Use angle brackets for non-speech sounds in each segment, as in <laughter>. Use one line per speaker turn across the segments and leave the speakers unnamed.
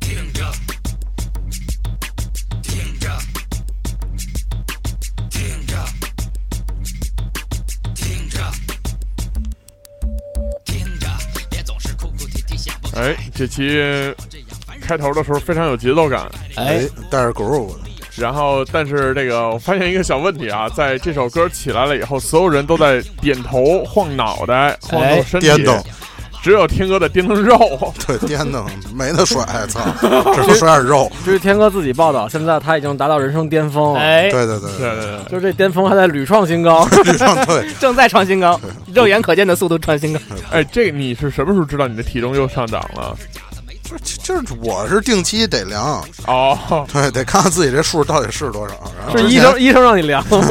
听着，听着，听着，听着，听着，别总是哭哭啼啼想不
哎
开。，
这期
这样烦人
开头的时候非常有节奏感，
哎，带着 groove，
然后但是这个我发现一个小问题啊，在这首歌起来了以后，所有人都在点头、晃脑袋、晃动身体，
哎颠动，
只有天哥在颠腾肉。
对，颠腾，没得甩，
<laughs>
操，只能甩点肉。
这是天哥自己报道，现在他已经达到人生巅峰了，
哎，
对对对
对对
<laughs>
对，
就是这巅峰还在屡创新高。
对， <laughs> 对，
<laughs> 正在创新高，肉眼可见的速度创新高。
哎，这你是什么时候知道你的体重又上涨了？
不是就是我是定期得量，
哦，
对， <laughs> 得看看自己这数到底是多少。然后
是
之
医
前
生医生让你
<laughs>
量吗？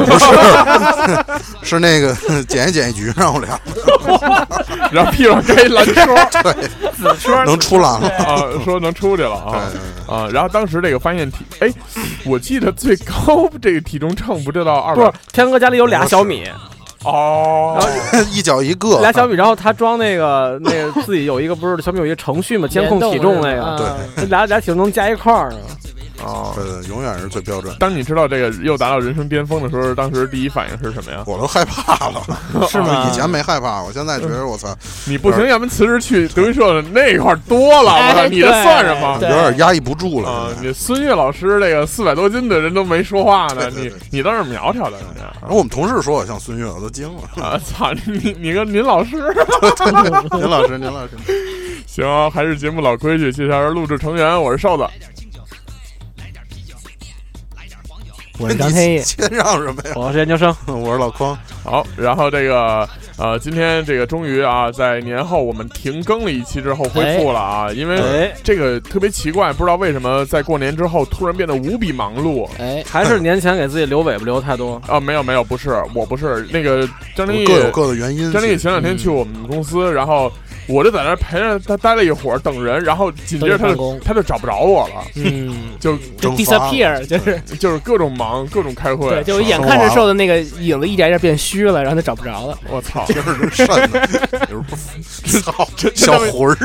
是那个 <laughs> 检疫检疫局让我量，
然后屁股上开一蓝圈，
能出栏了。
啊，说能出去了啊
对对对
啊！然后当时这个发现体，哎，我记得最高这个体重秤不就到二
不
百
是？，天哥家里有俩小米，
哦，
一脚一个，
俩小米，然后他装那个那个自己有一个不是小米有一个程序嘛，监控体重那个，
对
那俩俩体重能加一块儿呢。
哦，
对对，永远是最标准。
当你知道这个又达到人生巅峰的时候，当时第一反应是什么呀？
我都害怕了，
<laughs> 是吗
以前没害怕，我现在觉得我操，
你不行，要不然辞职去德云社那块儿多了，我
哎
操，你这
对
算什么？
对
啊有点压抑不住了
啊。，
现在
你孙越老师这个四百多斤的人都没说话呢，
对对
你
对嗯
你倒是苗条的人家
然后我们同事说我像孙越，我都惊了。 <laughs>
啊！操你你跟林老师， <laughs>
您老师，您老师，
行，还是节目老规矩，介绍一下录制成员，我是瘦子，
我是张天翼，
谦让什么呀？
我是研究生，
<laughs> 我是老匡，
好，然后这个呃，今天这个终于啊，在年后我们停更了一期之后恢复了啊，因为
哎
这个特别奇怪，不知道为什么在过年之后突然变得无比忙碌。
哎，
还是年前给自己留尾巴留太多。
啊，没有没有，不是，我不是那个张
我
天翼，
各有各的原因。
张天翼前两
嗯
天去我们公司，然后我就在那儿陪着他待了一会儿等人，然后紧接着他
都是
就
办公
他就找不着我了，
嗯，
<laughs> 就
就
蒸发了
disappear，就是
就是各种忙，各种开会啊
对，，就我眼看着瘦的那个影子一点一点变虚了，然后他找不着了。
我操，
<laughs>
<laughs>
就是肾的，就是不 <laughs> 操，小魂儿，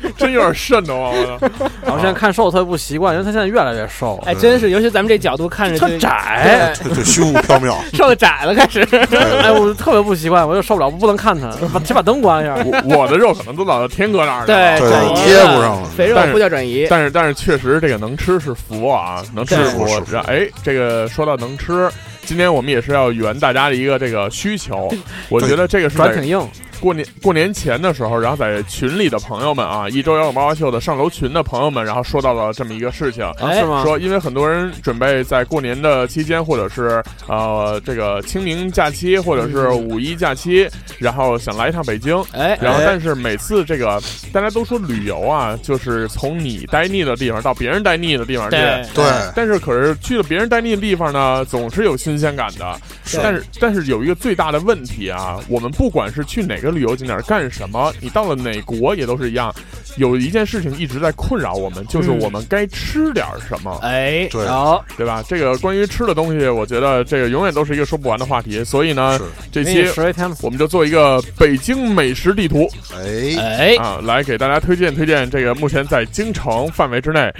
你
真有点瘆得慌，啊我操
然后现在看瘦特别不习惯，因为他现在越来越瘦，
嗯
哎，真是，尤其咱们这角度看着
他
就
窄。
这这虚无缥缈。
<laughs> 瘦的窄了，开始。
哎，我特别不习惯，我就受不了，不能
<laughs>
看他，把先把灯关一下。
我我的肉可能都老到天哥那儿去了。
对，
对
转移
贴不上了
肥肉
但是
呼叫转移。
但是但是确实这个能吃是福啊，能吃是福
对是。福
然后哎，这个说到能吃，今天我们也是要圆大家的一个这个需求。我觉得这个是
转挺
在
硬，
过年过年前的时候，然后在群里的朋友们啊，一周摇滚八卦秀的上楼群的朋友们，然后说到了这么一个事情。
啊
哎
是吗？
说，因为很多人准备在过年的期间，或者是呃这个清明假期，或者是
嗯
五一假期，然后想来一趟北京，
哎，
然后，但是每次这个大家都说旅游啊，就是从你待腻的地方到别人待腻的地方去。
对
对，
但是，可是去了别人待腻的地方呢，总是有新鲜感的。
是
但是，但是有一个最大的问题啊，我们不管是去哪个旅游景点干什么，你到了哪国也都是一样，有一件事情一直在困扰我们，就是
嗯
我们该吃点儿什么。
哎，
对，
好，
对吧？这个关于吃的东西，我觉得这个永远都是一个说不完的话题。所以呢
哎
是，
这
给你
期
十位天
我们就做一个北京美食地图
哎，
哎，
啊，来给大家推荐推荐这个目前在京城范围之内。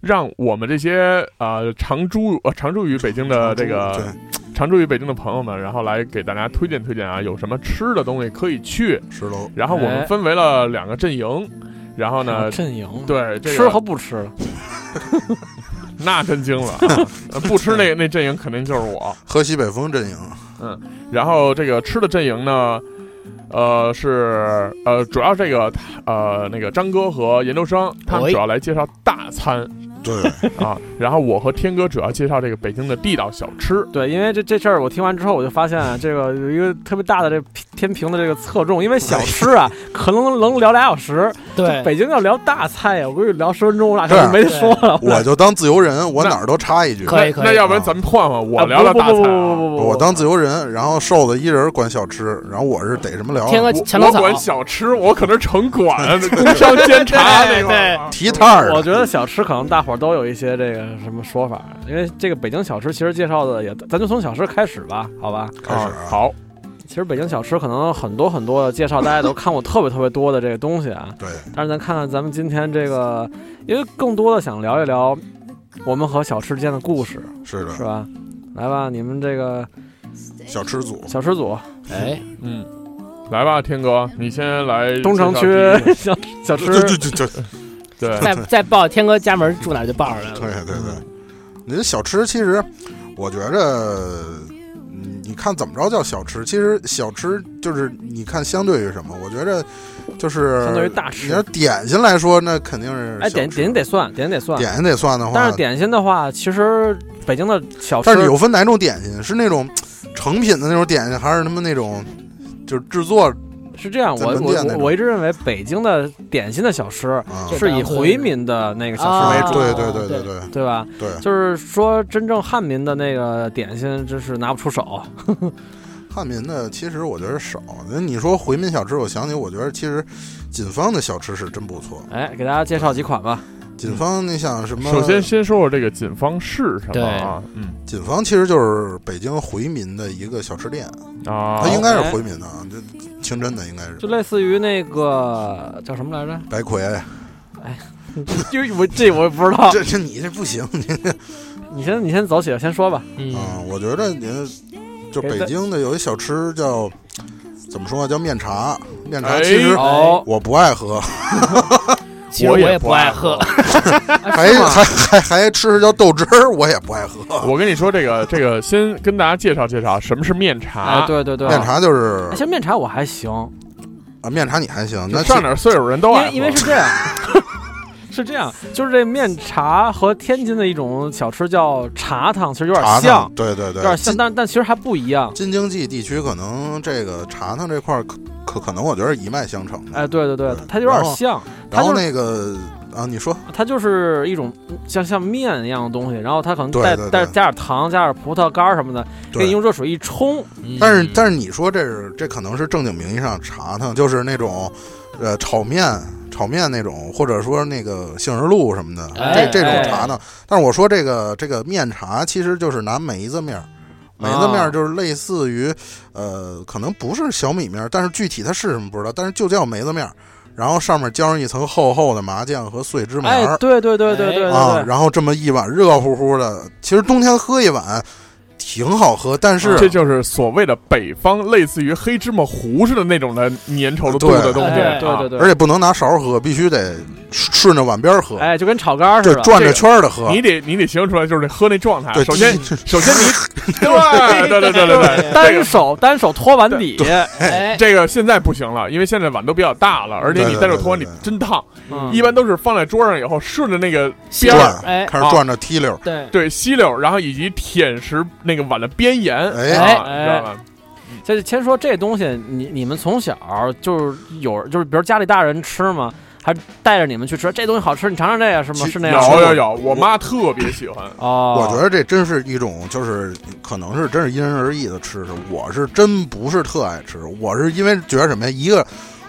让我们这些呃常驻呃常驻于北京的这个
对
常驻于北京的朋友们，然后来给大家推荐推荐啊，有什么吃的东西可以去。
石头，
然后我们
哎
分为了两个阵营，然后呢，
阵营，啊
对这个
吃和不吃，
那真惊了，呃不吃那那阵营肯定就是我。
喝西北风阵营，
然后这个吃的阵营呢，呃是呃主要这个呃那个张哥和研究生他们
喂
主要来介绍大餐
<laughs>
对，
啊，然后我和天哥主要介绍这个北京的地道小吃。
对，因为这这事儿我听完之后，我就发现啊这个
哎
有一个特别大的这个天平的这个侧重，因为小吃啊，可能能聊俩小时，
对，
北京要聊大菜啊呀，我估计聊十分钟，我俩可就没得说了。
我就当自由人，我哪儿都插一句。
可以可以
那要不然咱们换换，我聊聊大
不
菜
不
啊，
不不不，
我当自由人，然后瘦子一人管小吃，然后我是逮什么聊啊
天哥
我
墙头
我
草，
管小吃，我可能是城
<laughs>
管、工商监察那块儿啊。
提摊儿
我
的，
觉得小吃可能大伙儿都有一些这个什么说法，因为这个北京小吃其实介绍的也，咱就从小吃开始吧，好吧？
开始
啊
啊，
好，
其实北京小吃可能很多很多的介绍，大家都看过特别特别多的这个东西啊。
对，
但是咱看看咱们今天这个，因为更多的想聊一聊我们和小吃之间的故事，
是
是
的，
吧？来吧，你们这个
小吃组
小吃组，
哎，
嗯，来吧，天哥，你先来
东城区
介绍第一
小小吃
对对对对
个，对， <laughs>
再再报天哥家门住哪儿就报上来了。
对对对，你这小吃其实，我觉着，嗯你看怎么着叫小吃？其实小吃就是你看相对于什么？我觉着就是
相当于大
你要
吃。
点心来说，那肯定是
哎，
小
点
吃
点心得算，点心得算。
点心得算的话，
但是点心的话，其实北京的小吃
但是有分哪种点心，是那种成品的那种点心，还是他们那种就是制作
是这样，
在
我
门
我
店那
我
种
我一直认为北京的点心的小吃
啊？
这
是
当
以
然
回民的那个小吃为
啊
主，
对对对
对
对
对吧？
对
就是说，真正汉民的那个点心，真是拿不出手。
汉民的其实我觉得少。那你说回民小吃，我想起我觉得其实锦方的小吃是真不错。
哎，给大家介绍几款吧。
锦方，你想什么？
首先先说说这个锦方是什么啊？嗯
锦芳其实就是北京回民的一个小吃店，
啊哎
它，应该是回民的，啊，这清真的应该是
就类似于那个叫什么来着？ <laughs>
白魁。
啊
就我这我也不知道。
这这你这不行，你
你先你先走起，先说吧。
啊
嗯，，
我觉得您就北京的有一小吃叫怎么说啊？叫面茶，面茶
哎
其实
哦，
我不爱喝，
其实
我
我
也
也
不
不
爱
爱喝，
哎
还还还还吃着叫豆汁儿，我也不爱喝。
我跟你说，这个这个，先跟大家介绍介绍什么是面茶。
哎，对对对，
面。茶就是
其实面茶我还行，
啊，面茶你还行，
啊就
那
上点岁数人都
因
爱
为
喝，
因为是这样， <laughs> 是这样，就是这面茶和天津的一种小吃叫茶汤，其实有点
茶
像
汤，，对对
有
对，
点像，但但其实还不一样。
京津冀地区可能这个茶汤这块儿可可可能我觉得是一脉相承的。
哎，对对对
对，
它有点
然后
像，它
然后
就是
那个啊，你说
它就是一种像像面一样的东西，然后它可能
对
带
对
带
对
加点糖、加点葡萄干儿什么的，给你
对
用，热水一冲，
嗯
但
嗯
是但是你说这是这可能是正经名义上茶汤，就是那种呃炒面。炒面那种，或者说那个杏仁露什么的，
哎
这这种
哎
茶呢？但是我说这个这个面茶，其实就是拿梅子面儿，梅子面
啊
儿就是类似于，呃，可能不是小米面儿，但是具体它是什么不知道，但是就叫梅子面儿，然后上面浇上一层厚厚的麻酱和碎芝麻
哎
儿，，
对对对对对对
啊，
对，
然后这么一碗热乎乎的，其实冬天喝一碗挺好喝，但
啊
是、
这就是所谓的北方，类似于黑芝麻糊似的那种的粘稠的度
对
的东西。
哎
啊
对对对，
而且不能拿勺喝，必须得顺着碗边儿喝，
哎，就跟炒肝儿
对
似，的，
转着圈儿的喝。
你得你得形容出来，就是喝那状态。
对，
首先
第一
首先
<laughs>
你对对对对对对，这
单
个
手单手托碗底，
哎，
这个现在不行了，因为现在碗都比较大了，而且你
对对
单手
对
托碗
对
你
对
真烫，
嗯
一般都是放在桌上以后，顺着那个
西
边
瓜
儿
转
哎，
开始转着提溜儿，
对，
对吸溜，然后以及舔食那个碗的边沿，
哎
啊你知
哎
道吧？
这先说这东西，你你们从小就是有，就是比如家里大人吃吗？还带着你们去吃，这东西好吃，你尝尝这个是吗？
其
是那样吗
有有有，我妈特别喜欢。
哦，
我觉得这真是一种，就是可能是真是因人而异的吃食。我是真不是特爱吃，我是因为觉得什么呀？一个，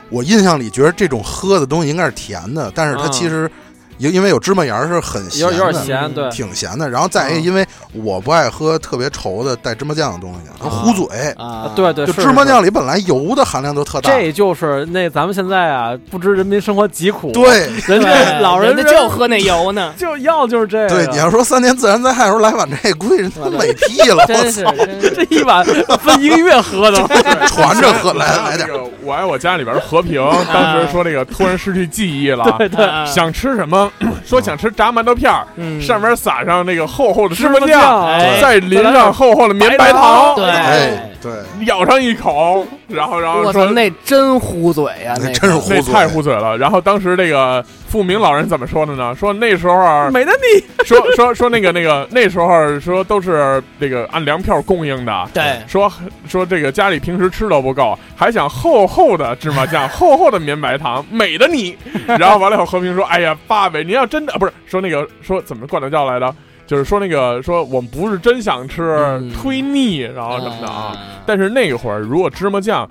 我印象里觉得这种喝的东西应该是甜的，但是它
嗯
其实因、因为有芝麻盐儿是很咸
有
的，
有点咸，对，
挺咸的。然后再一个，
嗯
因为我不爱喝特别稠的带芝麻酱的东西，它糊嘴。
啊，
对对，
就是芝麻
是
酱里本来油的含量都特大，
这就是那咱们现在啊，不知人民生活疾苦，，
对
人家
对，
老
人
人，
家就喝那油呢
<laughs> 就要就是这个，
对，你要说三年自然灾害时候来碗这，估计人都美屁了，
真是真是
这一碗分一个月喝的，
传着喝啊来来点
那。个我爱我家里边儿和平，当时说这个突然失去记忆了， <laughs>
对对，
啊
想吃什么 <clears throat> 说想吃炸馒头片儿，
嗯
上面撒上那个厚厚的芝麻
麻
酱，
酱
哎
再淋上厚厚的绵白糖，
糖
对，
哎，对，
咬上一口，然后然后
我
说
操，那真糊嘴呀，啊
那
那
真是
个
糊
那
嘴
太糊嘴了。然后当时这个不明老人怎么说的呢？说那时候啊
美的你，
<laughs> 说说说那个那个那时候说都是这个按粮票供应的，
对
说说这个家里平时吃都不够，还想厚厚的芝麻酱、厚厚的绵白糖，美的你。然后完了以后，和平说：“哎呀，爸爸，您要真的啊不是说那个说怎么管他叫来的，就是说那个说我们不是真想吃，
嗯
忒腻，然后什么的啊。但是那会儿如果芝麻酱，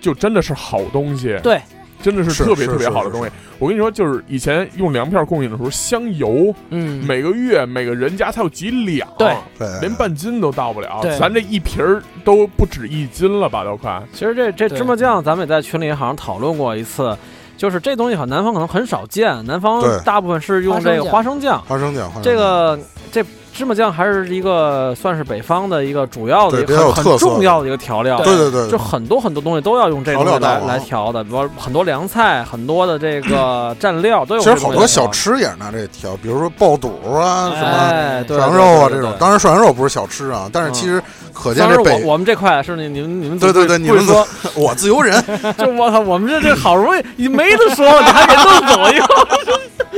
就真的是好东西，
对，
真的是
是
特别
是
特别
是
好的
是
东西。我跟你说，就是以前用粮票供应的时候，香油
嗯，
每个月每个人家才有几两，
对
对，
连半斤都到不了
对，
咱这一瓶儿都不止一斤了吧，都快。
其实这这
对
芝麻酱，咱们也在群里好像讨论过一次，就是这东西好，像南方可能很少见，南方
对嗯
大部分是用
花生
这个
酱
花生酱，
花生酱，花生酱
这个这芝麻酱还是一个算是北方的一个主要
对
的一
比较
个
有
很
特
很
色的
重要的一个调料，
啊对对对，
就很多很多东西都要用这
调
个东
料
西来
大王
来调的，比如很多凉菜、很多的这个蘸料都有
其
这
实
个
好多
东西来调。
小吃也是拿这调，比如说爆肚啊， <laughs> 什么
哎，对
涮羊肉啊
对
这
对对
种。当然，涮羊肉不是小吃啊，但是其实可见
当
这
然
北
我我们这块是你你们你们
对对对，
不
你们
不说
我自由人，
<laughs> 就我操，我们这这好容易你没得说了，你还给弄走一个。 <laughs>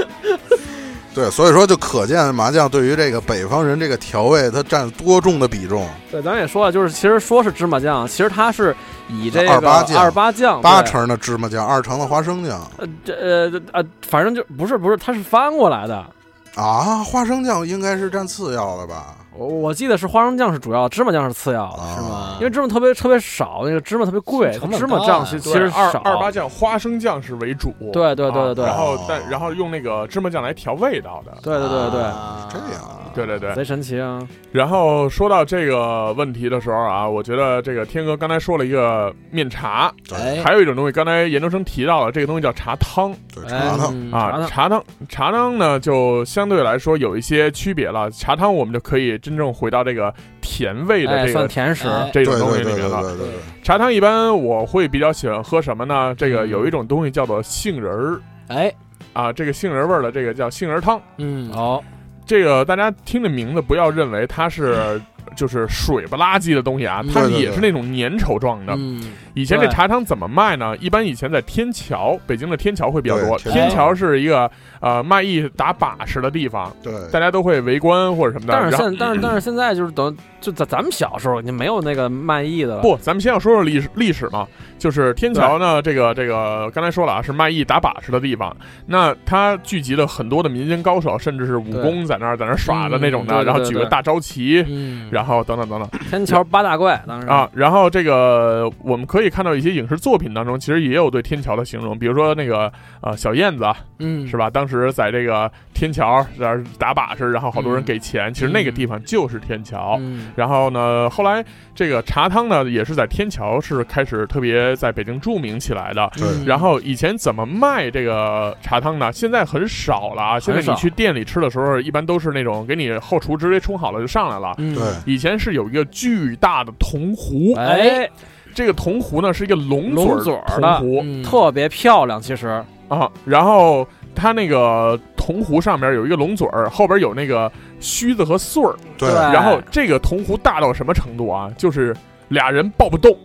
对，所以说就可见麻酱对于这个北方人这个调味，它占多重的比重。
对，咱也说了，就是其实说是芝麻酱，其实它是以这个
二八酱
二八酱
八
对
成的芝麻酱，二成的花生酱
呃这呃呃，反正就不是不是，它是翻过来的。
啊，花生酱应该是占次要的吧？
我我记得是花生酱是主要，芝麻酱是次要的，
啊，
是？吗？
因为芝麻特别特别少，那个芝麻特别贵，
成本
芝麻
高
酱
啊
其实
对
其实
二
少。
二八酱、花生酱是为主，
对对对
啊
对对
然后
哦
但然后用那个芝麻酱来调味道的，
对对对对，
啊
这样
对对对。
贼神奇啊！
然后说到这个问题的时候啊，我觉得这个天哥刚才说了一个面茶，
哎，
还有一种东西，刚才研究生提到了，这个东西叫茶汤
对，茶汤
嗯
啊，茶汤茶汤呢就相对来说有一些区别了。茶汤我们就可以真正回到这个甜味的
哎，
这
算
个
甜食，
哎
这
对
种
对
东西
对
里
对
面
对
了。
对对，
茶汤一般我会比较喜欢喝什么呢？这个有一种东西叫做杏仁儿
哎，
啊，这个杏仁味儿的这个叫杏仁汤。
嗯，
哦，
这个大家听这名字不要认为它是就是水不拉几的东西啊
嗯，
它
对对
也
对
是那种粘稠状的。
嗯，
以前这
对
茶汤怎么卖呢？一般以前在天桥，北京的天桥会比较多。
对
天
天
桥是一个呃卖艺打把式的地方，
对
大家都会围观或者什么的。
但是
然后
现但是但是现在就是等就咱咱们小时候，你没有那个卖艺的了，
不，咱们先要说说历史历史嘛，就是天桥呢，这个这个刚才说了啊，是卖艺打把式的地方。那它聚集了很多的民间高手，甚至是武
对
功在那儿在那儿耍的
嗯
那种的，
对对
然后
对
举个
对
大招旗，
嗯，
然后等等等等。
天桥八大怪当时
啊，，然后这个我们可以看到一些影视作品当中，其实也有对天桥的形容，比如说那个呃小燕子啊
嗯，
是吧？当时在这个天桥在那儿打把式，然后好多人
嗯
给钱，其实那个地方就是天桥。
嗯？
然后呢，后来这个茶汤呢也是在天桥是开始特别在北京著名起来的。
对
嗯，
然后以前怎么卖这个茶汤呢？现在很少了啊。现在
很少
你去店里吃的时候，一般都是那种给你后厨直接冲好了就上来了。
嗯，
对
以前是有一个巨大的铜壶，
哎，
这个铜壶呢是一个龙嘴
龙
儿
嘴
铜
儿的
壶、
嗯，
特别漂亮，其实
啊，然后它那个铜壶上面有一个龙嘴儿，后边有那个须子和穗儿，
对
对哎
然后这个铜壶大到什么程度啊？就是俩人抱不动，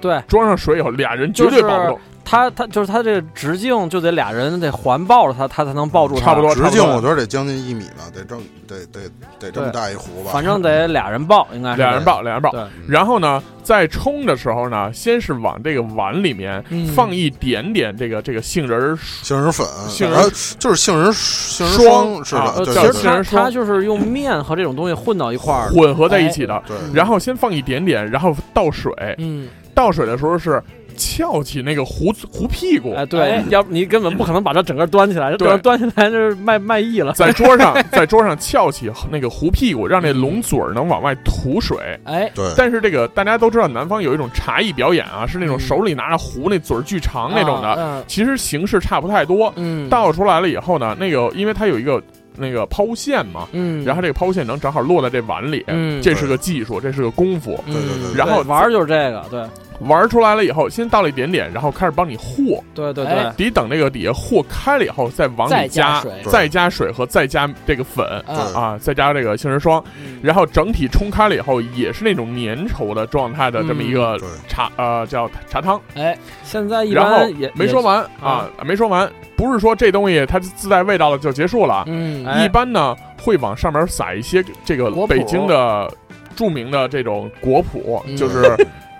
对
装上水以后俩人绝对
就是
抱不动，
它它就是它这个直径就得俩人得环抱着它，它才能抱住它，
差不多
直径我觉得得将近一米吧，得这么得得得这么大一壶吧
反。正得俩人抱，应该是
俩人抱，俩人抱
哎对。
然后呢，在冲的时候呢，先是往这个碗里面
嗯
放一点点这个这个杏仁儿
杏仁粉，
杏仁
然后就是杏仁杏仁
霜
是
啊
的，
呃，
对
其
叫
实
杏
它
仁霜
它就是用面和这种东西混到一块儿的，
混合在一起
哎
的，
对
嗯
然后先放一点点，然后倒水，
嗯，
倒水的时候是翘起那个壶壶屁股，
哎，对
哎，
要不你根本不可能把它整个端起来，这
对
整个端起来就是卖卖艺了。
<laughs> 在桌上在桌上翘起那个壶屁股，让那龙嘴儿能往外吐水。
哎，
对
但是这个大家都知道，南方有一种茶艺表演啊，是
嗯
那种手里拿着壶，那嘴儿巨长那种的，
的，
其实形式差不太多。
啊嗯，
倒出来了以后呢，那个因为它有一个那个抛物线嘛，
嗯，
然后这个抛物线能正好落在这碗里，
嗯
这是个技术，这是个功夫。
嗯
对对对
然后
对玩儿就是这个，对，
玩出来了以后，先到了一点点，然后开始帮你和，
对对
哎
对，
得等那个底下和开了以后，再往
再
里
加
加，
水
再加水和再加这个粉
啊，
啊，再加这个杏仁霜，然后整体冲开了以后，也是那种粘稠的状态的这么一个
嗯
对
茶，呃，叫茶汤。
哎，
现在一
然后
般也
没说，完啊，没说完，不是说这东西它自带味道了就结束了啊，
嗯，
哎
一般呢会往上面撒一些这个
果脯
北京的著名的这种果脯，
嗯 <laughs>
就是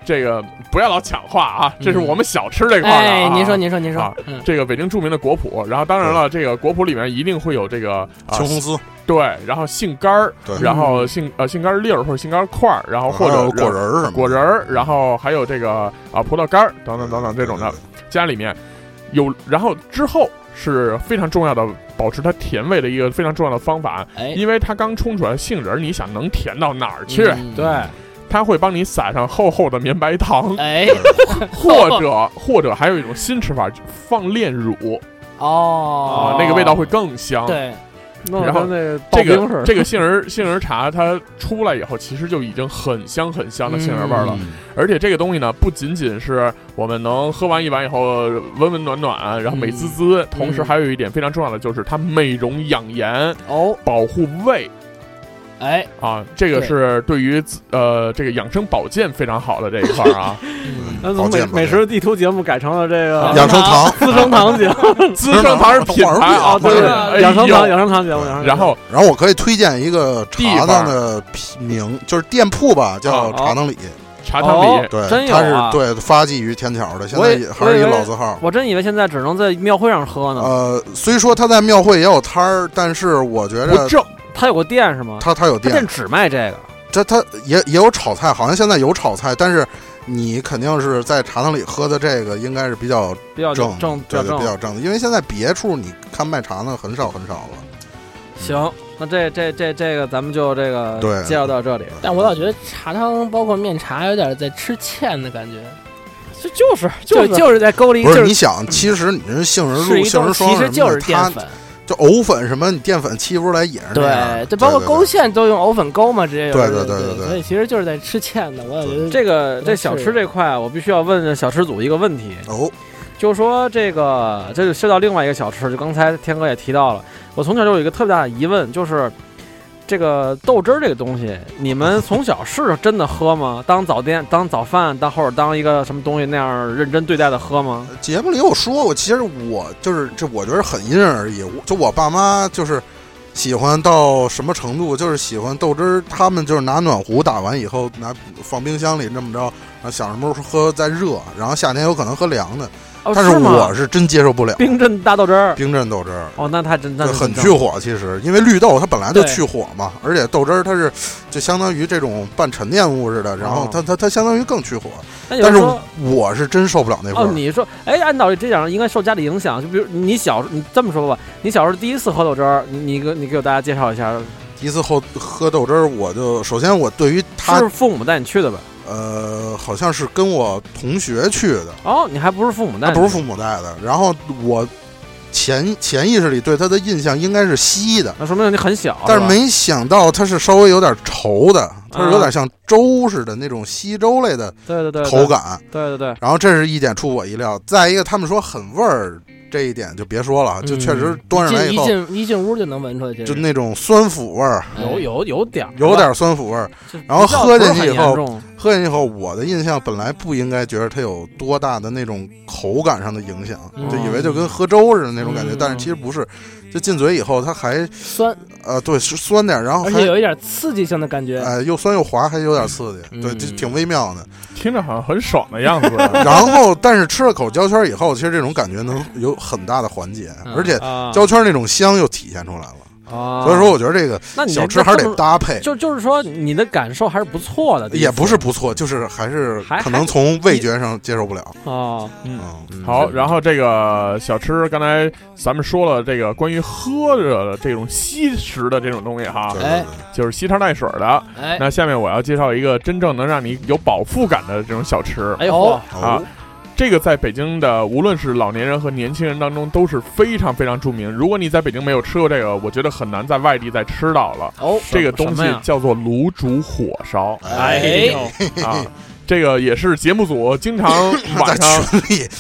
这个不要老抢话啊，这是我们小吃这块儿的、
哎
啊。，
您说，您说，您说
啊，
嗯，
这个北京著名的果脯，然后当然了，这个果脯里面一定会有这个啊
青，红丝，
对，然后杏干儿，
对啊
然后杏呃杏干儿粒儿或者杏干儿块儿，然后啊或
还
者
有果仁儿什么的，
果仁儿，然后还有这个啊葡萄干儿等等等等这种的
对，对
家里面有，然后之后是非常重要的保持它甜味的一个非常重要的方法，
哎，
因为它刚冲出来杏仁儿，你想能甜到哪儿去？
嗯，
对，
它会帮你撒上厚厚的绵白糖，
哎，
或者或者还有一种新吃法，放炼乳啊
哦，，
那个味道会更香。
对，
弄得
然后
跟那个刨
这
冰似
个
的，
这个杏仁儿杏仁儿茶，它出来以后，其实就已经很香很香的杏仁味儿了。
嗯
而且这个东西呢，不仅仅是我们能喝完一碗以后温温暖暖，然后美
嗯
滋滋，同时还有一点非常重要的就是它美容养颜、
哦，
保护胃
哎，
啊，这个
对
是对于自呃这个养生保健非常好的这一块儿
<laughs>
啊，
嗯
那
保
从美
健吧
美食地图节目改成了这
啊
<laughs>
个
养生堂，
资生堂 <laughs> 节目，
资生堂是品牌啊，
啊
对
对
哎呦
养生堂养生堂节目，养生堂
然后
然后我可以推荐一个
地
茶
方
档的品名，就是店铺吧，叫
啊
茶堂里。
茶汤里
哦
对，
真有
它是
啊
对发迹于天桥的，现
我
在
也
也还是一
我以为
老字号。
我真以为现在只能在庙会上
嗯
喝呢，
呃，虽说它在庙会也有摊儿，但是我觉
不
着
正，
他有个店是吗？
它它有
他
店
店，只卖这个，
它它也也有炒菜，好像现在有炒菜，但是你肯定是在茶堂里喝的这个应该是比较
比较
正，
正比
对
较
对，比
正。
较正的，因为现在别处你看卖茶呢很少很少了。
行，那这这这这个咱们就这个
对
介绍到这里。
但我老觉得茶汤包括面茶有点在吃芡的感觉，
这就是
就就是在沟里
不
就是是
你想，其实你这杏仁
是
露、
一
杏
种
仁
其
霜
实
什
就
么
是
的，
淀
它
粉，
就藕粉什么，你淀粉沏不出来也是那样
对
的。，
对，包括勾芡都用藕粉勾嘛，直接有
对
时候
对对
对
对对
所以其实就是在吃芡的，我老觉得
这个
是
这小吃这块，我必须要问小吃组一个问题，
哦，
就是说这个这就涉及到另外一个小吃，就刚才天哥也提到了，我从小就有一个特别大的疑问，就是这个豆汁儿这个东西，你们从小是真的喝吗？当早店、当早饭、当或者当一个什么东西那样认真对待的喝吗？
节目里有说过，其实我就是这，我觉得很因人而异。我就我爸妈就是喜欢到什么程度，就是喜欢豆汁儿，他们就是拿暖壶打完以后，拿放冰箱里这么着，然后想什么时候喝再热，然后夏天有可能喝凉的。
哦，
但是
吗
我？是真接受不了
冰镇大豆汁儿。
冰镇豆汁儿。
哦，那太真，那
对
太
很
真
去火，其实因为绿豆它本来就
对
去火嘛，而且豆汁儿它是就相当于这种半沉淀物似的，然后
哦
它它它相当于更去火。
那有
但
人
是
说，
我是真受不了那味
哦，
儿，
你说，哎，按道理这讲应该受家里影响，就比如你小，你这么说吧，你小时候第一次喝豆汁儿，你你给你给我大家介绍一下，
第一次后喝豆汁儿，我就首先我对于它
是父母带你去的吧？
呃，好像是跟我同学去的，
哦，你还不是父母
那
带你去，
啊不是父母带的。然后我潜潜意识里对他的印象应该是稀的，
那说明你很小，
但是
吧
没想到它是稍微有点稠的，它是有点像粥似的那种稀粥类的
对对嗯对
口，感。
对对对对，
然后这是一点出我意料，再一个他们说很味儿，这一点就别说了，就确
嗯
实端上来
进
以
一
后。
进一进屋就能闻出来，其
就
实哎
那种酸腐味儿，
有有有点儿
有
吧
点，儿酸腐味儿。
这
然后
不叫
喝
不是
进去
很
以
严
后
重
喝进去以后，我的印象本来不应该觉得它有多大的那种口感上的影响，
嗯
就以为就跟喝粥似的那种感觉，
嗯
但是其实不是，就进嘴以后它还
酸，
呃对是酸点儿，然后
而
哦还
且有一点刺激性的感觉。
呃又酸又滑，还有点刺激，
嗯
对，就挺微妙的。
听着好像很爽的样子。啊
然后但是吃了口胶圈以后，其实这种感觉能有很大的缓解，
嗯
而且
啊
胶圈那种香又体现出来了。
啊，
所以说，我觉得这个
那你
小
这
吃还是
这
得
么
搭配。
就就是说你的感受还是不错的，第一
也
次
不是不错，就是还是
还
可能从味觉上接受不了。
哦，
嗯，
好，然后这个小吃，刚才咱们说了这个关于喝着的这种稀食的这种东西哈
对，
哎
对对
就是稀汤带水的。
哎，
那下面我要介绍一个真正能让你有饱腹感的这种小吃，
哎呦
哦
嚯
啊，这个在北京的无论是老年人和年轻人当中都是非常非常著名。如果你在北京没有吃过这个，我觉得很难在外地再吃到了。
哦，
这个东
啊什
西
么呀 <laughs>
叫做卤煮火烧
哎
哎
啊，这个也是节目组经
<laughs>
常 <laughs>
在
晚上。
群里 <laughs>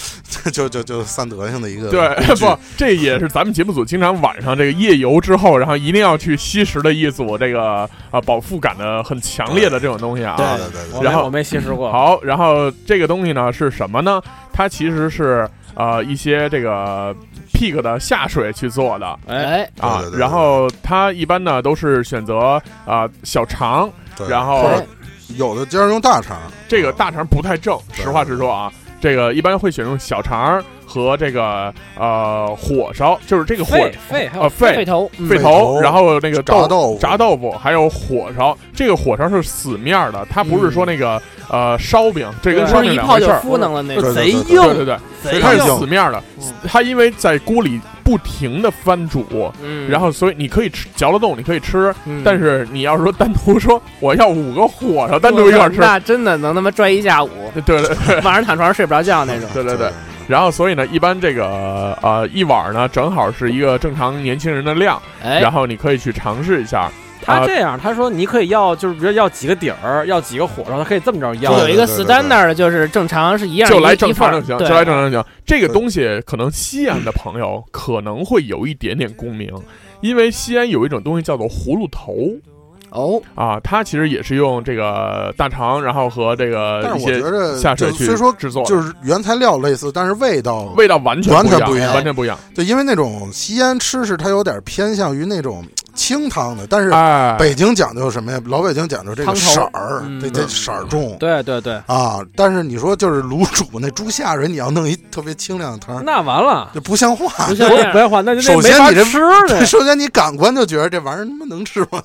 就就就散德性的一个
对，
工具
不，这也是咱们节目组经常晚上这个夜游之后，然后一定要去吸食的一组这个啊饱腹感的很强烈的这种东西啊。
对对对对
我
然后
没我没吸食过，
好，然后这个东西呢是什么呢？它其实是呃一些这个 pig 的下水去做的
哎，
哎，
啊
对对，对
然后它一般呢都是选择啊、小肠，
对，
然后
哎
或者有的就是用大肠，
这个大肠不太正，
对
实话实说啊，这个一般会选用小肠和这个呃火烧，就是这个火
肺肺还
呃
有
肺
哎头，嗯
肺
肺
头，
头
然后那个
炸
豆
豆腐
炸豆腐，还有火烧。这个火烧是死面儿的，它不是
嗯
说那个呃烧饼，这跟
对
烧
不
饼
是一
两
泡
回
就
事儿。
敷弄了那
对
个，
贼
对对对
硬
对对对，
贼
它是
硬
死面儿的，
嗯
它因为在锅里不停的翻煮，
硬
然后所以你可以吃嚼得动，你可以吃，但
是
是你要是说单独说我要五个火烧单独一块儿吃，
那真的能他妈拽一下午，
<laughs> 对对对
晚上躺床上睡不着
啊
觉那
<laughs>
种。
对对对。然后所以呢，一般这个呃一碗呢，正好是一个正常年轻人的量，
哎
然，后你可以去尝试一下。
他这样，他说你可以要，就是比如要几个底儿，要几个火烧，他可以这么着要
就。有一个
对对对对
standard，的就是正常是一样，
就来
一
正常就行，就来。
一份儿对
正常就行。这个
对
东西可能西安的朋友可能会有一点点共鸣，因为西安有一种东西叫做葫芦头
哦，
啊，它其实也是用这个大肠，然后和这个
但
呃一
是我
些
觉得，
下水
就
去
虽说
制作的，
就是原材料类似，但是味道，
味道完全
完全
不
不
一
一
样，
样
完全不一样。
就因为那种西安吃是它有点偏向于那种清汤的，但是
哎，
北京讲究什么呀？老北京讲究这
汤
个
头
色儿，
嗯
这这色儿重
对对对，
啊。但是你说就是卤煮那猪下水，你要弄一特别清亮的汤，
那完了，
就不像话
不。
不
像样
要换，那就那
首先
没法
你这
吃
<laughs>
呢。
首先你感官就觉得这玩意儿他妈能吃吗？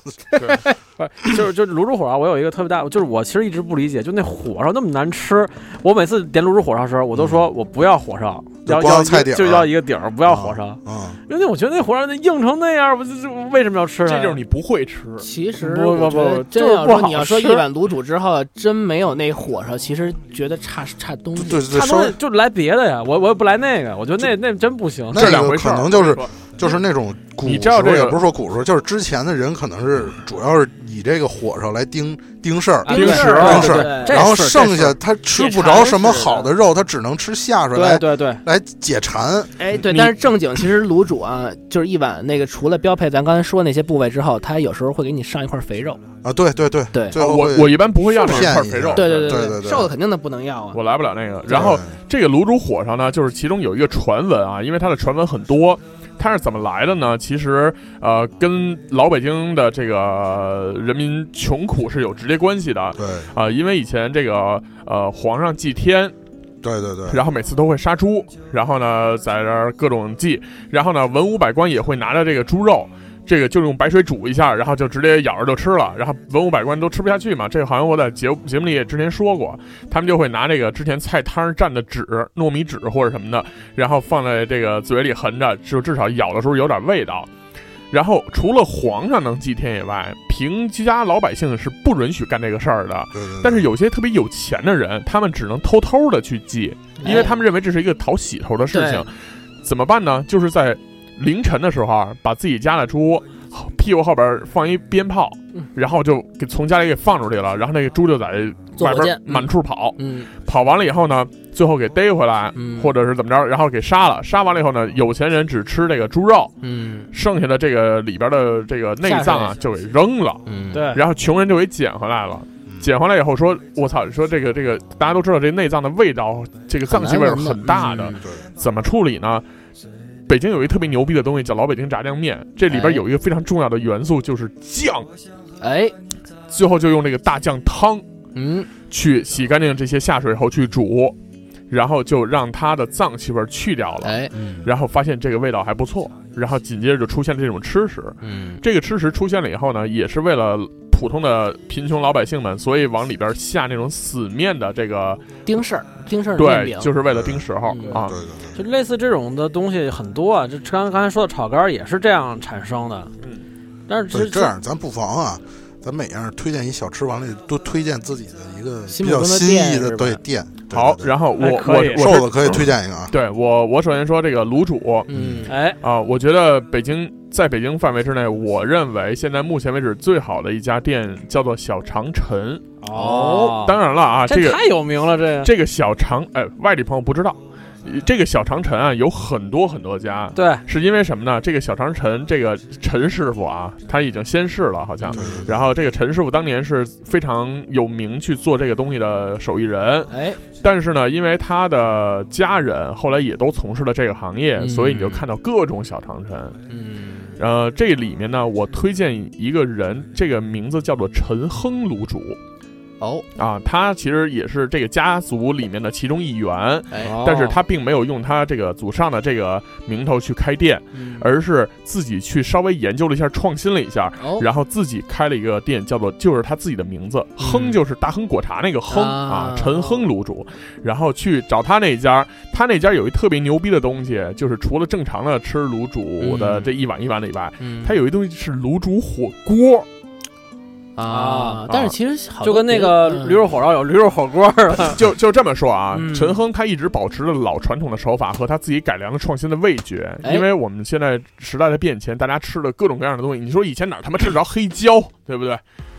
就是就是卤煮火烧，我有一个特别大，就是我其实一直不理解，就那火烧那么难吃。我每次点卤煮火烧的时候，我都说我不要火烧，
嗯就
要
光
要一
菜底儿
就要一个底儿，不要火烧，
啊，
嗯
因为我觉得那火烧那硬成那样，我就就为什么要吃啊呢？
这就是你不会吃，
其实
不不
我觉得
不
真
就是
要
不
说
好
你要说一
吃
碗卤煮之后，真没有那火烧，其实觉得差差东西。
对对，
他
对，稍
说就来别的呀，我我也不来那个，我觉得那那真不行。
那
这两回事儿。
可能就是
我跟你说
就是那种古
你知
时
道
候，
这个嗯
也不是说古时候，就是之前的人可能是主要是以这个火烧来盯盯事儿，
啊
丁
对
石
对
丁
对
石
对这
然后
是这
剩
是
下他吃不着什么好的肉，他只能吃下水
对
来
对对，
来解馋。
哎，对，
你
但是正经其实卤煮啊，就是一碗那个除了标配咱刚才说那些部位之后，它有时候会给你上一块肥肉。
啊，对对对
对
最后
我
会
我一般不会要那
是
一块
骗你
肥肉，
对对
对
对
对对
瘦的肯定的不能要啊。
我来不了那个。然后这个卤煮火烧呢，就是其中有一个传闻啊，因为它的传闻很多，它是怎么来的呢？其实呃，跟老北京的这个呃人民穷苦是有直接关系的啊、
对
因为以前这个呃皇上祭天，
对对对，
然后每次都会杀猪，然后呢在这儿各种祭，然后呢文武百官也会拿着这个猪肉。这个就用白水煮一下，然后就直接咬着就吃了，然后文武百官都吃不下去嘛。这个好像我在节节目里也之前说过，他们就会拿这个之前菜摊儿蘸的纸、糯米纸或者什么的，然后放在这个嘴里含着，就至少咬的时候有点味道。然后除了皇上能祭天以外，平家老百姓是不允许干这个事儿的。
对对对
但是有些特别有钱的人，他们只能偷偷的去祭，因
哎
为他们认为这是一个讨喜头的事情。怎么办呢？就是在凌晨的时候啊，把自己家的猪屁股后边放一鞭炮
嗯，
然后就给从家里给放出去了，然后那个猪就在
坐
外
火箭
边，满处跑，
嗯
跑完了以后呢，最后给逮回来。
嗯，
或者是怎么着，然后给杀了。杀完了以后呢，有钱人只吃这个猪肉，
嗯
剩下的这个里边的这个内脏啊
下
就
水
给扔了。<laughs>
嗯，
对，
然后穷人就给捡回来了。
嗯
捡回来以后说：“我操！说这个这个，大家都知道这内脏的味道，这个脏器味儿很大的，
嗯
对
怎么处理呢？”北京有一特别牛逼的东西叫老北京炸酱面，这里边
哎
有一个非常重要的元素就是酱，
哎，
最后就用这个大酱汤
嗯，
去洗干净这些下水后去煮，然后就让它的脏气味儿去掉了，
哎，
然后发现这个味道还不错，然后紧接着就出现了这种吃食，
嗯，
这个吃食出现了以后呢，也是为了普通的贫穷老百姓们，所以往里边下那种死面的这个，
丁事儿，丁事儿的面
对，
饼，
就是为了盯时候
嗯
啊。
对对
就类似这种的东西很多啊，这刚刚才说的炒肝儿也是这样产生的。
嗯
但是
对，对这
这
样咱不妨啊。咱每样推荐一小吃，完了都推荐自己的一个
心
比
目中
较
的
新意
店是
的
吧
对店。对
好，
对对
然后我
哎
我
可以
我
瘦
是
子可以推荐一个啊。
对我我首先说这个卤煮
嗯，
哎，
啊，我觉得北京在北京范围之内，我认为现在目前为止最好的一家店叫做小长城。
哦
当然了啊，这
这
个
太有名了，这
这个小长，哎，外地朋友不知道，呃这个小长城啊有很多很多家，
对
是因为什么呢？这个小长城，这个陈师傅啊，他已经先逝了，好像。
嗯
对
然后这个陈师傅当年是非常有名去做这个东西的手艺人，
哎，
但是呢，因为他的家人后来也都从事了这个行业，
嗯
所以你就看到各种小长城。
嗯，
呃，这里面呢，我推荐一个人，这个名字叫做陈亨卤煮
哦，
啊，他其实也是这个家族里面的其中一员，
哦
哎，
但是他并没有用他这个祖上的这个名头去开店，
嗯
而是自己去稍微研究了一下，创新了一下。
哦，
然后自己开了一个店，叫做就是他自己的名字，亨就是大亨果茶那个亨
嗯啊
啊，陈亨卤煮。然后去找他那家，他那家有一特别牛逼的东西，就是除了正常的吃卤煮的
嗯
这一碗一碗的以外，
嗯
他有一东西是卤煮火锅，
啊，但是其实好多
就跟那个
别的嗯
驴肉火烧有驴肉火锅似的，
就就这么说啊，
嗯
陈亨他一直保持着老传统的手法和他自己改良的创新的味觉，
哎
因为我们现在时代的变迁，大家吃的各种各样的东西，你说以前哪儿他妈吃得着黑椒，对不对？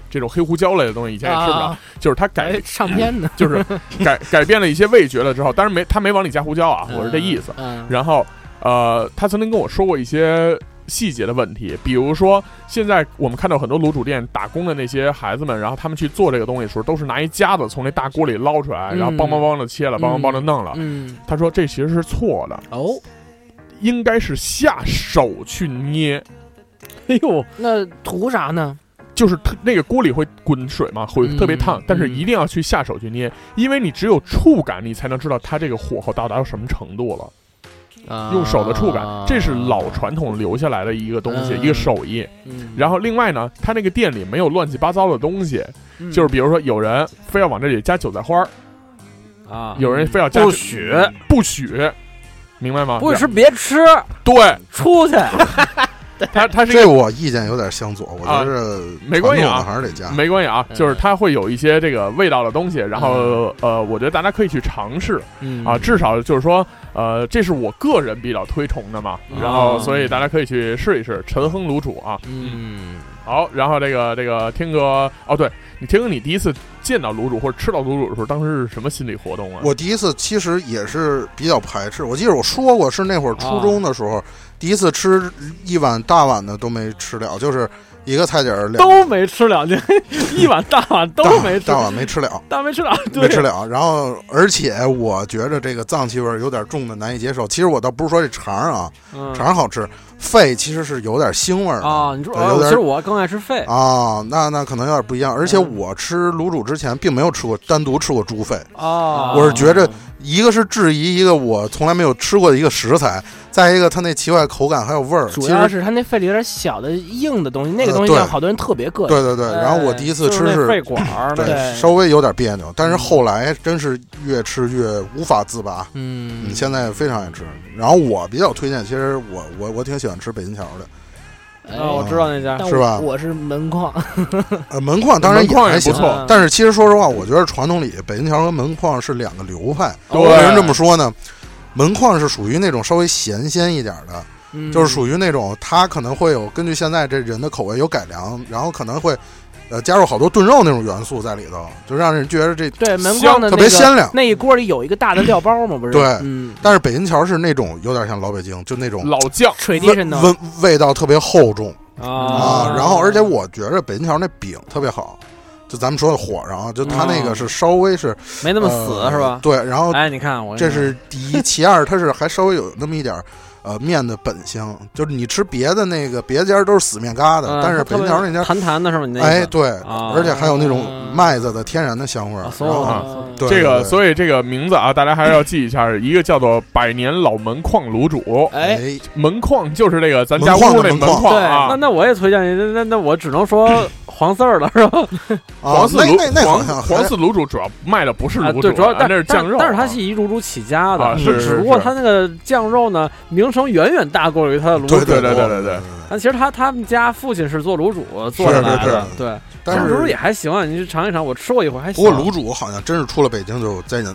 这种黑胡椒类的东西以前也吃不着，
啊
就是他改
哎 <laughs> 上片呢，
就是
<laughs>
改改变了一些味觉了之后，当然没他没往里加胡椒啊，我是这意思。
嗯，
然后呃，他曾经跟我说过一些细节的问题，比如说现在我们看到很多卤煮店打工的那些孩子们，然后他们去做这个东西的时候，都是拿一夹子从那大锅里捞出来，
嗯
然后梆梆梆的切了，梆梆梆的弄了。
嗯，
他说这其实是错的，
哦，
应该是下手去捏。
哎呦，
那图啥呢？
就是特那个锅里会滚水嘛，会
嗯
特别烫，但是
嗯
一定要去下手去捏，因为你只有触感，你才能知道它这个火候到达到什么程度了。
啊
用手的触感，这是老传统留下来的一个东西，
嗯
一个手艺。
嗯
然后另外呢，他那个店里没有乱七八糟的东西，
嗯
就是比如说有人非要往这里加韭菜花儿，
啊，
有人非要加
不许
不许，明白吗？
不许吃别吃，
<laughs>
对
出去。
他他是一
这
个
我意见有点相左，我
啊
觉得
没关系啊
传统的还是得加。
没关系啊，
嗯
就是他会有一些这个味道的东西，然后呃，我觉得大家可以去尝试
嗯
啊，至少就是说呃，这是我个人比较推崇的嘛，然后所以大家可以去试一试陈亨卤煮啊，
嗯，
好，然后这个这个天哥，哦，对你天哥，你第一次见到卤煮或者吃到卤煮的时候，当时是什么心理活动啊？
我第一次其实也是比较排斥，我记得我说过是那会儿
啊
初中的时候，第一次吃一碗大碗的都没吃了，就是一个菜底儿两
<laughs> 都没吃了，这 <laughs> 一碗大碗都
大
没吃
大，碗没吃了，
大没吃了， <laughs> 对
没吃了。然后而且我觉着这个脏气味儿有点重的难以接受。其实我倒不是说这肠儿啊，
嗯
肠儿好吃，肺其实是有点腥味儿的
啊，你说，
对有
哦
点
其实我更爱吃肺，
啊，那那可能有点不一样。而且
嗯
我吃卤煮之前，并没有吃过单独吃过猪肺，
哦，
我是觉着一个是质疑一个我从来没有吃过的一个食材，再一个它那奇怪口感还有味儿。
主
其
要
实
是它那肺里有点小的硬的东西，那个
呃
东西让
对
好多人特别膈应。
对对对，
哎
然后我第一次
就是
吃
那
是
肺管儿嗯
对
的，
对
稍微有点别扭，但是后来真是越吃越无法自拔。
嗯
嗯，现在非常爱吃。然后我比较推荐，其实我我我挺喜欢吃北京桥的，
哎
啊，我知道那家
但
是
我
吧
我是门框，
呃，门框当然
门框也
还
不
行。
嗯
错，
但是其实说实话，我觉得传统里北京桥和门框是两个流派。
对
为什么这么说呢？门框是属于那种稍微咸鲜一点的，<laughs>
嗯
就是属于那种它可能会有根据现在这人的口味有改良，然后可能会呃加入好多炖肉那种元素在里头，就让人觉得这。
对门框的
特
那
别
个
鲜亮
那一锅里有一个大的料包嘛，不是？
对
嗯，
但是北京桥是那种有点像老北京，就那种
老酱
水滴
味
上的
味味道特别厚重
嗯
啊。
啊
然后而且我觉着北京桥那饼特别好，就咱们说的火上啊，就它那个是稍微是
没那么
呃
死是吧？
对，然后
哎，你看我
这是第一，其二它是还稍微有那么一点儿呃面的本香，就是你吃别的那个别的家都是死面疙瘩，
嗯
但是
它
北
特
京
别
桥那家，
弹弹的是吗？你那
哎
意思
对，
啊
而且还有那种麦子的天然的香味儿
啊，
然后
啊
哦
对
这个，
对
所以这个名字啊，大家还是要记一下，一个叫做“百年老门框卤煮
哎，”，
门框就是这个咱家屋那
门框的门框
框
那
啊。
那我也推荐你，那那那我只能说黄四儿了是吧？
啊
黄，四
那
卤
那那好
黄
像
黄四卤煮主要卖的不是
啊
卤煮
对，
啊，
主要但
那是
但
酱肉啊，
但是它是以卤煮起家
啊
的，
是
只
是
不过
是
它那个酱肉呢，名声远远大过于它的卤
对
煮。
对
对对对
对
对
但其实他他们家父亲是做卤煮做
是
的
是
来的
是，
对，
但
卤煮
是
也还行啊，你去尝一尝，我吃过一回还
不
行。
过卤煮好像真是出了北京就再也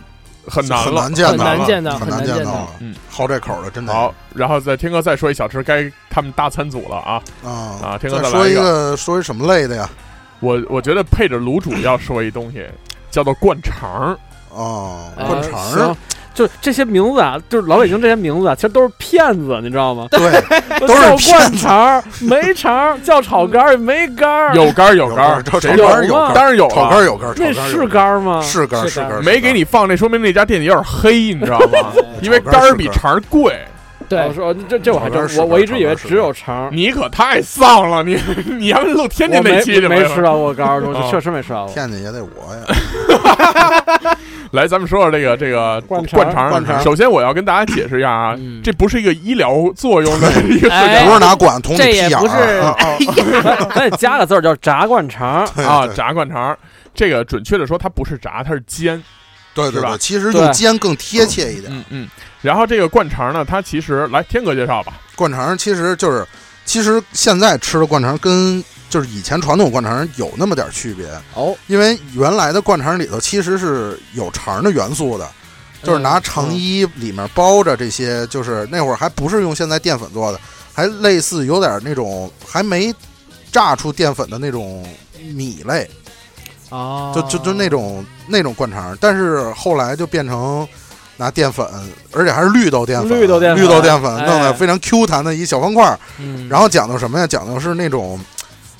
很难
很
了。
难见
很
到
难
了，哦
见到
很
很
难
难
见
见
到
到
了。
嗯，
好这口的，真的。
好，然后再天哥再说一小吃，该他们大餐组了啊！
啊
啊天哥
再
再
说
来一
个，说一什么类的呀？
我我觉得配着卤煮要说一东西，叫做灌肠儿。
哦，
呃
灌肠儿
行，就这些名字啊，就是老北京这些名字啊，其实都是骗子，你知道吗？
对，
<laughs>
都
是
叫
骗
灌
子
肠儿，没肠儿，叫炒肝儿，没肝儿，
有干儿有干
有干
儿
儿，炒
谁
干
有
儿有
吗
干
当
儿，
然有
炒
了
干。儿有干儿，
那
炒干儿
是
有
肝儿吗？
是干儿
是
是
干儿
干儿，
没给你放，那说明那家店里有点黑，你知道
<laughs>
吗？因为肝儿比肠儿贵，
我
对，
说这这我还
炒肝儿
真
是
我
干儿
我一直以为
炒肝儿是
只有肠儿，
你可太丧了！你你要是录天津
我
那
没
期去吧
没吃到过肝
啊
儿，我确实没吃到过。
骗你也得我呀。
来，咱们说说这个这个
灌肠
灌肠儿。
灌肠儿
首先，我要跟大家解释一下啊，
嗯
这不是一个医疗作用的 <laughs> 一个事
哎
不是拿管捅你
这
屁
也
眼
不是
儿啊啊！
<laughs> 咱得加个字儿叫炸灌肠儿，
对
啊，
对
炸灌肠儿。这个准确的说，它不是炸，它是煎。
对
是
对
吧
对，其实
对
用煎更贴切一点。
嗯嗯。然后这个灌肠儿呢，它其实来天哥介绍吧。
灌肠其实就是，其实现在吃的灌肠跟就是以前传统灌肠有那么点区别
哦，
因为原来的灌肠里头其实是有肠的元素的，
嗯
就是拿肠衣里面包着这些，就是那会儿还不是用现在淀粉做的，还类似有点那种还没炸出淀粉的那种米类，
哦，
就就就那种那种灌肠，但是后来就变成。拿淀粉，而且还是绿豆淀粉，
绿豆淀粉
绿豆淀粉弄
哎
得非常 Q 弹的一小方块儿，
嗯，
然后讲究什么呀？讲究是那种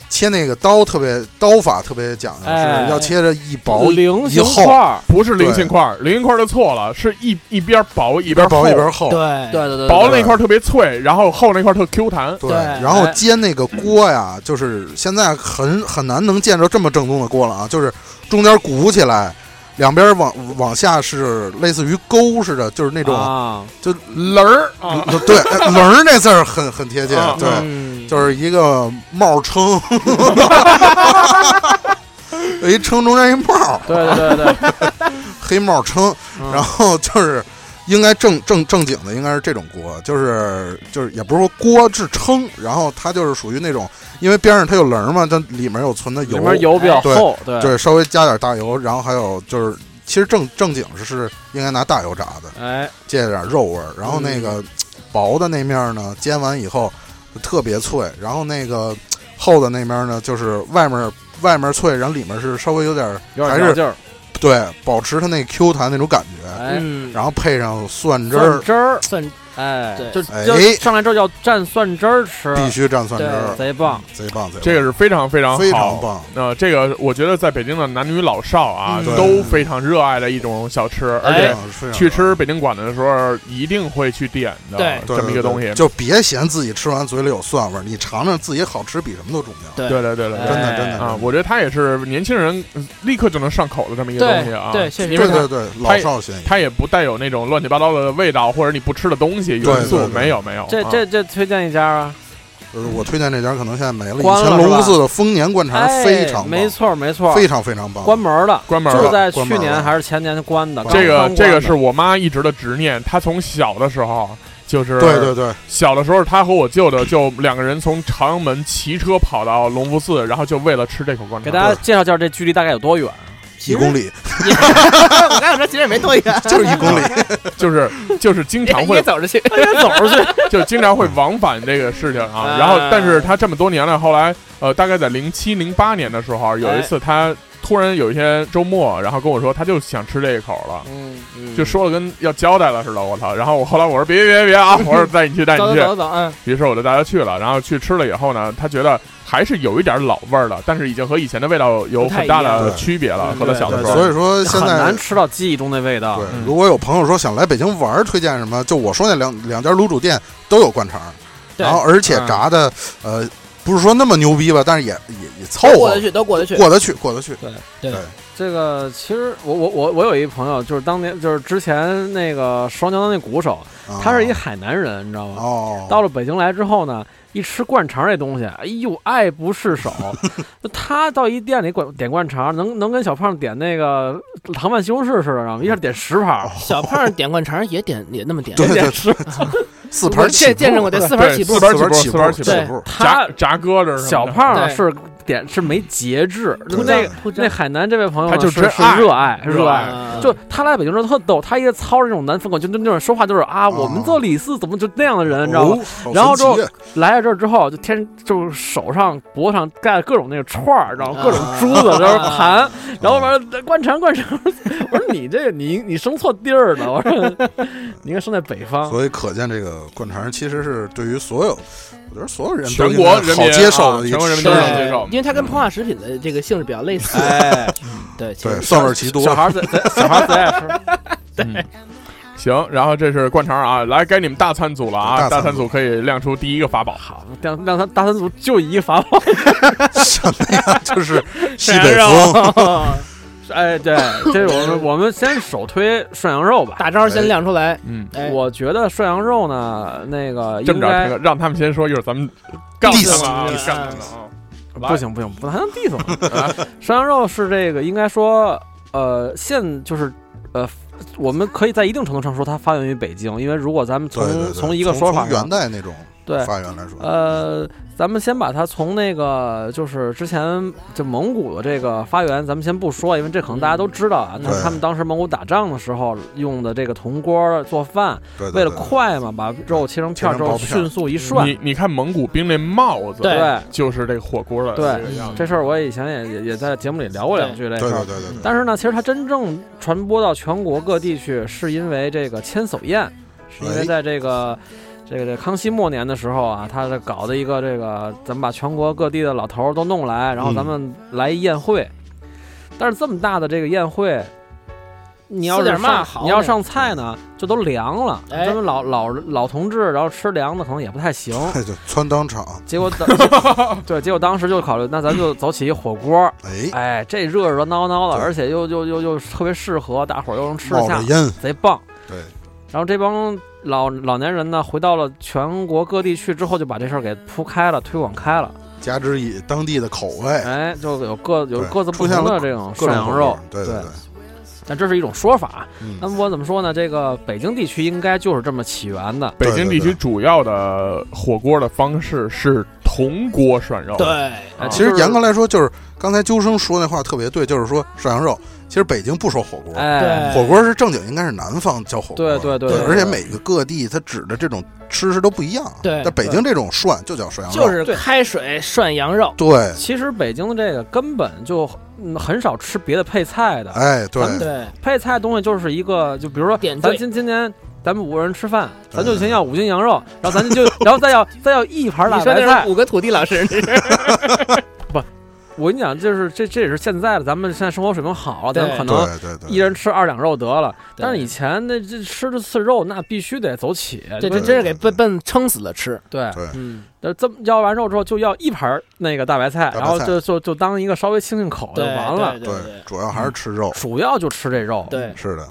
切那个刀特别刀法特别讲究，
哎
是要切着一薄一
菱形
厚
块儿，
不是菱形块儿，菱形块儿就错了，是一一边儿薄一边
边
儿
薄一
厚
边厚。
对
对对对
薄的那块儿特别脆，然后厚那块儿特 Q 弹。
对，
对
然
哎
后煎那个锅呀，就是现在很很难能见着这么正宗的锅了啊，就是中间鼓起来，两边往往下是类似于钩似的，就是那种、
啊，
棱儿啊，
对哎棱儿这字儿很很贴切，
啊
对，
嗯
就是一个帽撑， <laughs> 有一撑中间一帽儿，
对对对对，
黑帽撑，
嗯
然后就是应该正正正经的应该是这种锅，就是就是也不是说锅是撑，然后它就是属于那种，因为边上它有棱儿嘛，它里面有存的油，
里面油比较
对
厚，对
对，稍微加点大油，然后还有就是。其实正正经是是应该拿大油炸的，
哎，
借点肉味儿。然后
嗯
那个薄的那面儿呢，煎完以后就特别脆，然后那个厚的那面儿呢，就是外面外面脆，然后里面是稍微有点儿
有
还
点
是
嚼劲儿，
对，保持它那 Q 弹那种感觉。
哎，
嗯，
然后配上蒜汁
蒜
儿，
汁儿，
算
哎，
对
就
哎
就上来之后要蘸蒜汁儿吃，
必须蘸蒜汁儿，嗯
贼棒，
贼棒，贼棒，
这个是非常非常
非
好
常。棒。
那、这个我觉得在北京的男女老少啊、
嗯
都非常热爱的一种小吃，而
非
且
哎
常非常
去吃北京馆子的时候一定会去点的
对
对
这么一个东西
对对。就别嫌自己吃完嘴里有蒜味儿，你尝尝自己好吃比什么都重要。
对
对对对对对
真的
哎
真的
啊！我觉得它也是年轻人嗯立刻就能上口的这么一个东西啊。
对对确实
因为
对
它
对对，老少咸宜。
它也不带有那种乱七八糟的味道，或者你不吃的东西
对
元素
对对
没有没有。
这
啊
这这推荐一家啊，
呃我推荐这家可能现在没了，以
关了
前龙
是吧
福寺的丰年灌肠
哎，
非常
没
棒，
错儿没错儿，
非常非常棒。
关门儿了，
关门
就
了。
在
关
去
门了
年还是前年关的，
这
刚
个
刚
这个
关
是
的
我妈一直的执念，她从小的时候就是
对对对，
小的时候，她和我舅舅就两个人从朝阳门骑车跑到龙福寺，然后就为了吃这口灌
给
肠。
大家介绍介绍这距离大概有多远，
一公里
我刚想说其实也没多远，
就是一公里，
就是就是经常
也
会
走着去，
<laughs>
走出去，
就经常会往返这个事情啊。然后，但是她这么多年了，后来呃，大概在零七零八年的时候，有一次她突然有一天周末，然后跟我说，她就想吃这一口
哎
了。
嗯嗯，
就说了跟要交代了似的，我操！然后我后来我说别别别别啊，我说 <laughs> 带你去带你
走走
去，
走走，嗯，
于是我就带他去了，然后去吃了以后呢，他觉得还是有一点老味儿的，但是已经和以前的味道有很大
不太一
的
样嗯
区别了，
对
和他小的时
对
候。
所以说 <laughs> 现
很
在
难吃啊到记忆中那味道
对，，
嗯
如果有朋友说想来北京玩儿，推荐什么？就我说那两两家卤煮店都有灌肠儿，
对
然后而
嗯
且炸的、呃不是说那么牛逼吧，但是也也也凑
都过
合
得去，都过得去，
哦过得去，过得去。
对对
对
这个其实我我我我有一朋友，就是当年就是之前那个双江的那鼓手，
啊
他是一海南人，你知道吗？
哦，
到了北京来之后呢，一吃灌肠这东西，哎呦，爱不释
<laughs>
手。就他到一店里灌点灌肠，能能跟小胖点那个糖拌西红柿似的，
嗯
然后一下点十
哦
盘，
小胖点灌肠也点也那么点，
对对
点
对，
十 <laughs>
四
我
盘起
见
步
见着过，对，四盘起
四
步，
盘
四盘
起步，
起
四盘起
起
步
对，
步，
炸
他
炸鸽子什么的，
小胖啊
对
是点是没节制。
对
那个
个
那海南这位朋友呢
他就是真
是
爱
热爱，是
热
吧？
爱
嗯
就他来北京之后特逗，他一个操着那种南方口，就就那种说话就是啊，我们这里是怎么就那样的人，你知道吗？
哦好
然后
神奇
之来了这儿之后，就天就是手上脖子上盖各种那个串儿，然后各种
啊
珠子，然后盘，然后完了灌肠灌肠。 <laughs> 我说你这你你生错地儿了，我说你应该生在北方。
所以可见这个灌肠其实是对于所有，我觉得所有人都
全国
应该
人
好
民
接受的
啊
一个
全国人民都
吃
能
法
接受
因为它跟膨化食品的这个性质比较类似。
哎，
<laughs> 对，其
对，
实
蒜味儿奇多啊
小。孩儿最小孩儿最爱吃。
行，然后这是灌肠啊，来该你们大餐组了啊，
大餐组
大餐组可以亮出第一个法宝。
好，让让他大三组就一个法宝，
什么呀？
<laughs>
就是西北
<laughs>
风，
啊哎，对，这是我们我们先首推涮羊肉吧。
大招先亮出来。
嗯，
哎，
我觉得涮羊肉呢，那个
这
应
么着，
该
这个让他们先说，一会儿咱们杠他们啊，
Diss，
杠他们啊。来
不，行不行，不能还能 diss 我。涮羊肉是这个，应该说，呃，现就是，呃，我们可以在一定程度上说它发源于北京，因为如果咱们从
对对对，
一个
从
说法
从元
上，
代那种
对，
发源来说，
呃，咱们先把它从那个就是之前就蒙古的这个发源，咱们先不说，因为这可能大家都知道啊。那
嗯对
他们当时蒙古打仗的时候用的这个铜锅做饭，
对对对
为了快嘛，把肉切成片儿之后
切成薄片儿
迅速一涮。
你你看蒙古兵那帽子，
对
啊对
就是这个火锅的
对嗯
这个
嗯
样子。
这事儿我以前也也也在节目里聊过两句这
对对
事儿。
对对对，
但是呢，其实它真正传播到全国各地去，是因为这个千叟宴，是因为
哎
在这个。这个这康熙末年的时候啊，他这搞的一个这个，咱们把全国各地的老头儿都弄来，然
嗯
后咱们来一宴会。但是这么大的这个宴会，你要
撕
是
点嘛
上
好
你要
呢
上菜呢，就都凉了。
哎
咱们老老老同志，然后吃凉的可能也不太行。
对对穿当场，
结果等
<laughs>
对，结果当时就考虑，那咱就走起一火锅儿，
哎，
哎，这热热闹闹的，
对
而且又又又又特别适合，大伙儿又能吃得
冒
下
着，烟，
贼棒。
对，
然后这帮老老年人呢，回到了全国各地去之后，就把这事儿给铺开了、推广开了。
加之以当地的口味，
哎，就有各有
对
各自
出
不
现
同的
了
这种
各
涮
种
羊
口
肉
味，对
对
对，
但这是一种说法。啊那
嗯，
么我怎么说呢？这个北京地区应该就是这么起源的。
北京地
对
区
对对
主要的火锅的方式是铜锅涮肉。
对，
哎
其实
就是
严格来说，就是刚才究生说那话特别对，就是说涮羊肉，其实北京不说火锅，
哎，
火锅是正经应该是南方叫火锅，
对对对
对
对
而且每个各地它指的这种吃食都不一样，
对
但北京这种涮就叫涮羊肉，
就是开水涮羊肉。
对，
其实北京的这个根本就嗯很少吃别的配菜的。
哎对
咱们
对，
配菜东西就是一个，就比如说
点，
咱
缀
今今年咱们五个人吃饭，
对
咱就先要五斤羊肉，然后咱就然后再要再要一盘辣
你说
白
那是
菜。
五个土地老师，那是
我跟你讲，就是这这也是现在的，咱们现在生活水平好了，咱们
对
可能
对对对，
一人吃二两肉得了。
对
但是以前那这吃这次肉，那必须得走起。
这这
对
真是给笨笨撑死了吃。
对
对
嗯，那这么要完肉之后，就要一盘那个大白
大
菜，
白菜
然后就就就当一个稍微清清口就
对，
完了。
对对嗯
主要还是吃肉，
主要就吃这肉，
对，对，
是的，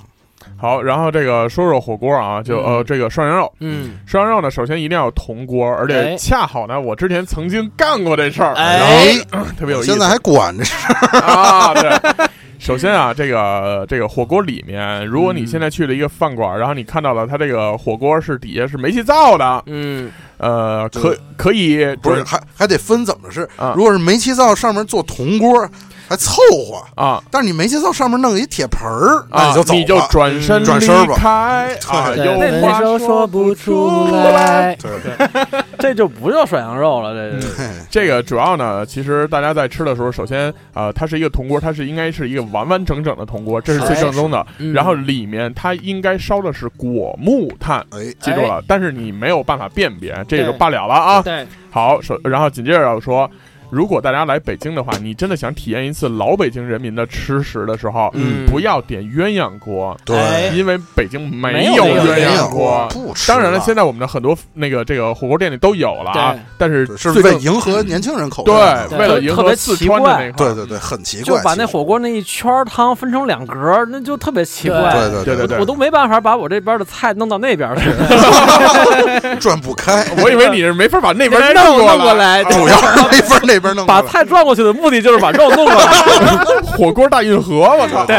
好，然后这个说说火锅啊，就呃这个涮羊肉，
嗯，
涮羊肉呢，首先一定要有铜锅，而且
哎
恰好呢，我之前曾经干过这事儿，
哎
然后嗯特别有意思。
现在还管着，
<laughs> 啊，对。首先啊，这个这个火锅里面，如果你
嗯
现在去了一个饭馆，然后你看到了它这个火锅是底下是煤气灶的，
嗯，
呃，
对
可可以
不是还还得分怎么是
啊，
如果是煤气灶上面做铜锅还凑合，
啊
但是你煤气灶上面弄一铁盆儿，那
啊，
你就走吧，
转身
嗯转身吧
离开啊，
对
有
对
话
分手说不出。来。
对
这就不叫涮羊肉了，
嗯
这是
对
这个主要呢，其实大家在吃的时候，首先啊、呃它是一个铜锅，它是应该是一个完完整整的铜锅，这是最正宗的。
嗯
然后里面它应该烧的是果木炭，
哎，
记住了，但是你没有办法辨别，这也就
对
罢了了啊。
对，
好，首然后紧接着要说，如果大家来北京的话，你真的想体验一次老北京人民的吃食的时候，
嗯
不要点鸳鸯锅，
哎
因为北京没
没有
鸳
没
鸯
有
锅。
不吃，
当然了，现。在我们的很多那个这个火锅店里都有了啊
对，
但是
是
最
为
正
迎合年轻人口味
对
的，啊
为了
对
迎
特
合
别
四
奇
川的
怪
那块儿，
对对对，很奇
啊就
怪，
把
其
那
实
火锅那一圈儿汤分成两格儿，那就特别奇怪。
对对
对对
对
对，
我都没办法把我这边的菜弄到那边去。
转不开，
<laughs>
我以为你是没法把那边
那边弄
过
弄过来
<laughs> 啊
主要是那边那边弄过
把
来
菜转过去的目的就是把肉弄过来。
火锅大运河，我操！
对，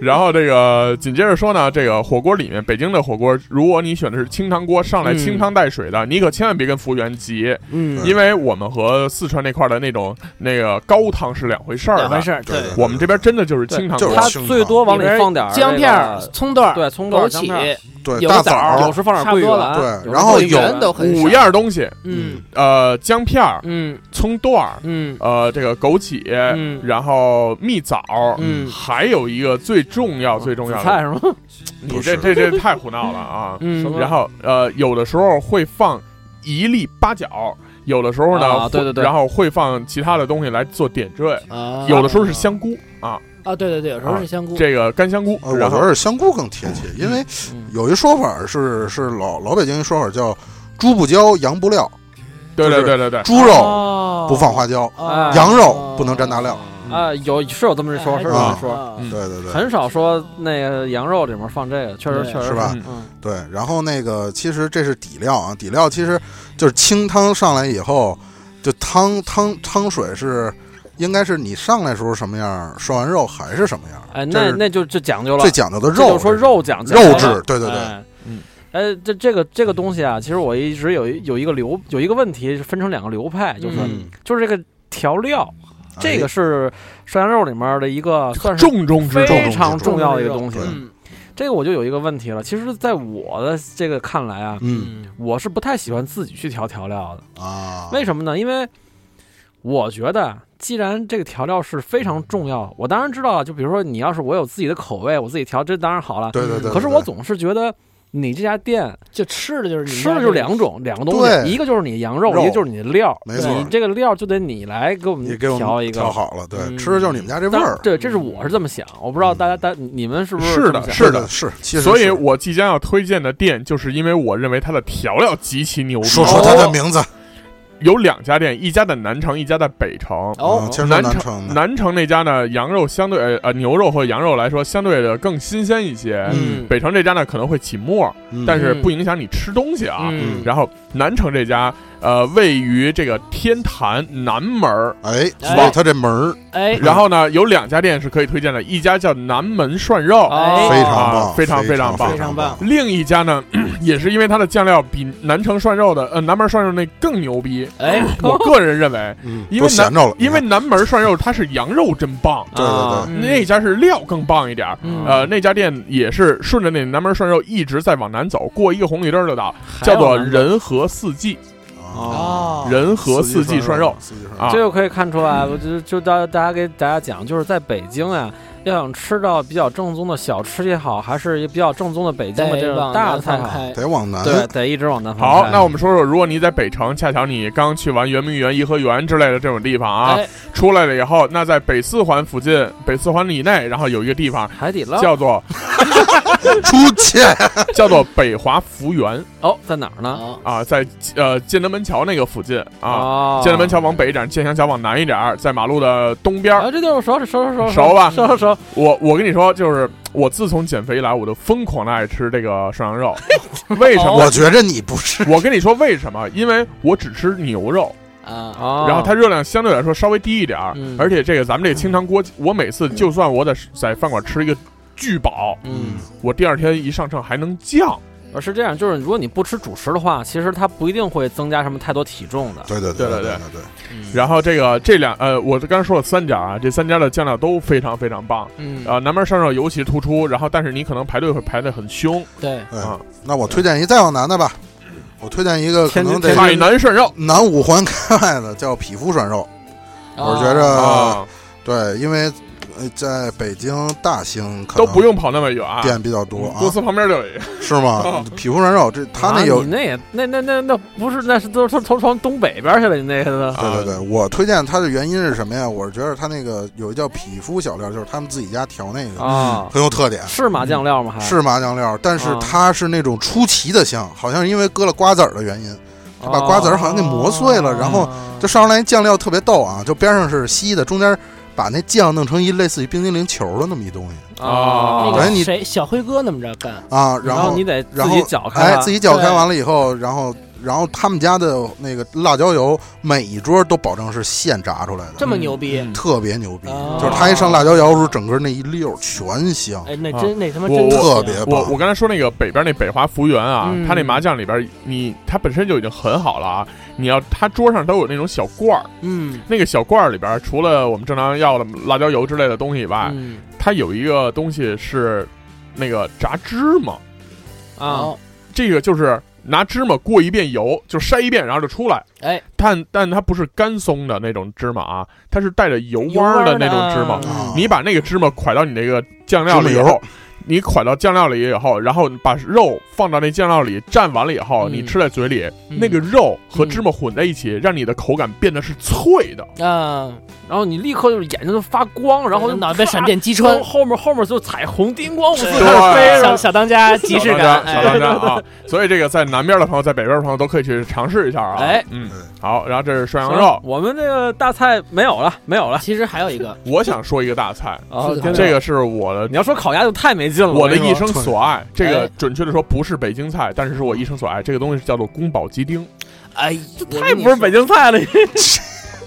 然后这个紧接着说呢，这个火锅里面，北京的火锅，如果你选的是清汤锅，上来
嗯
清汤带水的，你可千万别跟服务员急，
嗯，
因为我们和四川那块的那种那个高汤是两回事儿
两回
的。
事儿，
对
对，
我们这边真的就是
对
清汤
就
锅
是，
它
清
最多往里放点儿
姜片儿
那个、
葱段儿、
对葱段儿
枸
姜片儿
杞，
对
有
大
枣
枣
有时放点
差
儿
不
桂
多
圆
了，
哦
啊
对
有时
然
放
后
桂
有
圆
圆都很少
五样东西，
嗯
呃，姜片儿、
嗯
葱段儿，
嗯
呃，这个枸杞，
嗯
然后蜜枣，
嗯
还有一个最重要最重要
紫
的
菜，是吗？
你
不
这
是
这这太胡闹了啊！
什
嗯
么
然后呃，有的时候会放一粒八角，有的时候呢，
啊
会
对对对
然后会放其他的东西来做点缀，
啊，
有的时候是香菇啊，
啊，对对对，有时候是香
啊
菇，
这个干香菇
呃，，我
然
觉
后
得是香菇更贴切，因为
嗯
有一说法是是老老北京一说法叫“猪不交，羊不料
对
就
对
是
对对
哎
对”，，
猪肉
哦
不放花椒，
哦哎
羊肉不能沾大料
啊，有是有这么一哎说，是有这么一说，
啊
嗯
对对对，
很少说那个羊肉里面放这个，确实
对
确实
是吧
嗯嗯，
对，然后那个其实这是底料啊，底料其实就是清汤上来以后，就汤汤汤水是应该是你上来时候什么样儿，涮完肉还是什么样儿，
哎，
这
那
是
那就就讲究了
最，讲究的
这
肉
就说
是
肉讲究
肉
了
质，对对对，
哎
嗯，
哎，这这个这个东西啊，其实我一直有一有一个流有一个问题是分成两个流派，
啊
就是、
嗯
就是这个调料，
哎
这个是涮羊肉里面的一个算是
重中之重，
非常重要的一个东西。
对
嗯
这个我就有一个问题了，其实，在我的这个看来啊，
嗯
嗯
我是不太喜欢自己去调调料的。
啊，
为什么呢？因为我觉得，既然这个调料是非常重要，我当然知道，就比如说你要是我有自己的口味，我自己调，这当然好了。
对对对对，
可是我总是觉得你这家店
就吃的就是你
吃
家
的
这
就
个
两种两个东
对
西，一个就是你羊肉，
肉
一个就是你的料。
没错
你这个料就得你来给我们
你给我
调一
们
个。
调好了，对，
嗯
吃的就是你们家这味
当然
儿，嗯
对，这是我是这么想，我不知道大家大你们是不
是
这
的
么想
是
对
的
对是，其实
所以
是
我即将要推荐的店，就是因为我认为它的调料极其牛逼。哦
说说它的名字，
有两家店，一家在南城，一家在北城。
哦
嗯，其实
南
南
城
城的，
南城那家呢，羊肉相对呃呃牛肉或羊肉来说，相对的更新鲜一些。
嗯
北城这家呢可能会起沫，
嗯
但是不影响你吃东西啊。
嗯
然后南城这家，呃，位于这个天坛南门儿。
哎，
哎
所以它这门儿
哎，
然后呢，有两家店是可以推荐的，一家叫南门涮肉，
哎
非常
啊
棒，
非常非
哦非
常棒
非常棒，
另一家呢， <clears throat> 也是因为它的酱料比南城涮肉的呃南门涮肉那更牛逼。
哎，
我个人认为，
嗯，
因
都
为
闲
南
着了，
因为南门涮肉它是羊肉真棒，
对对对
啊
嗯
那家是料更棒一点儿。
嗯
呃，那家店也是顺着那南门涮肉一直在往南走，过一个红绿灯儿就到，叫做仁和四季，
哦，
仁和四季涮肉，
啊四季
啊
涮
这。就可以看出来，我就就大大家给大家讲，就是在北京啊，要想吃到比较正宗的小吃也好，还是一比较正宗的北京的这
再
种
往
大
南
菜
方
好，
开，
得往南，
对，得一直往南方
好，
开
那我们说说，如果你在北城，恰巧你刚去完圆明园、颐和园之类的这种地方啊，
哎，
出来了以后，那在北四环附近、北四环以内，然后有一个地方
海底捞
叫做
出去，
叫做北华福园
哦，在哪儿呢？
好
啊，在呃建德门桥那个附近啊，
啊
建德门桥往北一点，建祥桥往南一点儿，在马路的东边儿。
啊，这地方熟熟熟熟
熟吧
熟熟熟，
我我跟你说，就是我自从减肥以来，我就疯狂的爱吃这个涮羊肉。为什么？
我觉着你不是，
我跟你说为什么？因为我只吃牛肉，
啊，
啊，
然后它热量相对来说稍微低一点儿，
嗯
而且这个咱们这个清汤锅，我每次就算我在在饭馆吃一个巨饱，
嗯，
我第二天一上秤还能降。
而嗯呃是这样，就是如果你不吃主食的话，其实它不一定会增加什么太多体重的。
对对
对对
对对对，
然后这个这两呃，我刚才说了三家啊，这三家的酱料都非常非常棒。
嗯，
啊，南门涮肉尤其突出，然后但是你可能排队会排得很凶。
对，
哎
啊，
那我推荐一再往南的吧，我推荐一个可能得
海南涮肉
南五环开外的叫匹夫涮肉，我
啊
觉着
啊，
对，因为呃在北京大兴可
都
能
不用跑那么远啊，
店比较多啊
公，司旁边就有一个。
是吗？匹夫涮肉这他
啊
那有
你那也那那那那不是，那是都是从从东北边去了，你那个
啊
对
的
对对，我推荐它的原因是什么呀？我是觉得它那个有一叫匹夫小料，就是他们自己家调那个
啊，
很有特 <laughs> 点，
是麻酱料吗？还
嗯是麻酱料，但是
啊
它是那种出奇的香，好像是因为搁了瓜子儿的原因，
哦
它把瓜子儿好像给磨碎了，然后就上来酱料特别逗啊，就边上是稀的，中间把那酱弄成一类似于冰激凌球的那么一东西
啊
那
等于
个
你
哦谁小辉哥那么着干，
啊，
然
后
你得
哎然
自
后
己搅开
哎
吧，
自己搅开
对
完了以后，然后然后他们家的那个辣椒油，每一桌都保证是现炸出来的，
这么牛逼，
嗯
特别牛逼。
哦
就是他一上辣椒油的时候，整个那一溜儿全香，
哎，那真那他妈
我
真
我
啊特
香
别
我
棒。
我刚才说那个北边那北华服务员啊，
嗯
他那麻酱里边，你他本身就已经很好了啊。你要他桌上都有那种小罐儿，
嗯
那个小罐儿里边除了我们正常要的辣椒油之类的东西以外，
嗯
它有一个东西是那个炸芝麻，
啊，
好
这个就是拿芝麻过一遍油，就筛一遍，然后就出来。
哎，
但但它不是干松的那种芝麻啊，它是带着油
油
弯儿
的
的那种芝麻。
啊
你把那个芝麻蒯到你那个酱料里以
芝麻
后，你蒯到酱料里以后，然后把肉放到那酱料里蘸完了以后，
嗯
你吃在嘴里，
嗯
那个肉和芝麻混在一起，让你的口感变得是脆的。
啊，
然后你立刻就是眼睛就发光，然后就
脑袋被闪
啪
电击穿
后，后面后面就彩虹叮光五四
对
开始飞，然
小
后
小当家即视
小
感，
当家，小
哎
当家啊！所以这个在南边的朋友，在北边的朋友都可以去尝试一下啊。
哎，
嗯
嗯，
好，然后这是涮羊肉，
我们这个大菜没有了，没有了。
<laughs> 其实还有一个，
我想说一个大菜，啊
哦
是的
这个是我的
你要说烤鸭就太没劲了。
我的
跟你
一
说
生所爱，这
哎
个准确的说不是北京菜，但是是我一生所爱。这个东西叫做宫保鸡丁，
哎，
太不是北京菜了，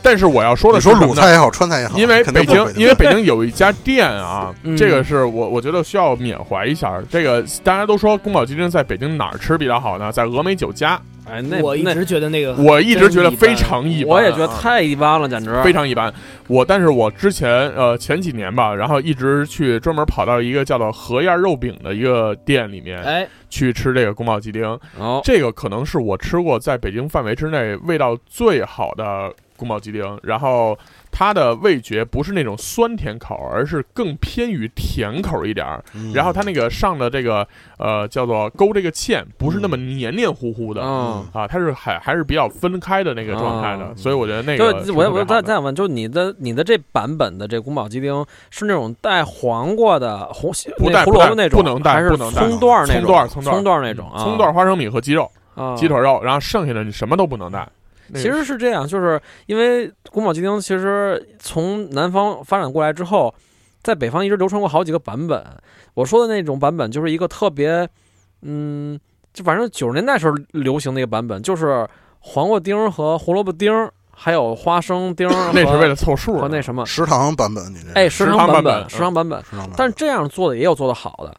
但是我要说的
你
是
说
什么
鲁
呢
菜也好，川菜也好，
因为
肯定
北
不是
京
北，
因为北京有一家店啊，
嗯
这个是我我觉得需要缅怀一下。这个大家都说宫保鸡丁在北京哪儿吃比较好呢？在峨眉酒家，
哎，那
我一
那
直觉得那个
我一直觉得非常一般啊，
我也觉得太一般了，简直。
非常一般。我但是我之前呃前几年吧，然后一直去专门跑到一个叫做河燕肉饼的一个店里面
哎，
去吃这个宫保鸡丁，
哦，
这个可能是我吃过在北京范围之内味道最好的宫保鸡丁，然后它的味觉不是那种酸甜口，而是更偏于甜口一点儿。
嗯
然后它那个上的这个呃叫做勾这个芡，不是那么黏黏糊糊的、
嗯，
啊，它是还还是比较分开的那个状态的，
哦
所以我觉得那个
就是我我
在
再再
在
想问，就是你的你的这版本的这宫保鸡丁是那种带黄瓜的红
不
那
带
胡萝卜那种，
不能带
还是
不能带
葱段儿那
葱段儿葱
种，
段儿嗯
葱段儿那种啊，
葱段、花生米和鸡肉、
啊
鸡腿肉，然后剩下的你什么都不能带。那个
其实是这样，就是因为宫保鸡丁其实从南方发展过来之后，在北方一直流传过好几个版本。我说的那种版本就是一个特别，嗯，就反正九十年代时候流行的一个版本，就是黄瓜丁儿和胡萝卜丁儿，还有花生丁儿和，
那是为了凑数的，
和那什么，
食堂版本，你这
哎，
食
食堂
堂版
本，
本嗯
食堂版本。
食堂版本，
但是这样做的也有做的好的，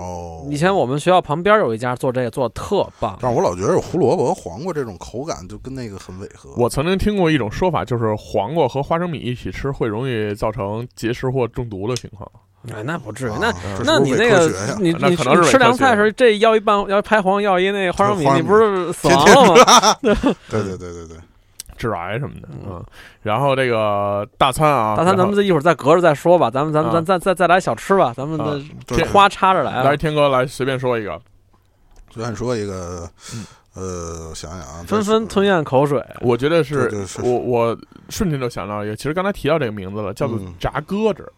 哦，
以前我们学校旁边有一家做这个做的特棒，
但是我老觉得有胡萝卜和黄瓜这种口感就跟那个很违和。
我曾经听过一种说法，就是黄瓜和花生米一起吃会容易造成结石或中毒的情况。
哎，那不至于，
啊
哦
那
这是
那
不是
你那
伪科学
个
呀
你
那
你
可能是
你
伪
吃
科
凉
学
菜的时候，这要一半要一拍黄瓜，要一那花生米，
花生
你
米
不是死
天
亡
天
了吗？
对对对对对，
致癌什么的，
嗯
嗯，然后这个大餐啊，
大餐咱
然后
们再一会儿再隔着再说吧，咱们咱们
啊
咱再再再来小吃吧，咱们
啊
的
对对
花插着来
来
啊，
天哥来随便说一个，
随便说一个，
嗯
呃，我想想啊，
纷纷吞咽口
哎
水。
我觉得是
对对是
我我瞬间就想到一个，其实刚才提到这个名字了，叫做
嗯
炸鸽子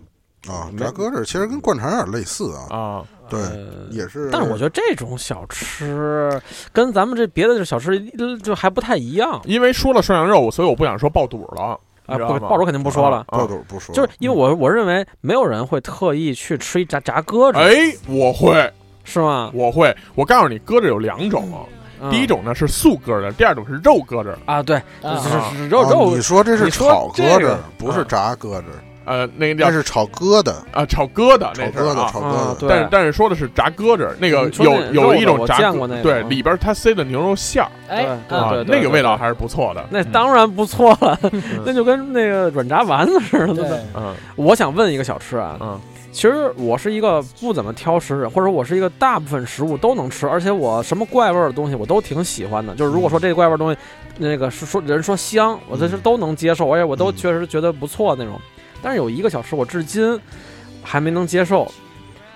啊，炸鸽子其实跟灌肠有点类似啊，
啊，
对，
呃
也是。
但是我觉得这种小吃跟咱们这别的小吃呃就还不太一样
因为说了涮羊肉，所以我不想说爆肚了，你
啊，
知道
不，
吗啊
爆竹肯定不说了，
豆豆不说，
啊就是因为我我认为没有人会特意去吃一炸炸鸽子，
哎，我会，
是吗？
我会，我告诉你，鸽子有两种啊，
嗯
第一种呢是素鸽子，第二种是肉鸽子。
啊，对，
啊
是是是肉
哦
肉
你说这是
你说
炒
这
鸽子
个，啊
不是炸鸽子，
呃，那个叫
那是炒疙瘩，
啊，炒鸽子那是
炒鸽子
啊，
炒
啊
鸽子。
对
但是但是说的是炸鸽子，那个
你说那
有有
肉
一
的
种
我
炸
见
鸽
过那个
对
嗯
里边它塞的牛肉馅儿
哎
对
啊
啊
对，对
那个
对
味道还是不错的。
那当然不错了，那就跟那个软炸丸子似的。
对
嗯
我想问一个小吃啊，
嗯
其实我是一个不怎么挑食人，或者我是一个大部分食物都能吃，而且我什么怪味儿的东西我都挺喜欢的。就是如果说这个怪味儿的东西，那个是说人说香，我这是都能接受，而且我都
嗯
确实觉得不错那种。但是有一个小吃我至今还没能接受，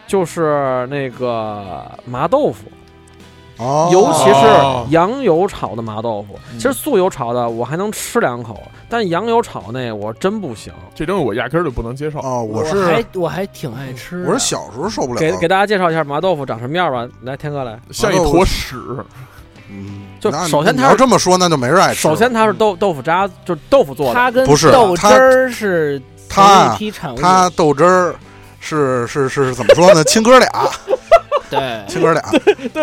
就是那个麻豆腐。
哦，嗯
尤其
哦
是羊油炒的麻豆腐，其实素油炒的我还能吃两口，但羊油炒那我真不行。
这东西我压根儿就不能接
啊
受。
哦，我是
还我还挺爱吃的，
我是小时候受不了，
给给大家介绍一下麻豆腐长什么样吧，来，天哥来。
像一坨屎，
嗯，
就
那
首先
你
它是
要这么说，那就没人爱哎吃了。
首先它是豆豆腐渣，就是豆腐做的，
它跟
不是
豆汁
它
儿是
它
同一批产物，
它豆汁儿是是是是怎么说呢？亲哥俩，
对
亲哥俩，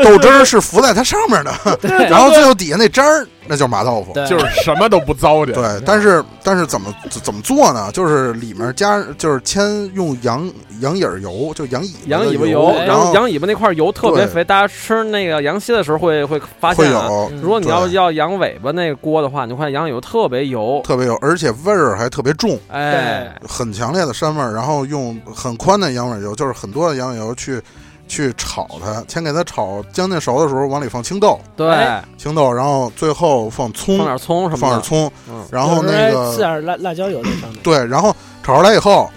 豆汁儿是浮在它上面的，
对
然后最后底下那渣儿那就是麻豆腐。
对，
就是什么都不糟践。
对，但是但是怎么怎么做呢？就是里面加就是先用羊羊眼儿油，就羊尾巴
羊
的
尾巴
油
油，，
然
然
后
后羊尾巴那块油特别
对
肥，大家吃那个羊膝的时候会会发
会
现啊。
嗯
有
如果你要
对
要羊尾巴那个锅的话，你会发现羊尾巴特别油，
特别有，而且味儿还特别重，
哎，
很强烈的膻味儿。然后用很宽的羊尾油，就是很多的羊尾油去去炒它，先给它炒将近熟的时候，往里放青豆，
对，
哎
青豆，然后最后放葱，
放点葱什
放点
么的，
葱，
嗯
然后那
有时候还
个
刺点辣辣椒油在上面。
对，然后炒出来以后，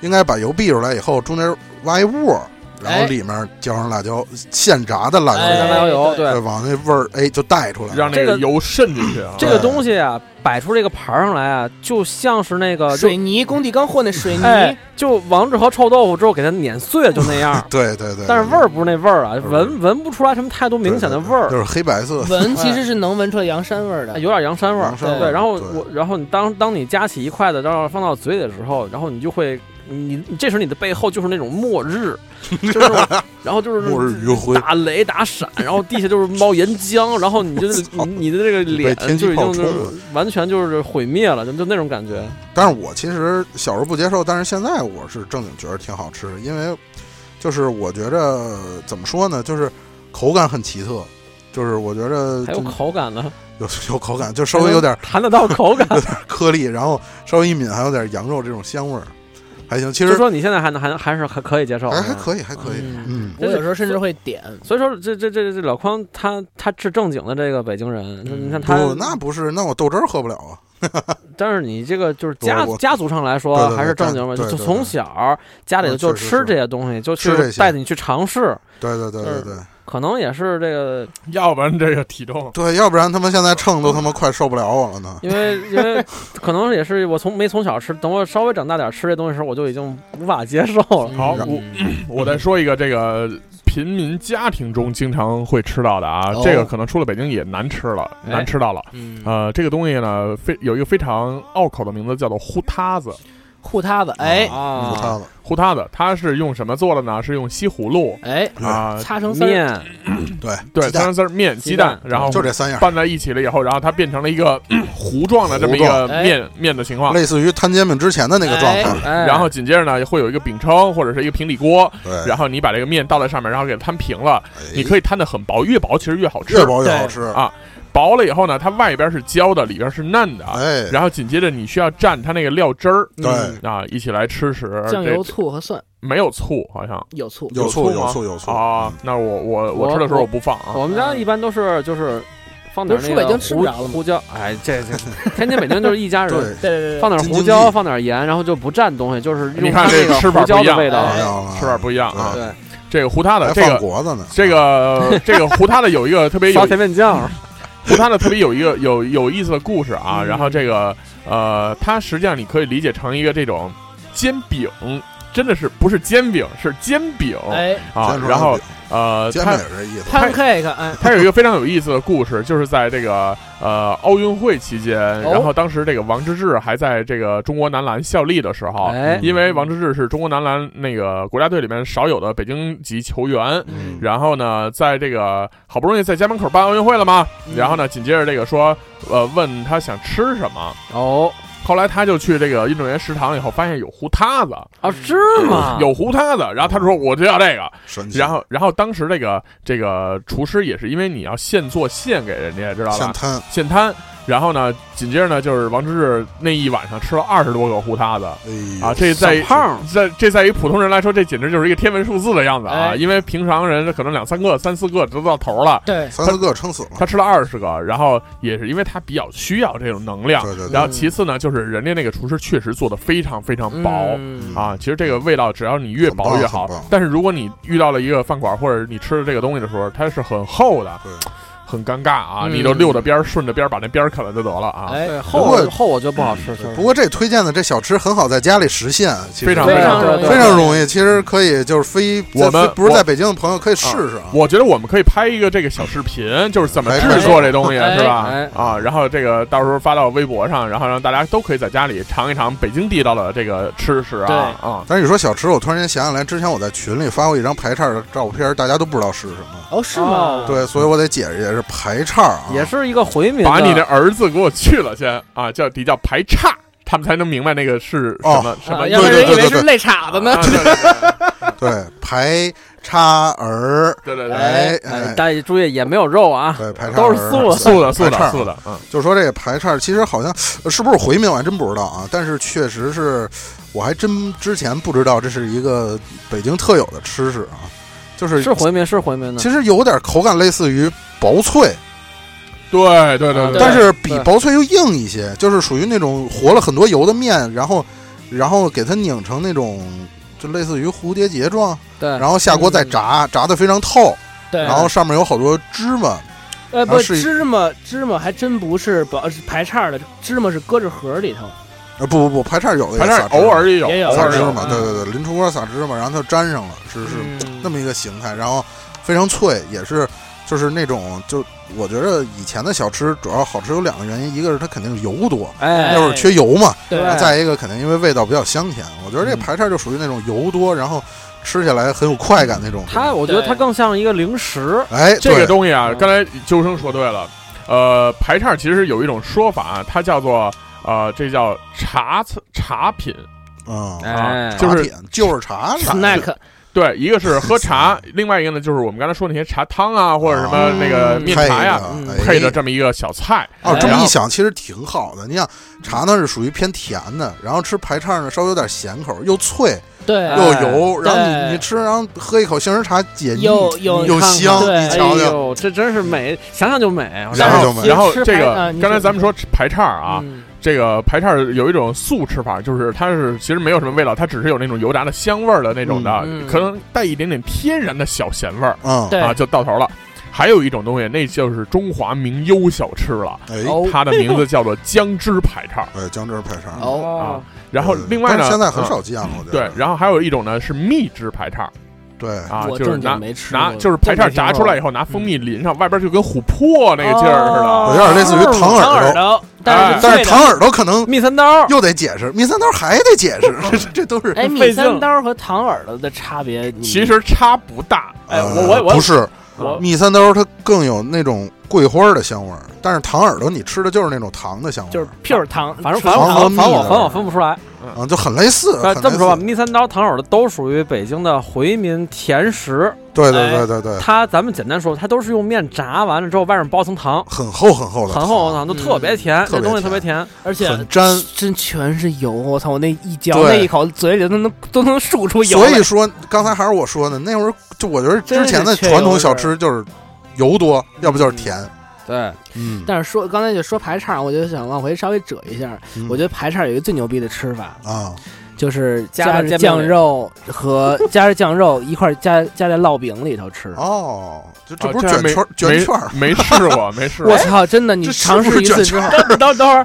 应该把油避出来以后，中间挖一窝，然后
哎
里面浇上辣椒，现炸的辣椒
加
哎
油，
辣椒油，对，
对，往那味儿哎就带出来了。。
让那
这
个
个
油渗进去啊。
这个东西啊，摆出这个盘儿上来啊，就像是那个就
水泥工地刚和那水泥，
哎，就王致和臭豆腐之后给它碾碎了，就那样
<laughs> 对对对，
但是味儿不是那味儿啊，
嗯
闻闻不出来什么太多明显的味
对对对
儿，
就是黑白色 <laughs>
闻其实是能闻出来羊膻味儿
哎
的。
有点羊膻味儿
羊。膻味
对，然后
对
我，然后你当当你夹起一块子，然后放到嘴里的时候，然后你就会，你你这时候你的背后就是那种末
<laughs>
日，就是那种，然后就是
末日余晖，
打雷
<laughs>
打闪，然后地下就是冒岩浆，然后你就是
我操
你你的这个脸
被天气
就已
炮
经就
冲
是
了
完全就是毁灭了，就就那种感觉。
但是我其实小时候不接受，但是现在我是正经觉得挺好吃的，因为就是我觉着怎么说呢，就是口感很奇特，就是我觉着
还有
就
口感呢，
有有口感，就稍微有点
<laughs> 谈得到口感。
颗粒，然后稍微一抿还有点羊肉这种香味儿，还行。其
就
实哎
说你现在还能还还是还可以接受，
啊
还还可以，还可以，
嗯
嗯，
我有时候甚至会点，
所以说这这这这老匡他他是正经的这个北京人，那你看他，
嗯不，那不是，那我豆汁儿喝不了啊。
但是你这个就是家
我我
家族上来
对
说
对对
还是正经
对
嘛，就
对
就
对
从小家里
嗯
就
确实
吃
是
这些东西，就去
吃这些
带你去尝试，
对对对对对
嗯
可能也是这个，
要不然这个体重
对，要不然他们现在秤都他妈快受不了我了呢。
因为因为可能也是我从没从小吃，等我稍微长大点吃这东西的时候，我就已经无法接受
<laughs>
嗯
了。
好，我
嗯
我再说一个这个贫民家庭中经常会吃到的啊，
哦
这个可能出了北京也难吃了，
哎
难吃到了。
嗯，
呃，这个东西呢，非有一个非常拗口的名字，叫做糊塌子。
护塌子，哎
不
啊，
他了，
糊塌子，它是用什么做的呢？是用西葫芦
哎，
啊，
擦成丝儿，
面
对
对，
鸡
三
蛋
文丝儿、面、
鸡
鸡蛋，
蛋
然后
就这三样，
拌在一起了以后，然后它变成了一个嗯糊状的这么一
糊
个
状
面面的情况。
类似于摊煎饼之前的那个状态。
哎，
然后紧接着呢，会有一个饼铛或者是一个平底锅，
对，
然后你把这个面倒在上面，然后给它摊平了。你
以
可以摊的很薄，越薄其实越好吃。
哎越薄越好吃。
啊薄了以后呢，它外边是焦的，里边是嫩的。啊
哎，
然后紧接着你需要蘸它那个料汁儿
对，
啊，一起来吃时。
酱油、
这
醋和蒜，
没有醋，好像
有醋，
有
醋
醋
吗
有醋有醋
啊。！那我我我吃的时候我不放啊。
我们家一般都是就是放点
不
那
是出北
个
京吃不
胡
着了吗
胡椒，哎，这这天津北京就是
<laughs>
一家人，
对，
对对对
放
对，
点
京
胡
津
椒，
冀
放点盐，然后就不蘸东西，就是
哎你
用
看
它
这
那个
吃法
胡椒
不一
的
样啊
味道。
哎
吃法不一样啊！
对
对，
这个糊塌的
还
这
放
个
国子呢。啊
这个这个糊塌的有一个特别有
刷甜面
<clears throat>
酱，
糊塌的特别有一个有有意思的故事啊。然后这个呃，它实际上你可以理解成一个这种煎饼，真的是不是煎饼是煎饼
哎
啊
煎。出来
然后
饼
呃，
煎
它
饼也是这意思。
，pancake，哎，
它有一个非常有意思的故事，就是在这个呃奥运会期间，
哦
然后当时这个王治郅还在这个中国男篮效力的时候，
哎
因为王治郅是中国男篮那个国家队里面少有的北京籍球员。
嗯
然后呢，在这个好不容易在家门口办奥运会了嘛，
嗯
然后呢，紧接着这个说，呃，问他想吃什么，
哦
后来他就去这个运动员食堂以后，发现有糊塌子，
啊，是吗？
有糊塌子，然后他说我就要这个，
神奇，
然后，然后当时这个这个厨师也是因为你要现做现给人家，知道
现
吧？
摊
现摊。然后呢，紧接着呢，就是王治郅那一晚上吃了二十多个糊塌子
哎呦
啊！这在
小胖
在这在于普通人来说，这简直就是一个天文数字的样子啊！
哎嗯
因为平常人可能两三个、三四个都到头了，
对，
三四个撑死了。
他吃了二十个，然后也是因为他比较需要这种能量。
对对对
然后其次呢，就是人家那个厨师确实做的非常非常薄，
嗯
啊，其实这个味道只要你越薄越好
很棒很棒，
但是如果你遇到了一个饭馆或者你吃了这个东西的时候，它是很厚的
对，
很尴尬啊！
嗯
你就溜着边儿顺着边儿把那边儿啃了就得了啊！
哎，
哎
后
不过
后我觉得不好吃，确
不
实。
过这推荐的这小吃很好在家里实现，啊其实
非常
非常
容易
非常容易，其实可以就是非
我们
非不是在北京的朋友可以试试啊。
我觉得我们可以拍一个这个小视频，就是怎么制作这东西，
哎
是吧？
哎
啊，然后这个到时候发到微博上，然后让大家都可以在家里尝一尝北京地道的这个吃食啊
对
啊！
但是你说小吃，我突然间想起来，之前我在群里发过一张排叉的照片，大家都不知道是什么。
哦，是
哦
吗？
啊
对，所以我得解释解释排叉啊，
也是一个回民的，
把你
哎
的儿子给我去了先啊，叫得叫排叉，他们才能明白那个是什么、
哦
什么
啊
意
要
思。
不然
对
人以
对对
为
对
是肋叉子呢。
啊对
对排叉儿，
对对对对，
哎
哎哎
大家注意也没有肉啊，
对排叉
都是
儿啊
素
素的素
排叉
的素的，嗯，
就说这个排叉，其实好像呃是不是回民，我还真不知道啊。但是确实是，我还真之前不知道这是一个北京特有的吃食啊，就是
是回民是回民的，
其实有点口感类似于薄脆，
对对对对，
但是比
对
薄脆又硬一些，就是属于那种和了很多油的面，然后然后给它拧成那种就类似于蝴蝶结状，
对，
然后下锅再炸，炸得非常透，
对，
然后上面有好多芝麻。
呃，
然
不，
后是一
芝麻芝麻还真不是薄呃是排叉的，芝麻是搁着盒里头。
呃，不不不，排叉有的
反正
撒芝麻
偶尔也有，
也有
偶
撒
尔
芝
有
麻，
嗯
对对对，临出锅撒芝麻，然后它就粘上了，是是
嗯
那么一个形态，然后非常脆，也是就是那种就我觉得以前的小吃主要好吃有两个原因，一个是它肯定油多，
哎
那，会儿缺油嘛，
对
哎
然后再一个肯定因为味道比较香甜，我觉得这
嗯
排叉就属于那种油多，然后吃起来很有快感那种。
它我觉得它更像一个零食，
哎，
这个
对
东西啊
嗯，
刚才究生说对了，呃，排叉其实有一种说法，啊它叫做呃，这叫茶茶品，啊
嗯，
哎，
就
茶
是
品啊就是茶啥的
snack
对，一个是喝茶，另外一个呢就是我们刚才说那些茶汤啊，或者什么
哦
那个
配
面
的
茶呀，
嗯
哎
配着这么哎一个小菜。
哦，这
然
么
后
一想，其实挺好的。你想，茶呢是属于偏甜的，然后吃排叉呢稍微有点咸口，又脆
对
哎
又油，然后你
对
你吃，然后喝一口杏仁茶解腻，
又又
又
看看
香，
对
你
哎
瞧瞧，
呦，这真是美，想想就美。啊我
然
然
后
后就，没
然后
吃
这
排啊
个
你
刚才
说
咱们说排叉啊，
嗯
这个排叉有一种素吃法，就是它是其实没有什么味道，它只是有那种油炸的香味儿的那种的
嗯嗯，
可能带一点点天然的小咸味儿
嗯，
对
啊，就到头了。还有一种东西，那就是中华名优小吃了，
哎，
哦
它的名字叫做姜汁排叉。
<laughs>
哎，姜汁排叉，
哦，然后另外
但
呢，
是现在很
嗯
少见了，我觉
对
得，，
然后还有一种呢是蜜汁排叉
对，
啊，
哎我
就是
正经
拿
没吃过，
拿就是排叉炸出来以后拿蜂
嗯
蜜淋上，外边就跟琥珀那个劲儿似
有
的。
点类似于糖
糖耳
耳朵，
朵，哦但
哎
是
但
脆
是
的
糖耳朵可能
蜜三刀，
又得解释，蜜三刀还得解释，这这这都是
哎，
<laughs> 费
米
劲
三刀和糖耳朵的差别，你
其实差不大，
哎
呃
我我我
不是
我
蜜三刀，它更有那种桂花的香味儿，但是糖耳朵你吃的就是那种糖的香味儿，
就是 pure 糖，
反正
纯
反正
糖和
我反
蜜
正我
的
反正我分不出来。
啊，就很类似，
呃
很
这么说吧，
类似
蜜三刀、糖耳的都属于北京的回民甜食。
对对对对对，
它咱们简单说，它都是用面炸完了之后，外面包层糖，
很厚很厚的
很
糖，
厚的糖，都特别甜，
特
这
别
东西特
甜
别甜。
而且
很粘
真全是油。我操，我那一嚼
对
那一口，嘴里都能都能漱出油
所
来。
以说刚才还是我说呢，那会儿就我觉得之前的
真是缺
传统
油
小
是
吃就是油多，要不就是甜，
对，
嗯，
嗯但是说刚才就说排叉，我就想往回稍微折一下。
嗯
我觉得排叉有一个最牛逼的吃法，
啊，
就是
加
加
着
着
酱
酱肉和加着酱肉一块儿加加在烙饼里头吃。
哦，就这
啊
不
嗯
是
这还
卷
没
圈儿卷圈儿，
<laughs> 没没试过，没试过
我。操，真的，你
这是
尝
不
试
是
一
卷
次之后，
等等等会儿，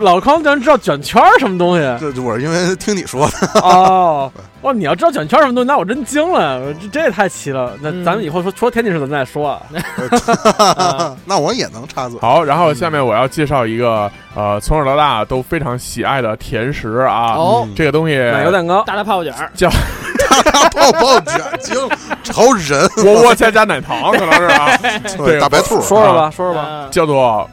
老康咱知道卷圈儿什么东西
这我是因为听你说的，
哦？哇，你要知道卷圈儿什么东西，那我真惊了，这这也太奇了。那
嗯
咱们以后说除了天津市，咱再说啊。
那我也能
<laughs>
插嘴。
好，然后下面我要介绍一个呃，从小到大都非常喜爱的甜食啊，
嗯
哦，
这个东西。
奶油蛋糕，
大大泡泡卷儿，
大泡泡卷精潮人，
窝窝加加奶糖可能是
<laughs>
啊，对
对大白兔，
说说吧，说说吧。
嗯
叫做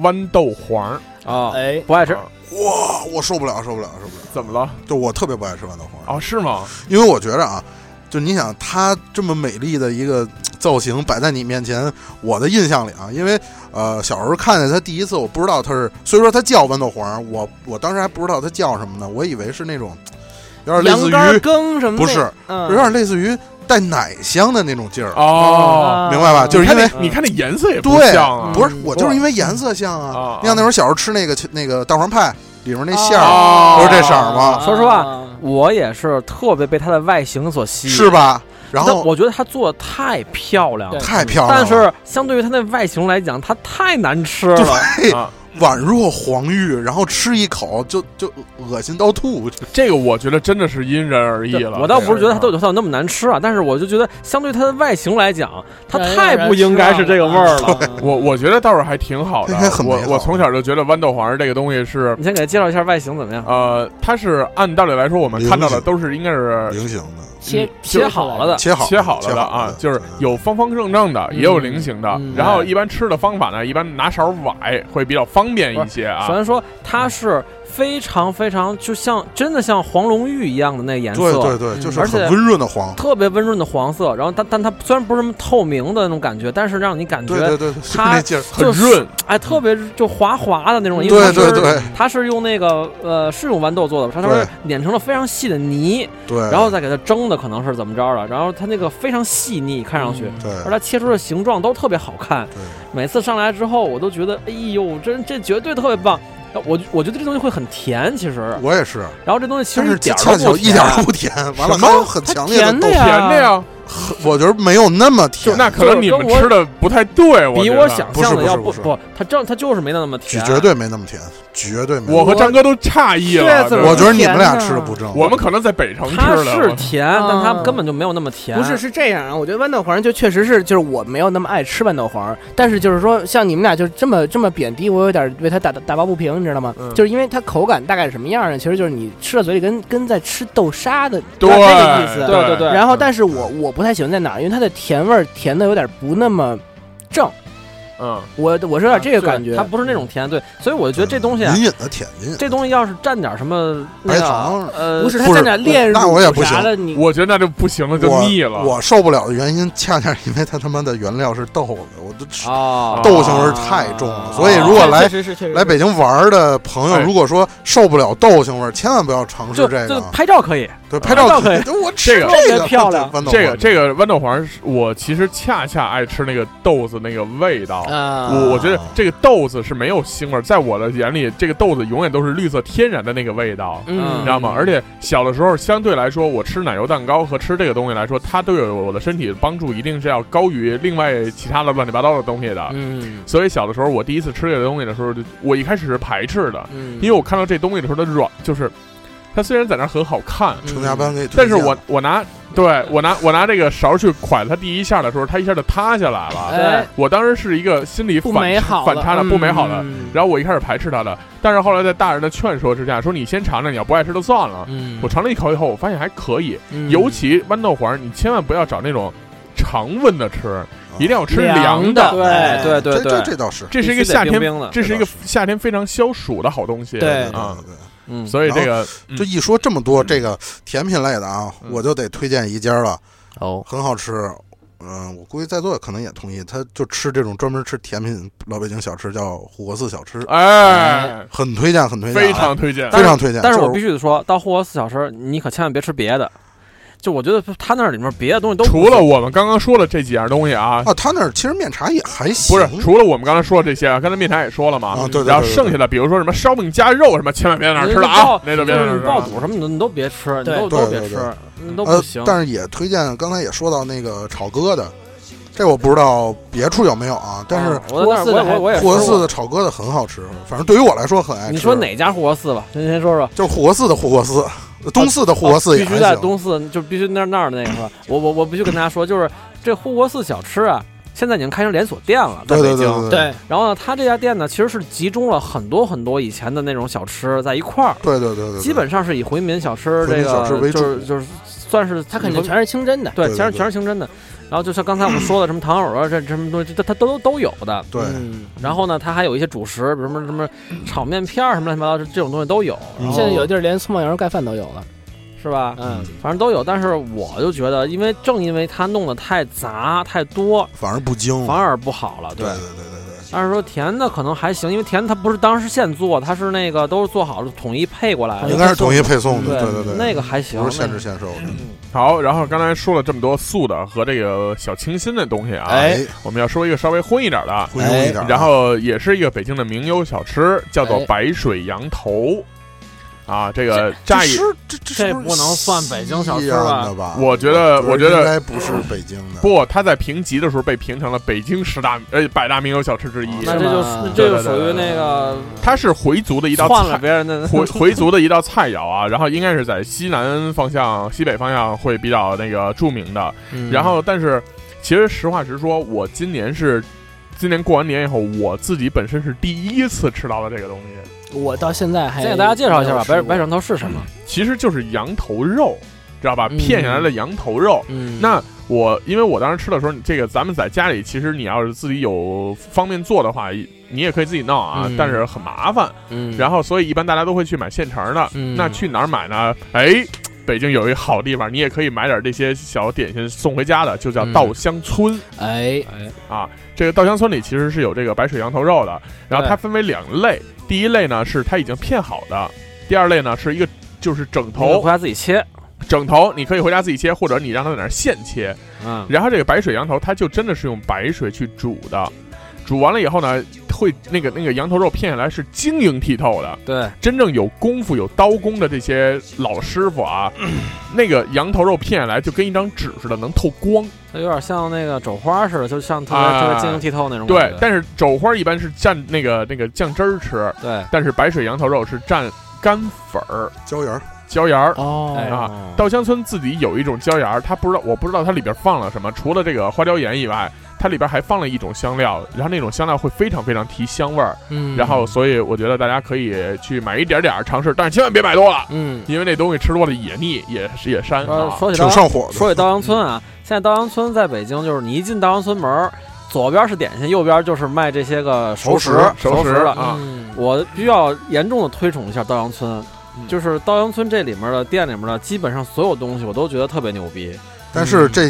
豌豆黄。
啊，
哎，
不爱吃
啊，
哇，我受不了，受不了，受不了！
怎么了？
就我特别不爱吃豌豆黄，
哦，是吗？
因为我觉着啊，就你想它这么美丽的一个造型摆在你面前，我的印象里啊，因为呃小时候看见它第一次，我不知道它是，虽说它叫豌豆黄，我我当时还不知道它叫什么呢，我以为是那种 <laughs> 有点类似
羊肝
于
羹什么的，
不是，
嗯，
有点类似于带奶香的那种劲儿，
哦，
啊
明白吧？就是
你
因
看
为
那你看那颜色也不
对
像啊，
不是
嗯
我就是因为颜色像
嗯
啊
哦
啊，你像那会儿小时候吃那个那个蛋黄派里面那馅儿，
哦
啊
不是这色儿吗
说实话我也是特别被它的外形所吸引，
是吧？然
但
后啊
我觉得它做的太漂亮了，
对
太漂亮
但
了，
是相对于它那外形来讲，它太难吃了。
对
啊
宛若黄玉，然后吃一口就就恶心到吐。
这个我觉得真的是因人而异
对
了。
我倒不是觉得它
都
豆角它有那么难吃啊，但是我就觉得相对它的外形来讲，它
让人
太不应该是这个味儿了。
嗯
<laughs>
我我觉得倒是还挺好的
应该。很
我
美好
我从小就觉得豌豆黄儿这个东西是，
你先给它介绍一下外形怎么样？
呃，它是按道理来说我们看到的都是应该是
菱形的，
切
切好了的，
嗯切好
切好了
切
的
好
啊
的，
就是
嗯
有方方正正的，也有菱形的
嗯。
然后一般吃的方法呢，一般拿勺崴会比较方便一些
首
啊。
先说它是非常非常就像真的像黄龙玉一样的那个颜色，
对对对，
嗯
就是
而且
很温润的黄。
特别温润的黄色。然后但但它虽然不是什么透明的那种感觉，但是让你感
对
觉
对对，对是
它
那劲儿，
很润，
哎特别就滑滑的那种，因为它
对
是
对对
它是用那个呃是用豌豆做的吧，它它
对
是碾成了非常细的泥，
对，
然后再给它蒸的可能是怎么着的，然后它那个非常细腻，看上去。
对
而它切出的形状都特别好看，
对
每次上来之后，我都觉得，哎呦，真这绝对特别棒。呃我我觉得这东西会很甜，其实，
我也是，
然后这东西其
但
实
是
一点儿
恰
都
巧
不啊
一点儿都不甜，完了
什么
还有很强烈
甜
的
的
豆
呀
甜的呀。
腐，我觉得没有那么甜
就，那可能你们吃的不太对，我
比
觉得
我想
不是
象
不
的
是
要
不是
不，它正它就是没那么
绝
甜，
绝对没那么甜，绝对没。
我和张哥都诧异了。
对怎
对
么
我觉得你
甜
们
的
俩吃的不正，
我们可能在北城
它
吃
是
的，
甜，
啊
但它根本就没有那么甜。
不是，是这样啊，我觉得豌豆黄就确实是，就是我没有那么爱吃豌豆黄，但是就是说，像你们俩就这么这么贬低，我有点为它打打抱不平，你知道吗？
嗯
就是因为它口感大概是什么样呢？其实就是你吃到嘴里跟跟在吃豆沙的
对
那个意思。
对对对
然后，但是我我不太喜欢在哪儿，因为它的甜味儿甜的有点不那么正，
嗯，
我我是有点这个
啊对
感觉。
它不是那种甜，对，所以我就觉得这东西啊，
隐隐的甜，隐隐。
这东西要是蘸点什么
嗯白
那个
糖
呃，
不是它
不是
在哪儿炼乳
那我也不
啥的，你
我觉得那就不行了，就
我
腻了。
我受不了的原因， <laughs> 恰恰是因为它他妈的原料是豆子，我都吃
啊，
豆腥味儿太重了。所以
啊
如果来
确实是确实是
来北京玩儿的朋友，
哎
如果说受不了豆腥味儿，千万不要尝试
就
这
就
个。啊
拍照可以，
对，拍
拍照
照
可以
对我吃
啊这个
这
特
个
别漂亮
豌豆
这个
黄
这个豌豆黄是，我其实恰恰爱吃那个豆子那个味道。
啊，
我我觉得这个豆子是没有腥味儿，在我的眼里，这个豆子永远都是绿色天然的那个味道，
嗯
嗯，
你知道吗？而且小的时候，相对来说，我吃奶油蛋糕和吃这个东西来说，它对我的身体帮助一定是要高于另外其他的乱七八糟的东西的。
嗯
所以小的时候，我第一次吃这个东西的时候，就我一开始是排斥的，
嗯，
因为我看到这东西的时候，它软，就是它虽然在那儿很好
嗯
看，
成家班给，
但是我我拿对我拿我拿这个勺去蒯它第一下的时候，它一下就塌下来了。
哎
<laughs> 我当时是一个心里
不
反
美好
啊反差的
嗯
不美好的。
嗯
然后我一开始排斥它的，但是后来在大人的劝说之下，说你先尝尝，你要不爱吃就算了。
嗯
我尝了一口以后，我发现还可以，
嗯
尤其豌豆黄，你千万不要找那种常温的吃，一定要哎吃
哦凉
的。
的
对对对
啊这这
对
这倒是
这是一个
必须得
夏天，
冰冰的
这是一个
这倒
夏天非常消暑的好东西。
对
对
啊
对，对
嗯，
所以这个
对就一说这么多
嗯
这个甜品类的啊，
嗯
我就得推荐一家了，
哦，
很好吃。嗯，我估计在座可能也同意，他就吃这种专门吃甜品老北京小吃，叫护国寺小吃，
哎，
很推荐，很推荐啊，
非常推荐。
非常推荐。
但是
就
我必须得说，到护国寺小吃，你可千万别吃别的。就我觉得它那里面别的东西都不
除了
是
我们刚刚说的这几样东西啊，
啊，他那儿其实面茶也还行，
不是，除了我们刚才说的这些啊，刚才面谈也说了嘛，
啊对对对
然后
对对
剩下的，比如说什么烧饼加肉什么，千万别在哪儿吃了啊，那就别在
就
哪
是
儿
你
吃
爆
了。
肚什么的，你都别吃，你
对
都
对
都别
对
吃
对，
那都不
呃
行，。
但是也推荐，刚才也说到那个炒疙瘩，这我不知道别处有没有啊，但是
啊我在那
护国寺的
儿我我我也
护国
吃
寺
过
的炒疙瘩很好吃，反正对于我来说很爱吃。
你说？哪家护国寺吧？您先说说。
就是护国寺的护国寺，东寺的护国寺也
必须
还
在
行。
东四，就必须那儿那儿的那个是吧？我我我必须跟大家说，就是这护国寺小吃啊，现在已经开成连锁店了，在
对对
北京。
对对对
对，
然后呢，它这家店呢，其实是集中了很多很多以前的那种小吃在一块儿，
对对对对，
基本上是以回民小吃
回
这
民小吃
个
为主
就是就是算是
它肯定全是清真的。
对，
对
全是
对
全是清真的。然后就像刚才我们说的，什么糖藕啊，这这什么东西，这它都都有的。
对
嗯
然后呢，它还有一些主食，比如什么什么炒面片儿什么乱七八糟，这这种东西都有。
嗯
然后
现在有地儿连葱爆羊肉盖饭都有了。
是吧？
嗯，
反正都有，但是我就觉得，因为正因为它弄得太杂太多，
反而不精。
反而不好了。
嗯对
对
对，对对对，
但是说甜的可能还行，因为甜的它不是当时现做，它是那个都是做好了统一配过来
应
的。
该是统一配送的。
对
对对
那
对，
个还行
不。是限制限售的。
好，然后刚才说了这么多素的和这个小清新的东西啊，
哎，
我们要说一个稍微荤一点的，
会
哎
用一点啊。
然后也是一个北京的名优小吃，叫做
哎
白水羊头。啊，这个乍一，
是这这是
这
不是
不能算北京小吃
西
吧
安的吧？
我觉得我觉
应
得
该不是北京的。
不，他在评级的时候被评成了北京十大呃百大名优小吃之一，
哦那
是
这就
吗
这就
对对
属
对
于那个
它是回族的一道
换了
菜，
别人的
回回
<laughs>
族的一道菜肴啊，然后应该是在西南方向、西北方向会比较那个著名的。
嗯
然后，但是其实实话实说，我今年是今年过完年以后，我自己本身是第一次吃到的这个东西，
嗯我到现哎在还
先给大家介绍一下吧，
没
白
有吃过
白枕头是什么？
其实就是羊头肉，知道吧？
嗯
片下来的羊头肉。
嗯，
那我因为我当时吃的时候，你这个咱们在家里，其实你要是自己有方便做的话，你也可以自己弄啊，
嗯
但是很麻烦。
嗯，
然后，所以一般大家都会去买现成的。
嗯
那去哪儿买呢？哎，北京有一好地方，你也可以买点这些小点心送回家的，就叫
嗯
稻香村。啊
哎，
哎，
这个稻香村里其实是有这个白水羊头肉的，然后它分为两类，第一类呢是它已经片好的，第二类呢是一个就是整
你
头
回，家自己切，
整头你可以回家自己切，或者你让它在那儿现切。
嗯，
然后这个白水羊头，它就真的是用白水去煮的，煮完了以后呢，会那个那个羊头肉片下来是晶莹剔透的。
对，
真正有功夫、有刀工的这些老师傅啊，那个羊头肉片下来就跟一张纸似的，能透光。
它有点像那个肘花似的，就像特别
啊
特别晶莹剔透那种感
对
觉。，
但是肘花一般是蘸那个那个酱汁儿吃，
对，
但是白水羊头肉是蘸干粉儿、
椒盐儿
椒盐儿。
哦，
哎
啊稻香村自己有一种椒盐儿，它不知道，我不知道它里边放了什么，除了这个花椒盐以外，它里边还放了一种香料，然后那种香料会非常非常提香味儿。
嗯，
然后，所以我觉得大家可以去买一点点儿尝试，但是千万别买多了。
嗯，
因为那东西吃多了也腻，也是也膻
说
啊。
呃说起
挺
稻
上火的。
说起稻香村啊，现在稻香村在北京，就是你一进稻香村门儿，左边是点心，右边就是卖这些个熟食
熟食
熟的
啊
嗯
我必须要严重的推崇一下稻香村，
嗯
就是稻香村这里面的店里面的基本上所有东西，我都觉得特别牛逼。
但是这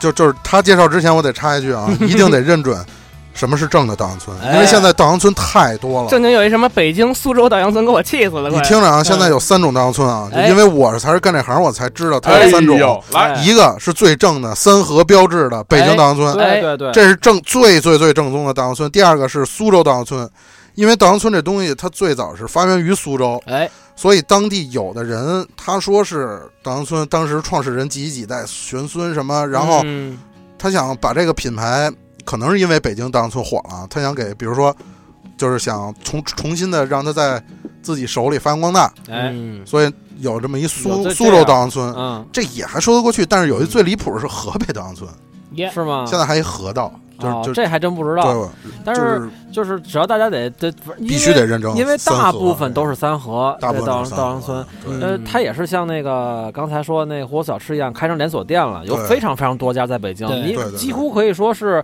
就就是他介绍之前，我得插一句啊，一定得认准什么是正的稻香村，
哎
因为现在稻香村太多了。
正经有一什么北京、苏州稻香村，给我气死了，
你
快
听着啊，现在有三种稻香村啊，就
哎
因为我才是干这行，我才知道它
哎
有三种。
呦，来，
哎
一个是最正的三河标志的北京稻香村，
对对对，
这是正最最最正宗的稻香村。第二个是苏州稻香村，因为稻香村这东西它最早是发源于苏州，
哎，
所以当地有的人他说是稻香村当时创始人几几代玄孙什么，然后
嗯
他想把这个品牌，可能是因为北京稻香村火了，啊他想给比如说就是想重重新的让它在自己手里发扬光大，
哎，
嗯
所以有这么一
有
苏
这
苏州稻香村。
嗯，
这也还说得过去，但是有一最离谱的是河北稻香村，
耶，
是吗？
现在还一河道，就是、
嗯哦
就，
这还真不知道。
对，
但
就是是
就是只要大家得得，
必须得认证，
因为，因为大部分都
是
是三河，
啊大部分
稻
都是三
香稻
河啊
香村。，
对
呃
嗯，
它也是像那个刚才说那火小吃一样，开成连锁店了，有
对
非常非常多家在北京，
对
你
对对对
几乎可以说是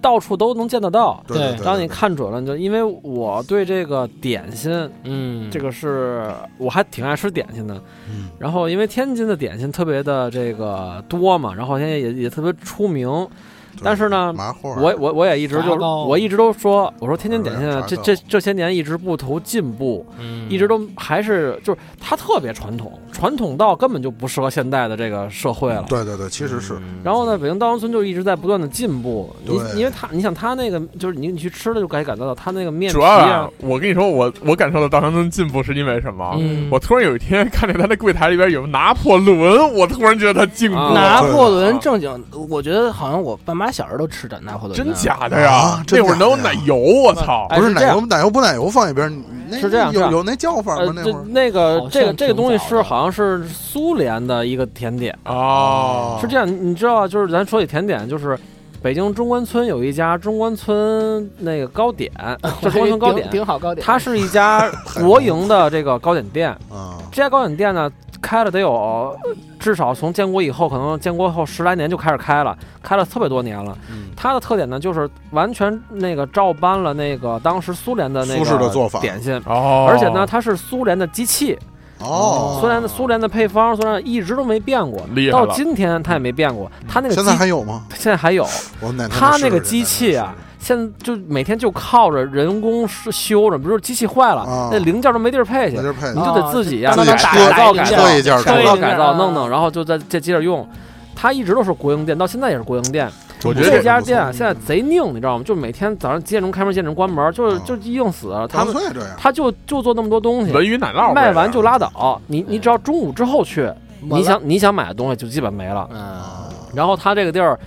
到处都能见得到。
对对
对
对，
当你看准了，你就因为我对这个点心，
嗯，
这个是我还挺爱吃点心的。
嗯
然后因为天津的点心特别的这个多嘛，然后现在也也特别出名。
对
但是呢
麻花儿，
我我我也一直就
炸糕
我一直都说，我说天津点心啊，
炸
这
糕
这这些年一直不图进步，
嗯
嗯
一直都还是就是它特别传统，传统到根本就不适合现代的这个社会了。嗯
对对对，其实是，
然后呢，北京稻香村就一直在不断的进步。你
对
因为它，你想它那个就是你你去吃了就可以感觉到它那个面皮
主要
啊
啊，，我跟你说，我我感受到稻香村进步是因为什么？
嗯
我突然有一天看见他的柜台里边有拿破仑，我突然觉得他进步
啊
了，
拿破仑正经，我觉得好像我爸妈小时候都吃的拿破仑呢，
真假的呀
啊？
那
真假的呀
会儿能有奶油，我操！
哎
不
是这
奶
样
油奶油不奶油放一边儿，你那
是这样是这
有
样
有那叫法
呃
吗？，那
这
会儿
那个
好
这个
像
这个
挺
东西
早
是
的
好像是苏联的一个甜点，
哦，
是这样，你知道，就是咱说起甜点，就是北京中关村有一家中关村那个糕
<laughs>
点，就中关村糕
顶
点，
顶好糕点，
它是一家国营的这个糕点店。
啊，
这家糕点店呢，开了得有呃至少从建国以后，可能建国后十来年就开始开了，开了特别多年了。
嗯
它的特点呢，就是完全那个照搬了那个当时苏联的那
苏式的
个
做法
点心，
哦，
而且呢，，它是苏联的机器。
哦，
苏联的苏联的配方，虽然一直都没变过，
厉害
到
了
今天它也没变过。它那个
现在
机
还有吗？
现在还有，
我奶奶
它
试
那个
试
机
去
器啊，现在就每天就靠着人工是修着，比如说机器坏了，
啊
那零件都没地儿配去
奶奶试，那就配
你就
啊
得自己呀、
自己
打
戳
造
打一
改造
戳一下
改
戳
造
一下
改造弄弄，
啊
然后就再再接着用。它一直都是国营店，到现在也是国营店。
我觉得
这
这
家
不错
店啊现在贼拧，你知道吗？就每天早上几点钟开门，几点钟关门，就是
啊
就硬死。他
他们
们
村也这样，
他就就做那么多东西，
文娱奶酪味儿啊
卖完就拉倒。你你只要中午之后去，
完
你
了
想你想买的东西就基本没了。
啊，
然后他这个地儿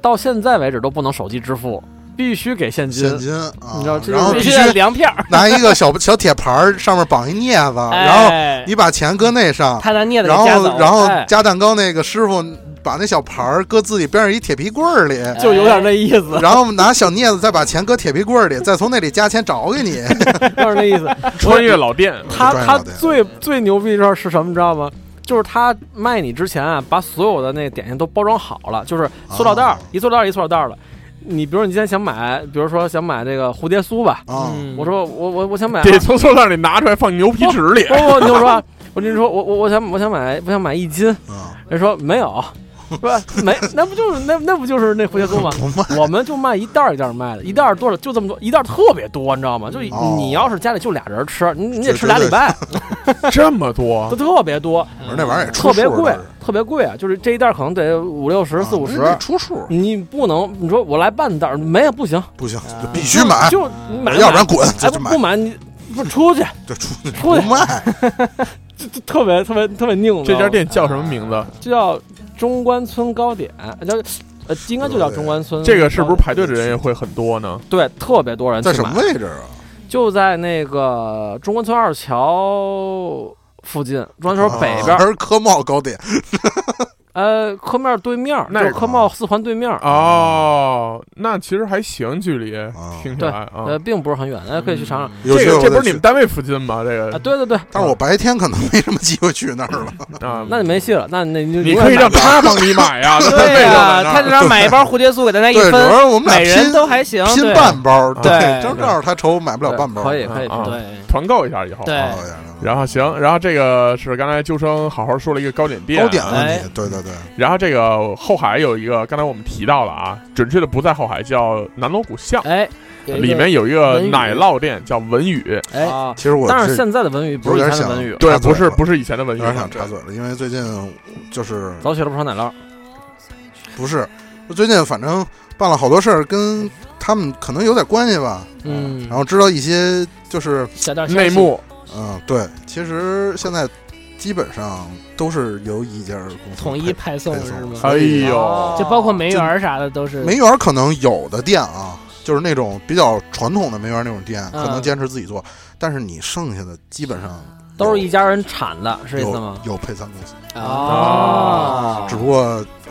到现在为止都不能手机支付，必须给现金
现。金啊，
你知道这就是
然后
必
必
须
须
得粮票，
拿一个小小铁盘儿，上面绑一镊子，啊然后
哎
你把钱搁那上，
他拿镊子给
然
夹
后
走，
然后
哎
夹蛋糕那个师傅把那小盘儿搁自己边上一铁皮棍儿
<laughs>
里，
就有点那
<laughs>
意思，
然后拿小镊子再把钱搁铁皮棍儿里，再从那里夹钱找
<laughs>
给你。
就是那意思。
穿越老店，
他
专业
他
老店
最最牛逼的地儿是什么，你知道吗？就是他卖你之前啊，把所有的那点心都包装好了，就是塑料袋儿
哦，
一塑料袋儿一塑料袋儿的。你比如你今天想买，比如说想买这个蝴蝶酥吧，
啊，
嗯
我说我我我想买，啊
得从塑料袋里拿出来放牛皮纸里。
不不，你听我说啊，我跟你说，我我我想我想买我想买一斤，
啊，
人说没有，说没，那不就是那那不就是那蝴蝶酥吗？
不卖
<laughs> 我们就卖一袋儿一袋儿卖的，一袋儿多少就这么多，一袋儿特别多，你知道吗？就
哦
你要是家里就俩人吃，你你得
这
吃俩
这
礼拜，
这么多
都，特别多，
我说那玩意儿也出
特别
数
贵
倒是，
特别贵啊！就是这一袋儿可能得五六十、
啊
四五十
那，得出数
你不能你说我来半袋儿，没有不行，
不行
啊，
就必须买，
<laughs> 就你买，
要不然滚，
哎
这
不
就
不
买，
买你不出去，
对，出
出
不
去
卖。 <laughs>
就就特别特别特别拧。
这家店叫什么名字？
就叫中关村糕点，叫呃应该就叫中关村。
这个是不是排队的人也会很多呢？
对特别多人去
在
买？
什么位置啊？
就在那个中关村二桥附近，中关村北边
啊还
儿，
是科贸糕点
呃，科贸对面儿，
那啊
就是
是
科贸四环对面儿，
嗯
哦，那其实还行，距离
啊？
听起
对
来啊
呃，，并不是很远，大家可以去尝尝。
有
这
机会
个
我
这不
再
是你们
去，
单位附近吗？这
啊，
个
对对对，
但是我白天可能没什么机会去那儿了。
啊，
那你没戏了，那那你就
你
永远
可以
买
让 <laughs> 他帮你买呀，那
啊
<laughs> 他为
对
什么
呀，
呢
他这让买一包蝴蝶酥给大
哎
家一
对，主
分，
要我们俩
每人
拼
都还行，
拼
对
半包，
对
对
正正他愁买不了半包，
可以可以
啊
对
对
团购一下以后。啊
对
哎呀
然后行，然后这个是刚才究生好好说了一个糕点店，啊
糕点
哎
问题，对对对，
然后这个后海有一个，刚才我们提到了啊，准确的不在后海，叫南锣鼓巷，
哎
有一个
里面有一个
文宇
奶酪店叫文宇，
哎
哎，
其实我
但是
是
现在的文娱不是以
有点
前的
想
文娱，
对
插，嘴
不是
了
不是以前的文宇
有点想，插
对
嘴了，因为最近就是
早学了不少奶酪，
不是最近反正办了好多事儿，跟他们可能有点关系吧，
嗯
然，后知道一些就是
小道消息
内幕
嗯，对，其实现在基本上都是由一家公司
统一
配
派送
配
是吗？
哎
哦
呦，
就包括梅园儿啥的都是
梅园儿可能有的店啊，就是那种比较传统的梅园儿那种店，可
嗯
能坚持自己做，但是你剩下的基本上
都是一家人产的，是这意思
有
吗？啊
有配餐公司，
啊
哦
只不过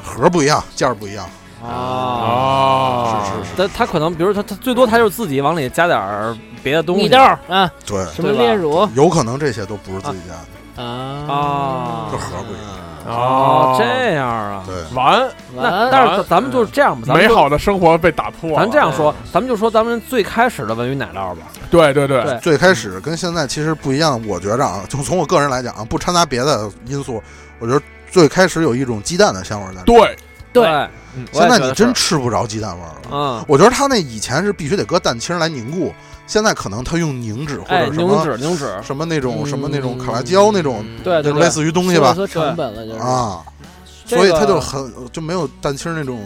盒儿不一样，价儿不一样。
哦，
啊，
是是是，
但他可能，比如他他最多他就是自己往里加点儿别的东西，
米豆儿啊，
对，
什么炼乳
有可能这些都不是自己家的，
啊
啊
这盒儿不一样。
哦
啊，，
这样啊。
对，
完，
哦
那
完
但是咱咱们就是这样吧，咱们
美
就
好的生活被打破了，
咱这样
哎
说，咱们就说咱们最开始的文娱奶酪吧。
对对对
对
最开始跟现在其实不一样，我觉着啊，就从我个人来讲啊，不掺杂别的因素，我觉得最开始有一种鸡蛋的香味儿在里面，
对，
对
嗯
我
现
也
在
觉
你
得
真
是
吃不着鸡蛋味儿了。
嗯，
我觉得他那以前是必须得搁蛋清来凝固，现在可能他用凝脂或
哎，
者什
凝
么、
脂凝脂，
什么那
嗯
种什么那种卡拉胶那种、
对
那
对
种类
对，
似于东西吧
说成本了就是
啊，
这
所以他
个
就很就没有蛋清那种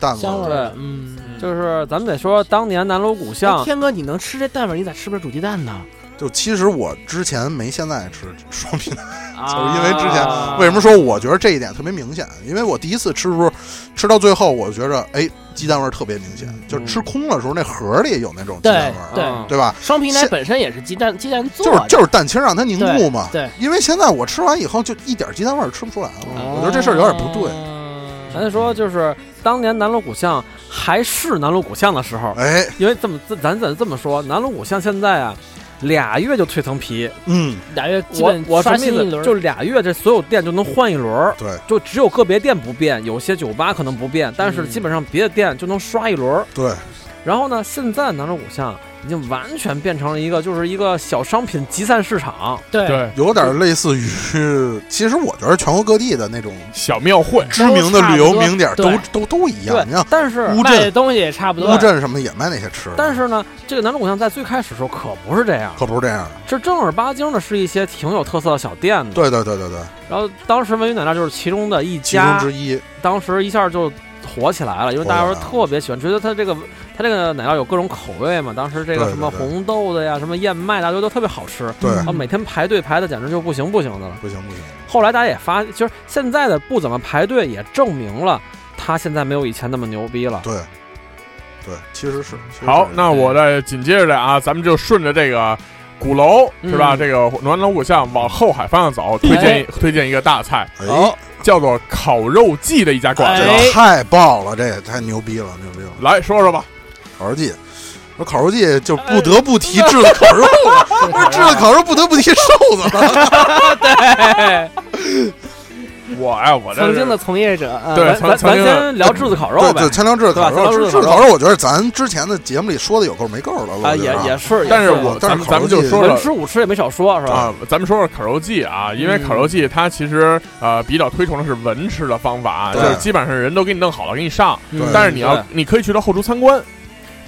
蛋味
香味
儿。
儿，嗯。
就是咱们得说当年南锣鼓巷，
天哥，你能吃这蛋味儿，你咋吃不了煮鸡蛋呢？
就其实我之前没现在吃，说明
就是
因为之前
啊
为什么说我觉得这一点特别明显？因为我第一次吃的时候，吃到最后我觉着哎鸡蛋味儿特别明显，
嗯
就是吃空的时候那盒儿里有那种鸡蛋味儿，
对
对吧？
双皮奶
现
本身也是鸡蛋鸡蛋做
就
的，
是就是蛋清让它凝固嘛。
对对
因为现在我吃完以后就一点鸡蛋味儿吃不出来了，
哦
我觉得这事儿有点不对。
咱就说就是当年南锣鼓巷还是南锣鼓巷的时候，
哎，
因为这么这咱咱这么说，南锣鼓巷现在啊。俩月就蜕层皮，
嗯，
俩月基
我
本
我什
刷
么意
新一
思？
轮，
就俩月，这所有店就能换一轮儿，
对
就只有个别店不变，有些酒吧可能不变，但
嗯
是基本上别的店就能刷一轮儿。
对，
然后呢，现在南锣鼓巷已经完全变成了一个就是一个小商品集散市场，
对
对，
有点类似于，其实我觉得全国各地的那种
小庙会，
知名的旅游名点儿
都
都
差
都都一样。
对
你像，
但是
乌
卖的
镇、
东西也差不多。
乌镇什么也卖那些吃的，
但是呢，这个南锣鼓巷在最开始的时候可不是这样，
可不是这样的。
这正儿八经的是一些挺有特色的小店的。
对对对对对，
然后当时文娱奶酪就是其中的一
其中
家，
之一。
当时一下就火起来了，因为大家都特别喜欢，觉得它这个它这个奶酪有各种口味嘛，当时这
对
个
对
什么
对
红豆的呀，什么燕麦，大家觉得都特别好吃。
对，
嗯
啊，每天排队排的简直就不行不行的了。
不行不行，
后来大家也发，就是现在的不怎么排队，也证明了它现在没有以前那么牛逼了。
对，对，其实是。其实
好，
是
那我再紧接着来啊，咱们就顺着这个鼓楼是吧？
嗯
这个暖楼古巷往后海方向走，推荐、推荐一个大菜，
哎，
叫做烤肉季的一家馆
这
子。
哎
个太爆了，这也太牛逼了，牛逼了！
来说说吧，
烤肉季，我烤肉季就不得不提炙子烤肉了，不是炙子烤肉不得不提瘦子了。
我呀，我这
曾经
是
的从业者，啊
对
呃咱
曾
咱
曾
咱
经的
先聊炙子烤肉
对
呗
对，，千粮炙子烤
对
肉，炙
吧千粮炙子烤肉
子烤肉，我觉得咱之前的节目里说的有够没够了，
啊
我觉
也
得
也是，
但是
也
我咱
但是
们
烤
咱们
肉
就
季
说
文
了。
吃武吃也没少说，是吧？
啊，咱们说说烤肉季啊，因为
嗯
烤肉季它其实呃比较推崇的是文吃的方法，啊就
对
是基本上人都给你弄好了，给你上，
对
但是你要
对
你可以去到后厨参观。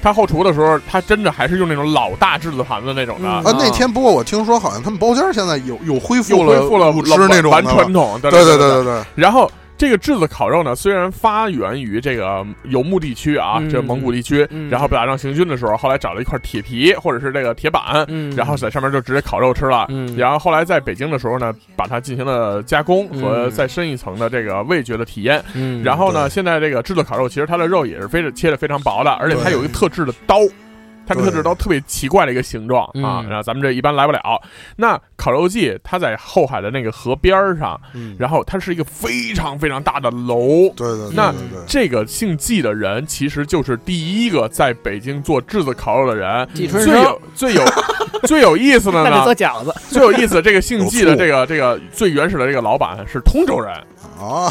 他后厨的时候，他真的还是用那种老大制作盘子那种的，
嗯
啊，那天不过我听说好像他们包间儿现在有有恢
又
复
恢复了
武
老
吃那种
完
的
传统，对
对
对
对对对，
然后这个炙子烤肉呢，虽然发源于这个游牧地区啊，
嗯
这蒙古地区，
嗯
然后北打仗行军的时候，后来找了一块铁皮或者是这个铁板，
嗯，
然后在上面就直接烤肉吃了。
嗯，
然后后来在北京的时候呢，把它进行了加工和
嗯
再深一层的这个味觉的体验。
嗯
然后呢，
对
现在这个炙子烤肉其实它的肉也是非常切的非常薄的，而且它有一个特制的刀，它那个
对
特制刀特别奇怪的一个形状啊。
嗯
然后咱们这一般来不了。那烤肉季它在后海的那个河边儿上，
嗯
然后它是一个非常非常大的楼。
对对对，
那
对对
这个姓季的人其实就是第一个在北京做炙子烤肉的人。
季春
最
生，
有最
<laughs>
有最有意思的
那得
呢
做，饺子，
最有意思，这个姓季的
有醋
这个这个最原始的这个老板是通州人，
啊，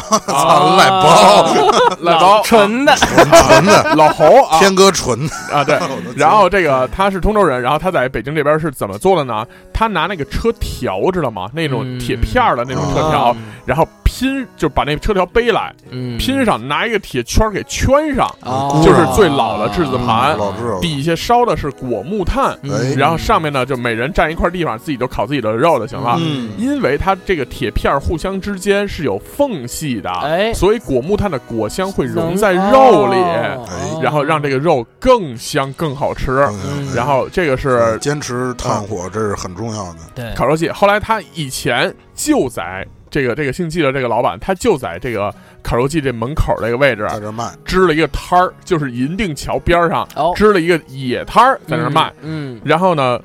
啊
<laughs> 操赖包， <laughs>
老高
纯的，
纯的
啊 <laughs> 老侯啊
<laughs> 天哥纯的，
啊
<laughs>
对，然后这个他是通州人，然后他在北京这边是怎么做的呢？他拿那个车条知道吗？那种
嗯
铁片儿的那种车
啊
条，然后拼就把那个车条背来，
嗯
拼上，拿一个铁圈儿给圈上，
啊
哦
就是最老的炙子盘
嗯老制
底下烧的是果木炭，
哦哎
然后上面啊呢就每人占一块地方，自己就烤自己的肉就行了。
嗯
因为它这个铁片儿互相之间是有缝隙的，
哎
所以果木炭的果香会融在
啊
肉里，
哦
哎
然后让这个肉更香更好吃。
嗯
然后这个是
坚持炭火，这是很重要的。
对
烤肉季。后来他以前就在这个这个姓季的这个老板，他就在这个烤肉季这门口这个位置
在这卖，
支了一个摊儿，就是银锭桥边儿上
哦
支了一个野摊儿在那儿卖。，
嗯
然后呢，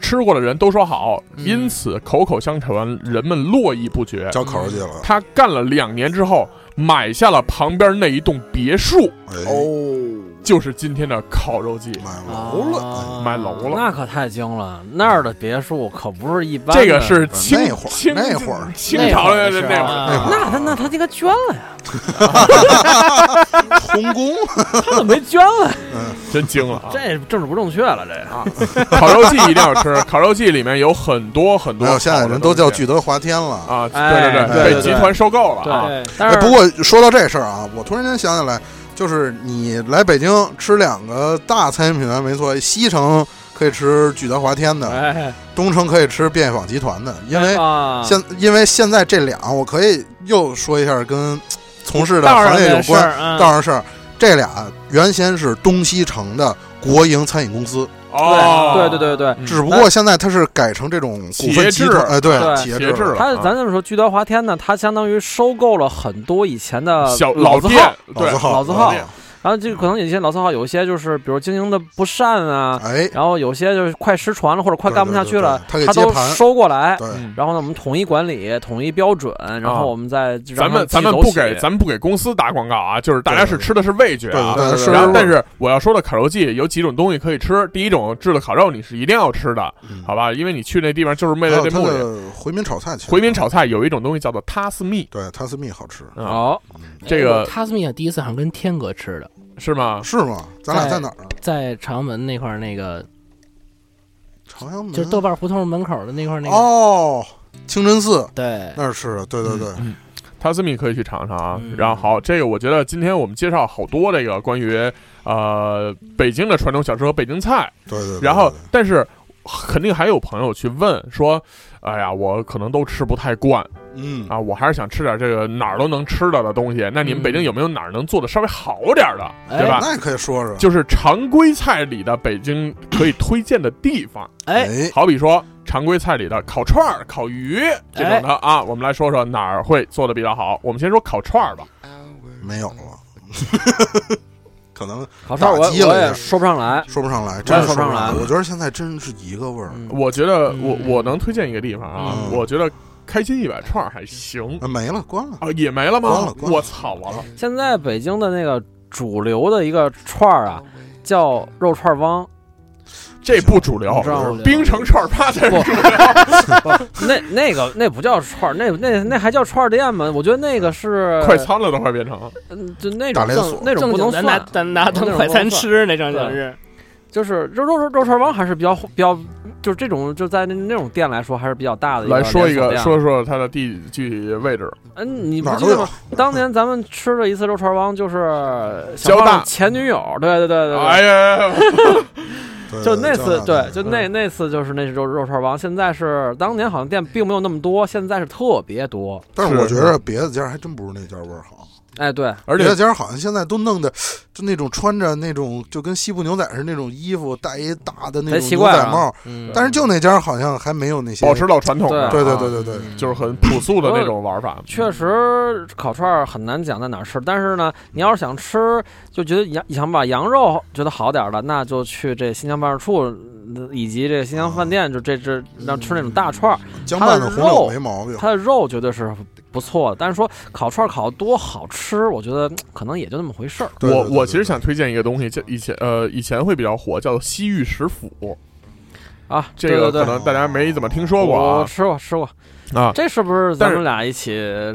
吃过的人都说好，
嗯
因此口口相传，人们络绎不绝。
叫烤肉季了。
他干了两年之后，买下了旁边那一栋别墅，
哎，
就是今天的烤肉季。
买楼了，
<laughs>
哦，
买楼了
那可太精了，那儿的别墅可不是一般的。嗯
这个是清
那会儿
清
那会儿
清朝的那
那会儿是
那会儿，
啊
那会儿
那他那他应该捐了呀，
哎通工，
他怎么没捐了？
真精了啊！
这政治不正确了，这啊，
烤肉季一定要吃，烤肉季里面有很多很多
没
好
有，
的东西。
现在人都叫聚德华天了。
啊，对
哎
对
对
被
对
集团收购了啊。
对，
哎
但是
不过说到这事儿啊，我突然间想起来，就是你来北京吃两个大餐饮品牌，没错，西城可以吃聚德华天的，
哎，
东城可以吃便坊集团的，因为
啊，
现因为现在这俩，我可以又说一下跟从事的
道上
行业有
的事
关，
儿，嗯
倒是事儿，这俩原先是东西城的国营餐饮公司，
哦，
对对对对对，
只不过现在它是改成这种股份集团，哎，
对
对，企业
企业制了
了。
他
啊
咱这么说，聚德华天呢，他相当于收购了很多以前的
小
老字
店
号，，
老
对
字号，
老字号
店
然后就可能有一些老字号有一些就是比如经营的不善啊，
哎，
然后有些就是快失传了或者快干不下去了，
对对对对
他
他给
都
接盘
收过来。
对，
嗯
然后呢，我们统一管理，统一标准，然后我们再
咱
让他
们咱
自
们
己走
不
起
给咱们不给公司打广告啊，就是大家是吃的是味觉啊。
对对对对对对对
然后
是
但是我要说的烤肉季有几种东西可以吃，第一种炙的烤肉你是一定要吃的，
嗯
好吧？因为你去那地方就是为
还
了这
有嗯它
目的。
的回民炒菜，其实
回民炒菜有一种东西叫做塔斯密
对塔斯密好吃，
啊，
哦，
这个
他斯米亚第一次好像跟天哥吃的，
是吗？
是吗？咱俩
在
在哪儿啊？
在长门那块儿那个，
朝阳门啊
就是豆瓣胡同门口的那块儿那个，
哦，清真寺
对，
那儿吃的，对
嗯
对对，
塔斯密可以去尝尝啊。
嗯
然后好，这个我觉得今天我们介绍好多这个关于呃北京的传统小吃和北京菜，
对对。对
然后
对
但是。肯定还有朋友去问说，哎呀，我可能都吃不太惯
嗯
啊，我还是想吃点这个哪儿都能吃到的东西。那你们北京有没有哪儿能做的稍微好点儿的，
哎
对吧？
那也可以说说。
就是常规菜里的北京可以推荐的地方，
哎，
好比说常规菜里的烤串儿、烤鱼这种的啊，我们来说说哪儿会做的比较好。我们先说烤串儿吧，
没有了，可能
烤串儿我
打击了
我也
这
说不上来，
说不上来，
我
真
也说不上来
我觉得现在真是一个味儿。
嗯
我觉得
嗯
我我能推荐一个地方啊，
嗯
我觉得开心一百串儿还行
啊，没了，关了。
啊，也没了
关
吗
了？关了
我操，完了！
现在北京的那个主流的一个串儿啊，叫肉串儿汪，
这不主流
知，道吗？
冰城串儿吧才是
不
主流。
那那个那不叫串儿，那那那还叫串儿店吗？我觉得那个是
<laughs> 快餐了都快变成，
嗯，就那
打
种
连锁
更那种
正
不
经
能
咱
算
拿，咱拿当快餐吃那种就是，
就是肉肉肉肉串儿汪还是比较比较，就是这种就在那那种店来说还是比较大的。
来说一个，
个，
说说它的地具体位置。
嗯，你不
哪儿
记
都
得
有
吗？当年咱们吃了一次肉串儿汪，就是小
交大
胖前女友，对对对对对
哎呃呀，
<laughs>
对
就那次，
对
对，就
嗯
那那次就是那肉肉串王，现在是当年好像店并没有那么多，现在是特别多。
但是
是
我觉得别的家还真不是那家味儿好，
哎，对，
而
别
且
的家好像现在都弄的，就那种穿着那种就跟西部牛仔似的那种衣服，戴一大的那
贼
种
奇
牛
怪
仔
啊
帽。
嗯，
但是就那家好像还没有那些。
保持老传统
对
啊，
对对对对对，
就是
嗯
很朴素的那种玩法。
确实烤串儿很难讲在哪儿吃，但是呢，
嗯
你要是想吃，就觉得羊想把羊肉觉得好点儿的，那就去这新疆办事处呃以及这新疆饭店，就这这让吃那种大串儿，
嗯
江拌的
嗯它的
红柳
肉
没毛病。
它的肉绝对是不错的。但是说烤串儿烤得多好吃，我觉得嗯可能也就那么回事儿。
对对
我
对对
我其实想推荐一个东西，就以前呃以前会比较火，叫做西域食府。
啊，
这个
对对
可
对
能大家没怎么听说过
我
啊
吃过吃过，
啊，
这是不是
但
咱
是
们俩一起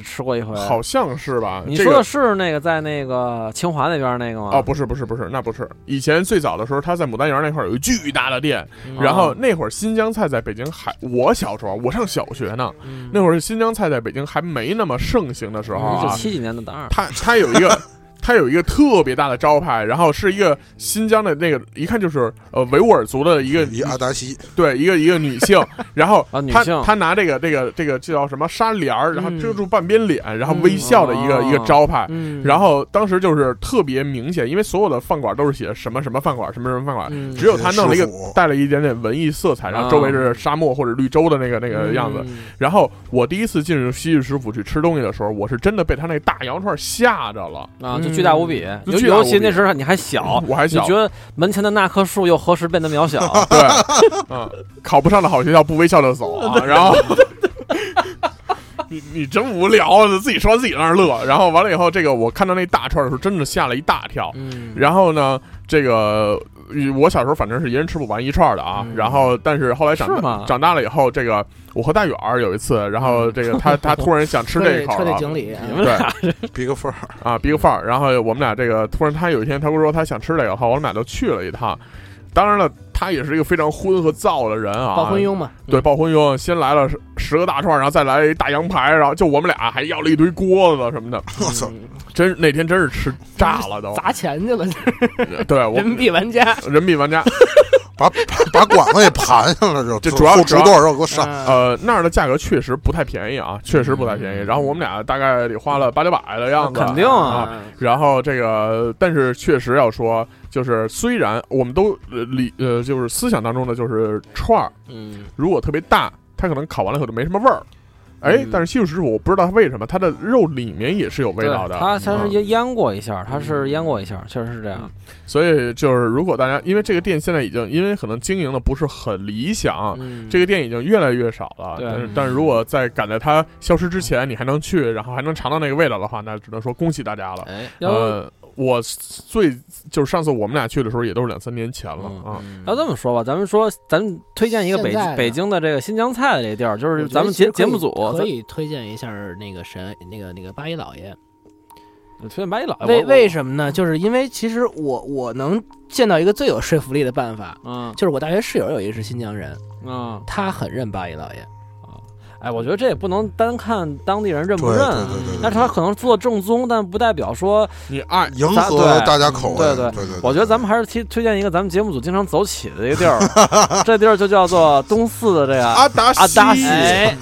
吃过一回？啊
好像是吧？
你
这
说
个
的是那个在那个清华那边那个吗？
哦，不是不是不是，那不是。以前最早的时候，他在牡丹园那块儿有一巨大的店，
嗯，
然后那会儿新疆菜在北京还，我小时候我上小学呢，
嗯
那会儿新疆菜在北京还没那么盛行的时候
一九
啊，
嗯七几年的档案，
它它有一
<laughs>
个它有一个特别大的招牌，然后是一个新疆的那个，一看就是呃维吾尔族的
<laughs>
一个
一阿达西，
对一个一个女性，然后
啊女
她
性
她拿这个这个这个这叫什么纱帘儿，然后遮
嗯
住半边脸，然后微笑的一个、
哦
一个招牌。
嗯，
然后当时就是特别明显，因为所有的饭馆都是写什么什么饭馆，什么什么饭馆，
嗯
只有他弄了一个
食府
带了一点点文艺色彩，然后
啊
周围是沙漠或者绿洲的那个那
嗯
个样子。，然后我第一次进入西域食府去吃东西的时候，我是真的被他那大羊串吓着了。
嗯啊，就巨大无比，
就
尤
巨大无
尤
比嗯
其那时候你还小，
我还
哦你
小，
觉得门前的那棵树又何时变得
<laughs>
渺小？
对，嗯，考不上的好学校不微笑着走啊，然后。 <laughs> 你你真无聊，自己说自己在那儿乐，然后完了以后，这个我看到那大串的时候，真的吓了一大跳。
嗯，
然后呢，这个呃我小时候反正是一人吃不完一串的啊。
嗯
然后，但是后来长
是
大
吗
长大了以后，这个我和大远儿有一次，然后这个他他突然想吃
车
这
<laughs> 队
一口嗯
车队
了，
经理啊，
对
比
<laughs>
个范儿，
啊，Big 范儿。然后我们俩这个突然他有一天他跟我说他想吃这个，后我们俩就去了一趟。当然了，他也是一个非常昏和燥的人啊，
报昏庸嘛，
对，爆荤油先来了十十个大串，然后再来一大羊排，然后就我们俩还要了一堆锅子什么的，
我操！
真是那天真是吃炸了都。
嗯砸钱去了，
对我
<laughs> 人民币玩家，
人民币玩家，
把把把管子给盘下了，就
这主要
后
主
厨
要
多少肉给我上。
啊
呃，那儿的价格确实不太便宜啊，确实不太
嗯
便宜。然后我们俩大概得花了八九百的样子，
肯定啊
啊。然后这个，但是确实要说，就是虽然我们都呃理呃，就是思想当中的就是串儿，
嗯，
如果特别大，它可能烤完了以后就没什么味儿。
嗯
哎，但是西式食府我不知道它为什么，它的肉里面也是有味
对
道的。
它它是
嗯
腌腌过一下，它是腌过一下，确实是这样。
所以就是，如果大家因为这个店现在已经因为可能经营的不是很理想，
嗯，
这个店已经越来越少了。
对
但是，但是如果在赶在它消失之前，你还能去，然后还能尝到那个味道的话，那只能说恭喜大家了。
哎，要
呃，我最就是上次我们俩去的时候，也都是两三年前了
嗯
啊。
要这么说吧，咱们说，咱们推荐一个北
现在的
北京的这个新疆菜的这地儿，就
我
是
觉得
咱们
其
节
实可以
节目组
可以推荐一下那个谁，那个那个八一老爷。哎
咱推荐八一老
为为
什
什么呢？就是因为其实我我能见到一个最有说服力的办法，
嗯
就是我大学室友有一个是新疆人，
嗯，
他很认八一老爷。
哎，我觉得这也不能单看当地人认不
对
认
对
啊。
对对
那
对，
他可能做正宗，但不代表说，
你爱
迎
咱
合
对
大家口味，
对
对
对
对对，
我觉得咱们还是推推荐一个咱们节目组经常走起的一个地儿，这地儿就叫做东四的这个
阿达西
阿达西，
哎，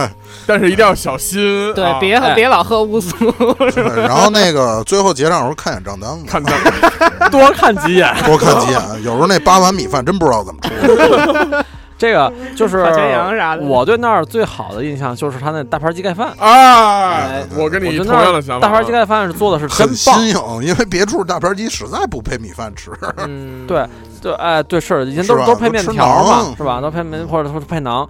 但是一定要小心，
对，
啊
别
哎
别老喝乌苏，
对然后那个最后结账的时候看眼账单嘛，
看
<laughs>
咱们
多看几眼。
<laughs> 多看几眼。有时候那八碗米饭真不知道怎么吃，
这个就是
烤全羊啥的
我对那儿最好的印象就是他那大盘鸡盖饭，
哎，我跟
我
你
觉得
同
那
样
儿
的想法啊，
大盘鸡盖饭是做的是真
很
棒
新。颖，因为别处大盘鸡实在不配米饭吃。
嗯，
对对，哎，对，是以前都
是吧
都是配面
都
条
吃
嘛，
馕
是吧？都配面或者说是配馕，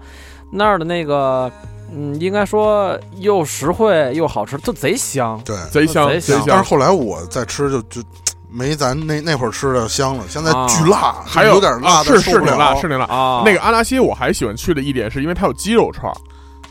那儿的那个，嗯，应该说又实惠又好吃，就贼香。
对，
贼香
嗯贼
贼
香
但是
香，
后来我再吃就就没咱那那会儿吃的香了，现在
啊
巨辣，
还
有
有
点
啊
辣，
是
但受
是
不
挺
了
辣，是挺辣。
啊，
那个阿达西，我还喜欢去的一点是因为它有鸡肉串儿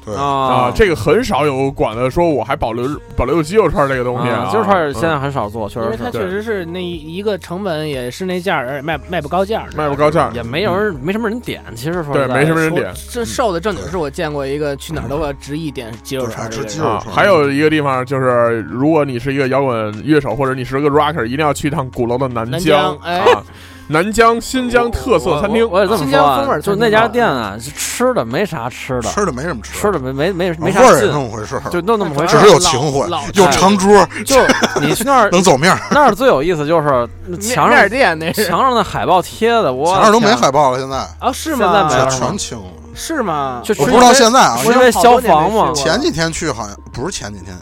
对，
啊
啊，，这个很少有馆子说我还保留保留有鸡肉串儿这个东西
啊，就是串儿
嗯
现在很少做，确
因
实
为它
是
对
确实是那一个成本也是那价儿，而且卖卖不高价儿，
卖不高价儿，
也没有人，没什么人点，其实说
对
实在
没什么
的
人点
这瘦的正经是我见过一个去哪儿都要执意点鸡肉
对
串儿
爱
这个
吃鸡
人，
肉
啊
串儿，
还有一个地方就是，如果你是一个摇滚乐手，或者你是个 rocker，一定要去一趟鼓楼的南
南
江
江哎
啊，南江新疆特色餐厅
我也这么
新
说
疆
啊
风味，儿
就
餐
是那
厅
家
啊
店啊，是吃的没啥吃的，
吃的没什么
吃的没没没没啥
味儿也
劲
那，么回事儿，啊
就弄那么回
只
事儿。
是有情怀
老老，
有长桌，
就你去那
<laughs>
儿
能走面儿，
那儿最有意思就是那
面
墙
面儿
上
店那是
墙上的海报贴的，我
墙上都没
天
海报了，现在
啊是
现在没
吗
了？
全全清了。
是吗？
就吃
我不
一
知道
堆
现在啊，
我因为消防嘛
前几天去好像不是前几天，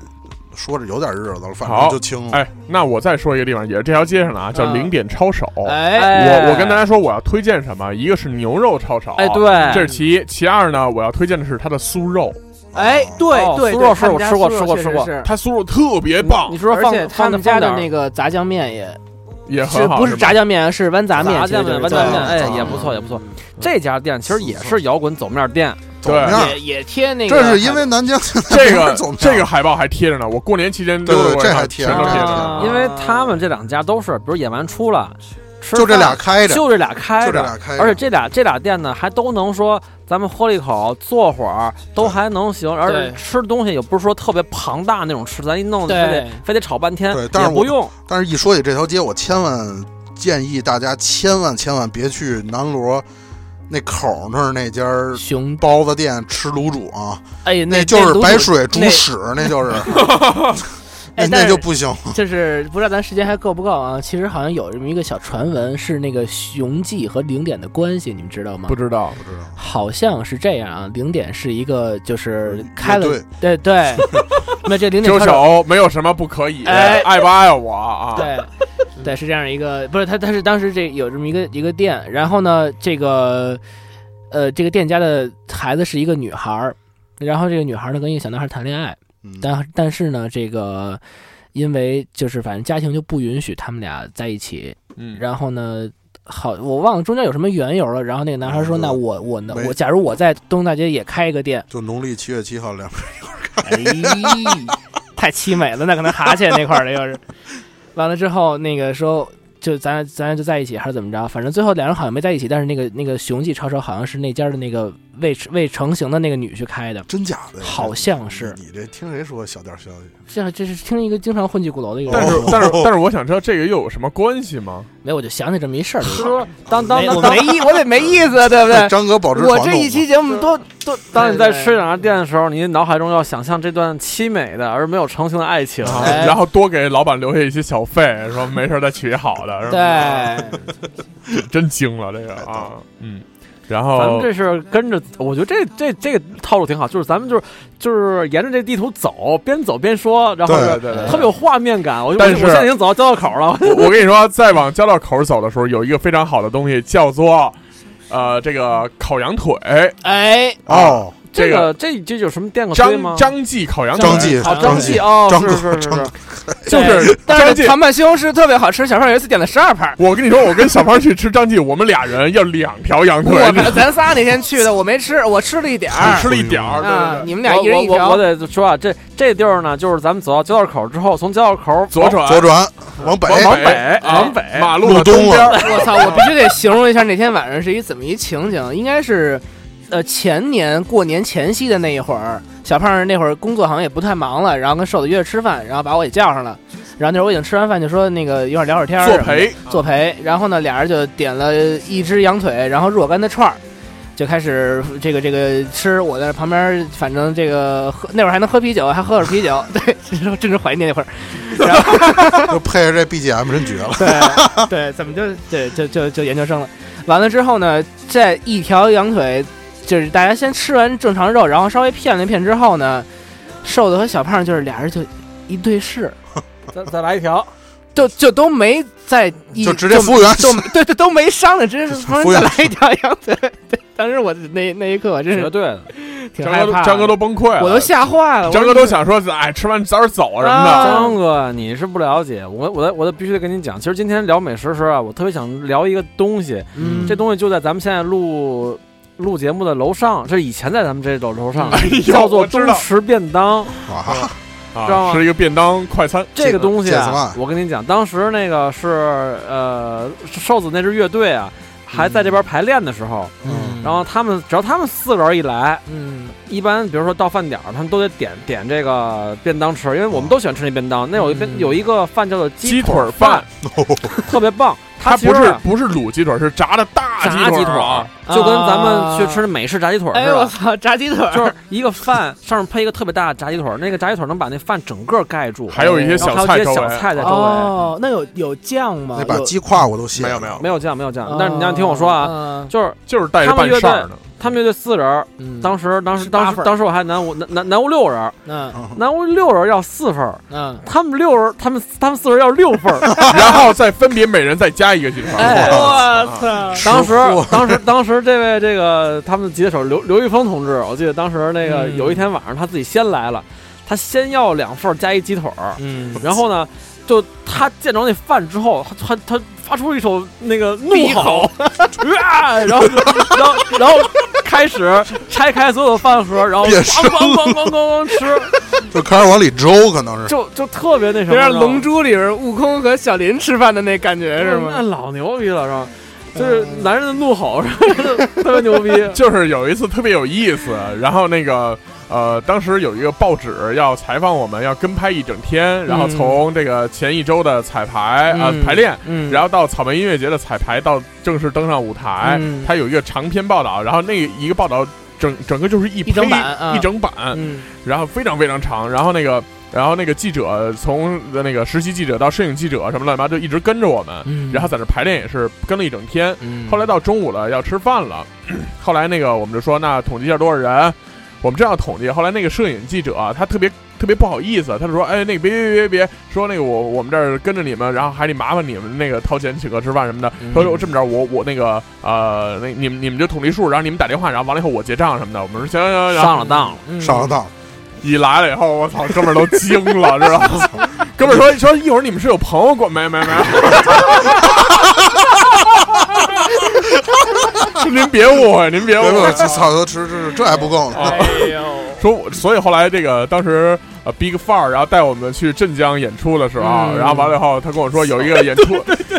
说着有点日子了，反正
好
就清了。
哎，那我再说一个地方，也是这条街上的啊，叫零点抄手。
哎，
我我跟大家说，我要推荐什么？一个是牛肉抄手，
哎，对，
这是其一。其二呢，我要推荐的是它的酥肉，
哎，
哦
对对，对
酥肉是
他们
我
家
吃过
酥肉
吃过
确
吃
实
过
是
它酥肉特别棒
你，说
而
放
且他
放
们家的
放
那
点
个炸酱面也
也
是
很好。
不是
吧
炸酱面是豌杂面，
炸
其实
酱
就是
面、
炸
炸
豌杂
酱
面，
面
哎，
炸酱
也
面
不错也不错。这家店其实也是摇滚走面店，
走
对
面儿，
也也贴那个，
这是因为南京现在
这
没
个
人走面儿
这个海报还贴着呢，我过年期间
对对
都
这还贴着
全都贴着
啊
呢。
因为他们这两家都是，比如演完出了，吃
就这俩
饭
开着，
就这俩开
就这
着，
俩
哎
开着，
而且这俩这俩店呢，还都能说咱们喝了一口，坐会儿都还能行，而且
对
吃东西也不是说特别庞大那种吃，咱一弄非得
对
非得炒半天，
对但是
也
我
不用
但是一说起这条街，我千万建议大家千万千万别去南锣那口那儿那家儿
熊，
包子店吃卤煮啊，
哎，那
就是白，水
煮
煮屎，那
<laughs>
就是
哎
那
但
那
是
就不行。
那就是不知道咱时间还够不够啊？其实好像有这么一个小传闻，是那个熊记和零点的关系，你们知道吗？
知道，
不知道
好像是这样啊，零点是一个就是开了
呃乐队，
对对， <laughs> 那这零
<laughs>
点
遮
跳
手没有什么不可以，
哎
爱不爱我啊？
对，对，是这样一个，不是他，他是当时这有这么一个一个店，然后呢，这个呃，这个店家的孩子是一个女孩儿，然后这个女孩儿呢跟一个小男孩儿谈恋爱，
嗯
但但是呢，这个因为就是反正家庭就不允许他们俩在一起，
嗯，
然后呢。好，我忘了中间有什么缘由了。然后那个男孩说：“
嗯
那我我呢？
没
我假如我在东大街也开一个店，
就农历七月七号两边
哎，太凄美了，那可能哈欠那块儿的要是。完了之后，那个说就咱俩咱俩就在一起还是怎么着？反正最后两人好像没在一起，但是那个那个雄记抄手好像是那家的那个未未成型的那个女婿开的，
真假的呀，
好像是。
你这听谁说小道消息？啊
这这是听一个经常混迹鼓楼的一个人
但，是
哦
但是但是，我想知道这个又有什么关系吗？
没有我就想起这么
<laughs>
一事儿来了。
说当当
没
当
我
当
没意，我得没意
啊
思，对不对？
张哥保持
我
传
这
统
一期节目多多，
当你在吃这
对，
两家店的时候，你脑海中要想象这段凄美的而没有成型的爱情。
啊
哎
然后多给老板留下一些小费，说没事儿再取一好的，是吧，
对，
真惊了这个啊，嗯，然
咱们
后
这是跟着，我觉得这这这个套路挺好，就是咱们就是就是沿着这地图走，边走边说，然后
对
对
特别有画面感。我就
但
我
是
现在已经走到交道口了，
我我跟你说，再往交道口走的时候，有一个非常好的东西，叫做呃这个烤羊腿，
哎，
哦，
这
这
个这这有什么店可推吗
张？张记烤羊腿，
张继
哦，
张
记
继
哦，
张
是
哥
是是
张哥，
是
<laughs> 就是张
但是
记。
糖拌西红柿特别好吃，小胖有一次点了十二
<laughs>
盘。
我跟你说，我跟小胖去吃张记，我们俩人要两条羊腿，
我
你
们咱仨那天去的，我没吃，我吃了一点
<laughs>
儿
只吃了一点儿，对
啊，
对对。
你们俩一人一
我我我
条
我。得说啊，这这地儿呢，就是咱们走到交道口之后，从交道口哦
左转，
左转往北，
往北，
哎
往北，马路
路
的
东
边儿，
我操！我必须得形容一下那天晚上是一怎么一情景，应该是。呃前年过年前夕的那一会儿，小胖儿那会儿工作好像也不太忙了，然后跟瘦子约着吃饭，然后把我也叫上了。然后那会儿我已经吃完饭，就说那个一会儿聊会儿天儿
作
什么的
陪，
作陪，然后呢，俩人就点了一只羊腿，然后若干的串儿，就开始这个这个吃。我在旁边，反正这个喝那会儿还能喝啤酒，还喝会儿啤酒， <laughs> 对，真是真是怀念那会儿。然后
就配着这 BGM 真绝
<laughs>
了。
对对，怎么就对就就就研究生了？完了之后呢，这一条羊腿就是大家先吃完正常肉，然后稍微片了一片之后呢，瘦子和小胖就是俩人就一对视，
再再来一条，
就就都没在一
就直接服务员
都对对都没商量，直接说
服务
再
员
来一条羊腿。对，当时我那那一刻我真
嗯
绝
是
对的，
挺
张
害
哥都
怕的，
张哥都崩溃了，
我都吓坏了，
张
我
哥
说
都想说，哎，吃完早点走什么
啊
的。
张哥，你是不了解我，我得我得必须得跟你讲。其实今天聊美食的时候啊，我特别想聊一个东西，
嗯
这东西就在咱们现在录录节目的楼上，这以前在咱们这楼楼上，
哎呦，
叫做
我知
中
道
食便当。
啊，
知道
啊，
吗
是一个便当快餐，
这个东西
这次
啊
吧，
我跟你讲，当时那个是呃瘦子那支乐队啊，还在这边排练的时候，
嗯
然后他们只要他们四个人一来，
嗯
一般比如说到饭点儿，他们都得点点这个便当吃，因为我们都喜欢吃那便当。那有一边
嗯
有一个饭叫做
鸡
腿
腿
儿
儿
饭
饭，
特别棒。
它
其实
不是
啊
不是卤鸡腿，是炸的大
炸鸡
鸡
腿
儿啊
儿，，就跟咱们去吃美式炸鸡腿儿
哎
似
我
的。
操，炸鸡腿儿，
嗯就是一个饭上面配一个特别大的炸鸡腿儿，那个炸鸡腿儿能把那饭整个盖住，
还有一些
然
小
后还有
菜
一
周
些小
围。
菜在周围，
哦，那有有酱吗？
那把
有
鸡胯我都卸了。
没有没有，
没有酱没有
哦
酱。但是你要听我说
嗯
啊，，
哦
就是
就是带着拌扇儿呢。
他们乐队四人儿，
嗯，
当时当时
是八
当
份
时
儿
当时我还南屋南南南屋六人儿，
嗯
嗯
南屋六人儿要四份儿，
嗯，
他们六人儿他们他们四人儿要六份儿，
<laughs>
然后再分别每人再加一个鸡腿。
哎
我
啊
操，
吃
当时
货，
<laughs> 当时，当时这位这个他们的吉他手刘刘玉峰同志，我记得当时那个
嗯
有一天晚上他自己先来了，他先要两份儿加一鸡腿儿，
嗯，
然后呢，就他见着那饭之后，他他他发出一首那个怒
低
吼，啊，然后然后然后开始拆开所有的饭盒，然后
变
咣
身
咣咣咣咣咣吃，
就开始往里周，可能是。
就就特别那什
有
么，
点
是吧
《龙珠》里边悟空和小林吃饭的那感觉是
那
吗？
老牛逼了是吧？就是
嗯
男人的怒吼，是吧 <laughs> 特别牛逼。
就是有一次特别有意思，然后那个呃，当时有一个报纸要采访我们，要跟拍一整天，然后从这个前一周的彩排啊、
嗯
呃、排练。
嗯
然后到草莓音乐节的彩排，到正式登上舞台，
嗯
它有一个长篇报道，然后那一个报道整整个就是一
一整
胚
版啊
一整版，
嗯
然后非常非常长，然后那个然后那个记者从呃那个实习记者到摄影记者什么乱七八糟就一直跟着我们，
嗯
然后在这排练也是跟了一整天，
嗯
后来到中午了，要吃饭了。后来那个我们就说，那统计一下多少人？我们这样统计。后来那个摄影记者啊、他特别特别不好意思，他就说：“哎，那个别别别别，说那个我我们这儿跟着你们，然后还得麻烦你们那个掏钱请客吃饭什么的。他说：“这么着，我我那个呃，那你们你们就统计数，然后你们打电话，然后完了以后我结账什么的。”我们说：“行行行。”然后
上了当了，
上了当，
一来了以后，我操，哥们儿都惊了，知道吗？
<laughs>
哥们儿说说一会儿你们是有朋友过没没 <laughs> 没。您别误会，您别误
别
会
别，。这操都吃吃，这还不够呢。
啊
哎
说我，所以后来这个当时呃 Big Far，然后带我们去镇江演出的时候，啊
嗯
然后完了以后，他跟我说有一个演出，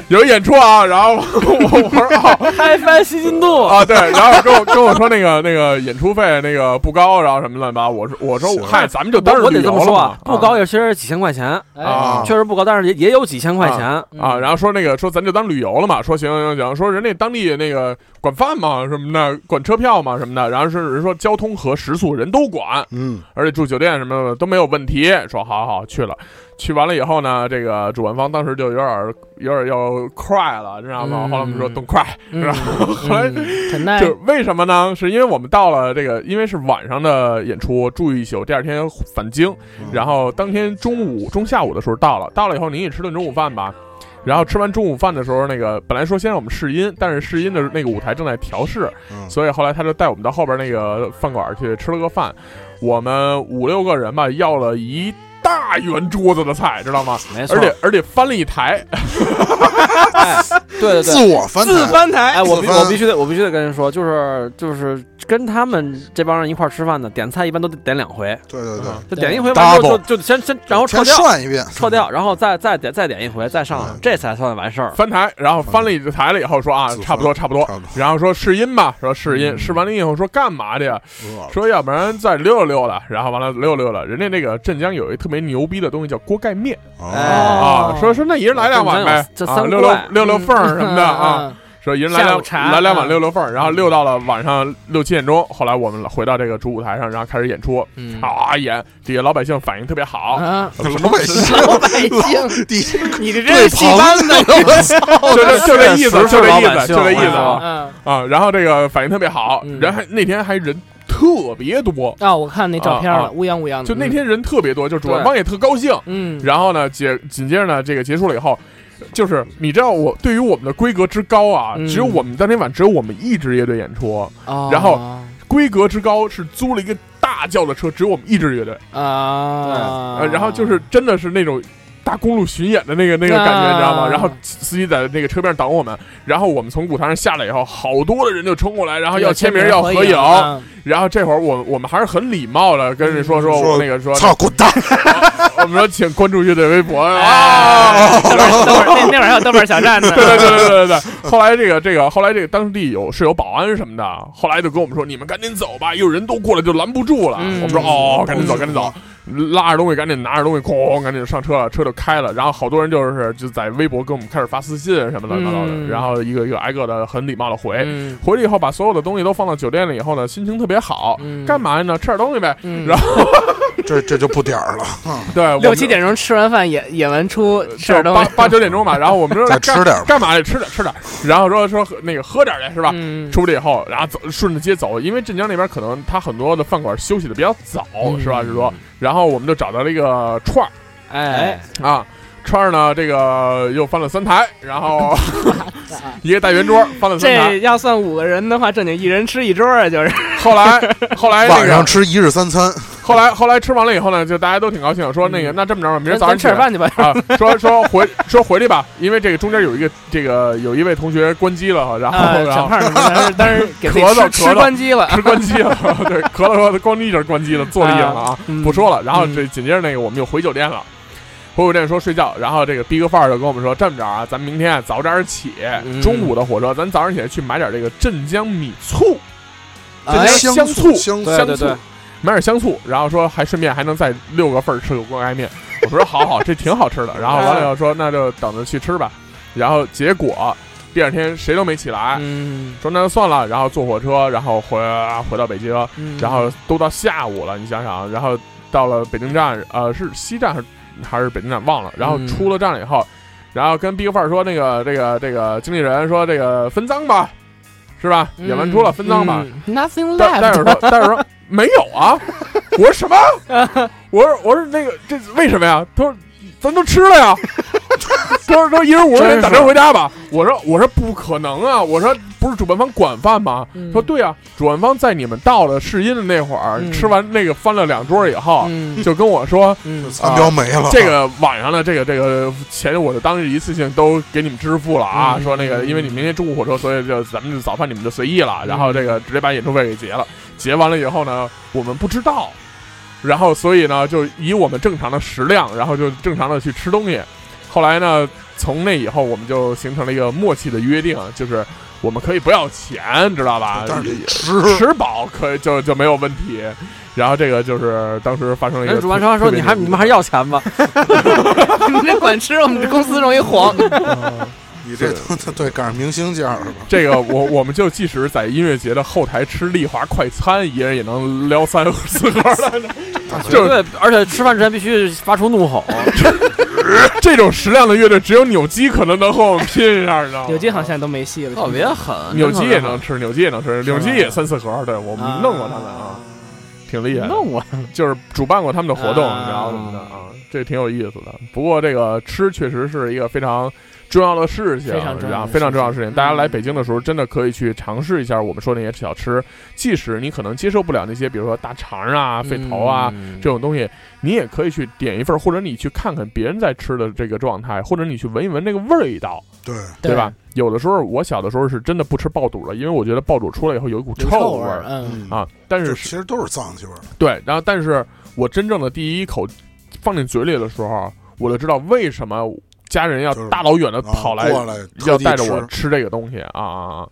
有一演出啊，然后我我说哦，
嗨翻西京路，
<laughs> 啊，对，然后跟我跟我说那个那个演出费那个不高，然后什么乱七八糟，我说我说
行
嗨，咱们就当
我
是
得
旅
这
游
么
了
说
嘛
啊，，不高也其实几千块钱，
啊
确实不高，但是也也有几千块钱。
啊，然后说那个说咱就当旅游了嘛，说行行行，说人那当地那个管饭嘛什么的，管车票嘛什么的，然后是人说交通和食宿人都管，
嗯，
而且住酒店什么的都没有问题。说好好好去了，去完了以后呢，这个主办方当时就有点儿有点儿要 cry 了，你知道吗？
嗯
后来我们说 don't cry，然后后来。
很
就是为什么呢？是因为我们到了这个，因为是晚上的演出，住一宿，第二天返京，然后当天中午、中下午的时候到了，到了以后您也吃顿中午饭吧。然后吃完中午饭的时候，那个本来说先让我们试音，但是试音的那个舞台正在调试，
嗯
所以后来他就带我们到后边那个饭馆去吃了个饭。我们五六个人吧，要了一大圆桌子的菜，知道吗？
没错
而，且而且翻了一台，
哎，对对
自
对，
我翻
自
台，
翻台
哎，我
自
必
翻
我必须得我必须得跟人说，就是就是跟他们这帮人一块儿吃饭的，点菜一般都得点两回，
对对对，
就点一回完之后
Double
就就先先然后撤
全
掉
涮一遍，
撤掉，然后再再点再点一回再上来
嗯，
这才算完
<laughs>
事儿。
翻台，然后翻了一台了以后说啊
自，翻
差不多差不多，嗯
嗯差不多
然后说试音吧，说试音，试完了以后说干嘛啊的呀？
饿了
说要不然再溜达溜达，然后完了溜达溜达，人家那个镇江有一特别牛逼的东西叫锅盖面
哦，
啊，说说那一人来两碗
镇江有
呗，
这
啊
三
溜溜
怪
溜溜缝儿什么的啊，，说一人来
嗯下午
两
茶
来两
嗯
碗溜溜缝儿，然后溜到了晚上六七点钟，后来我们回到这个主舞台上，然后开始演出，
嗯
啊演，底下老百姓反应特别好，
啊，
老百姓，
老百姓，
第一
你
对
这真是戏班子，我操，
就这就这意思，
确实是
就这
老
意
百
思，
姓
就这意
我
思
操
啊。
嗯，
啊，然后这个反应特别好，
嗯
人还那天还人特别多，
啊，我看那照片
啊啊
了，乌泱乌泱的，
就那天人特别多，就主办
对
方也特高兴。
嗯，嗯，
然后呢，结紧接着呢，这个结束了以后，就是你知道我对于我们的规格之高啊，
嗯
只有我们当天晚只有我们一支乐队演出，
哦
然后规格之高是租了一个大轿的车，只有我们一支乐队，
啊
呃，，然后就是真的是那种。大公路巡演的那个那个感觉，
啊
你知道吗？然后司机在那个车边等我们，然后我们从舞台上下来以后，好多的人就冲过来，然后要签名、要合影，
啊
然后这会儿我我们还是很礼貌的跟人
<laughs>
说说
说
我那个说，
<laughs> 操，滚蛋！
我们说请关注乐队微博啊。 <laughs>
哎豆瓣豆瓣那那会儿还有豆瓣小站呢，
对对对对对对对，后来这个这个后来这个当地有是有保安什么的，后来就跟我们说你们赶紧走吧，有人都过来就拦不住了。
嗯
我们说哦，赶紧走，
嗯
赶紧走，拉着东西赶紧拿着东西，哐，赶紧上车了，车就开了。然后好多人就是就在微博跟我们开始发私信什么乱七八糟的，
嗯
然后一个一个挨个的很礼貌的回，
嗯，
回去以后把所有的东西都放到酒店里以后呢，心情特别好。
嗯
干？嘛呢？吃点东西呗。
嗯
然后
这这就不点儿了，
对，我们
六七点钟吃完饭也也闻出
呃
事
就
儿都
八八九点钟吧，然后我们说
再
干
吃点儿吧
干嘛去？吃点吃点儿，然后说说喝那个喝点儿去是吧？
嗯
出来以后，然后走顺着街走，因为镇江那边可能他很多的饭馆休息的比较早，
嗯
是吧？是说，然后我们就找到了一个串儿
哎，
啊，串儿呢这个又翻了三台，然
<laughs>
后一个大圆桌翻了三台，
这要算五个人的话，正经一人吃一桌啊，就是
<laughs> 后
<laughs>
来后来那
晚上
个
吃一日三餐，
后来后来吃完了以后呢，就大家都挺高兴，说那个
嗯
那这么着吧，明儿
咱
早上
咱
起
吃 <laughs>
来
点饭去吧。
啊，说说回说回去吧，因为这个中间有一个这个有一位同学关机了， <laughs> 然后、
啊，
然
小
后
胖儿，当
<laughs>
时当时给自己
咳嗽
吃
咳嗽
吃关机了，
是关机了， <laughs> 对，咳了咳，咣一下关机了，坐地上了啊，
嗯
不说了。然后这紧接着那个我们又回酒店了。回酒店说睡觉，然后这个逼哥范儿就跟我们说这么着啊，咱明天啊早点起，
嗯
中午的火车，咱早上起来去买点这个镇江米醋，
哎
这
香
醋
香
对
香
对
醋
对，
买点香醋，然后说还顺便还能再六个份儿吃个锅盖面。我说好好，这挺好
<laughs>
吃的。然后完了以后说那就等着去吃吧。然后结果第二天谁都没起来，
嗯，
说那就算了。然后坐火车，然后回啊回到北京，
嗯
然后都到下午了，你想想，然后到了北京站，呃，是西站还是还是北京站忘了。然后
嗯
出了站了以后，然后跟 Big 范儿说那个这个这个经纪人说这个分赃吧，是吧？
嗯
演完出了分赃吧。
嗯，Nothing
戴戴尔
left，
说，戴尔说没有啊。我说什么？我说我说那个这为什么呀？他说咱都吃了呀。他说说一人五十元打车回家吧。我说我说不可能啊。我说不是主办方管饭吗？说对啊，主办方在你们到了试音的那会儿，
嗯
吃完那个翻了两桌以后，
嗯
哦就跟我说。
<laughs> 嗯
餐标没了。
这个晚上的这个这个钱，我就当一次性都给你们支付了啊！
嗯
说那个，因为你明天中午火车，所以就咱们就早饭你们就随意了，然后这个直接把演出费给结了。结完了以后呢，我们不知道，然后所以呢，就以我们正常的食量，然后就正常的去吃东西。后来呢，从那以后，我们就形成了一个默契的约定，就是我们可以不要钱，知道吧？
但是得
吃饱可以就就没有问题。然后这个就是当时发生了一
人
个
家哎主办
特
方说
特别
你还
牛
你们还要钱吗？
你们这管吃，我们这公司容易
<laughs>
黄。
<laughs> 你这都 <laughs> 对赶上明星价是吧？
这个我我们就即使在音乐节的后台吃丽华快餐，一人也能撩三四盒了。就
对，而且吃饭之前必须发出怒吼，
这种食量的乐队，只有扭机可能能和我们拼一下，你知道吗？
有机好像都没戏了，
特别狠。
扭
真
机
的
也能吃，扭机也能吃，扭机也三四盒。对我们
啊
弄过他们啊，挺厉害的，
弄我
就是主办过他们的活动，
啊
然后什么的啊，这挺有意思的。不过这个吃确实是一个非常。重要的事情，
非常重要的
然后
事
非常重要的事情。
情
大家来北京的时候，真的可以去尝试一下我们说那些小吃，即使你可能接受不了那些，比如说大肠啊、肺头啊、
嗯
这种东西，你也可以去点一份，或者你去看看别人在吃的这个状态，或者你去闻一闻那个味道，
对，
对吧？？有的时候我小的时候是真的不吃爆肚了，因为我觉得爆肚出来以后有一股
有
臭
味
儿
嗯，
嗯，
啊。但
就是其实都是脏气味儿。
对，然后但是我真正的第一口放进嘴里的时候，啊我就知道为什么家人要
就是
大老远的
啊
跑来
过来，
要
特地
带着
吃
我吃这个东西啊啊啊！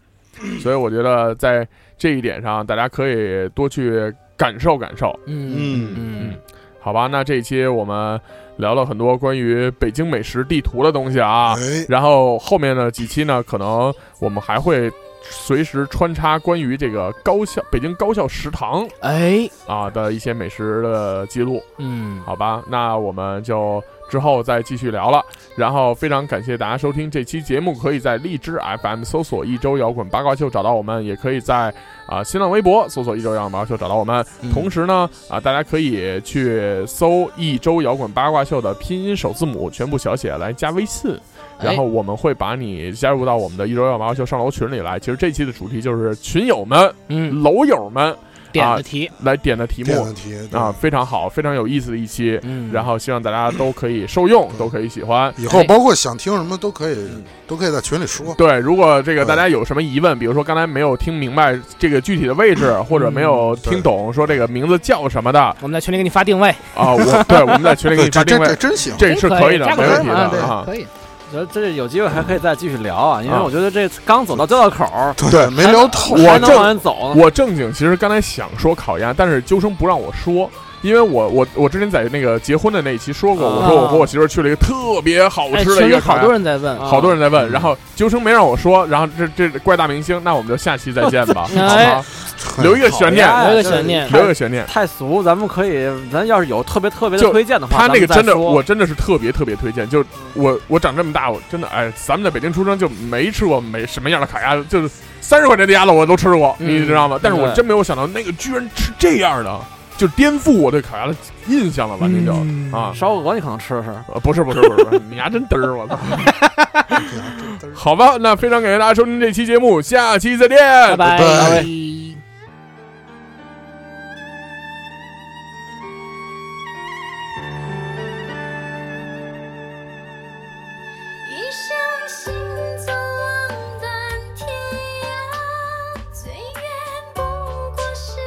所以我觉得在这一点上，大家可以多去感受感受。
嗯
嗯，好吧，那这一期我们聊了很多关于北京美食地图的东西啊，
哎，
然后后面呢几期呢，可能我们还会随时穿插关于这个高校北京高校食堂
哎，
啊的一些美食的记录。
嗯，
好吧，那我们就之后再继续聊了。然后非常感谢大家收听这期节目，可以在荔枝 FM 搜索“一周摇滚八卦秀”找到我们，也可以在啊、新浪微博搜索“一周摇滚八卦秀”找到我们。
嗯
同时呢，啊、大家可以去搜“一周摇滚八卦秀”的拼音首字母全部小写来加微信。然后我们会把你加入到我们的一周摇滚八卦秀上楼群里来。其实这期的主题就是群友们、
嗯，
楼友们
点的题，
来点的题
没
目
问题
啊，，非常好，非常有意思的一期。
嗯，
然后希望大家都可以受用，都可以喜欢。
对以后包括想听什么都可以，
嗯
都可以在群里说。
对，如果这个
嗯
大家有什么疑问，比如说刚才没有听明白这个具体的位置，或者没有听懂说这个名字叫什么的啊，
我们在群里给你发定位，
我对，我们在群里给
对，
你
这
发
这
定
这
位，
真行，
这是
可
以的，
加
没
个
问
分
题
嘛，
的
对
啊。
可以，
觉得这有机会还可以再继续聊啊，因为
啊
我觉得这刚走到交道口儿，
对，没聊透。
我
还能
正
往前走呢。
我正经其实刚才想说烤鸭，但是究生不让我说。因为我我我之前在那个结婚的那一期说过，
啊
我说我和我媳妇儿去了一个特别好
哎，
吃
群
的一
里
个烤
好
鸭
多，人在问，
啊
好多人在问，然后究生没让我说，然后这这怪大明星，那我们就下期再见
<laughs>
吧，好
哎
吗？留一
<laughs>
个悬念，
哎
留个悬念，
留一个悬念。
太俗，咱们可以，咱要是有特别特别的
就
推荐的话，
他那个
咱
真
们再
的，
说
我真的是特别特别推荐。就我我长这么大，我真的哎，咱们在北京出生就没吃过没什么样的烤鸭，就是三十块钱的鸭子我都吃过，
嗯
你知道吗？但是我
对
真没有想到那个居然吃这样的，就颠覆我对烤鸭的印象了，完全就啊。
烧鹅，你可能吃吃。
呃不是不是不是，不是你还真嘚儿，我操！ <laughs>
哎
好吧，那非常感谢大家收听这期节目，下期再见，
拜拜
拜
一生行走浪漫天涯，最远不过是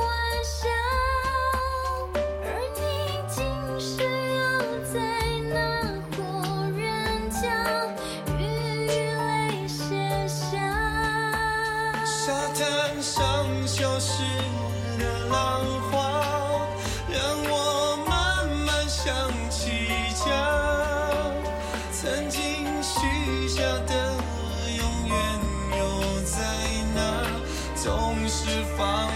晚霞。而你今世又在哪户人家？雨泪写下。
沙滩上消失的浪花，让我慢慢想起家，曾经许下的永远又在哪？总是放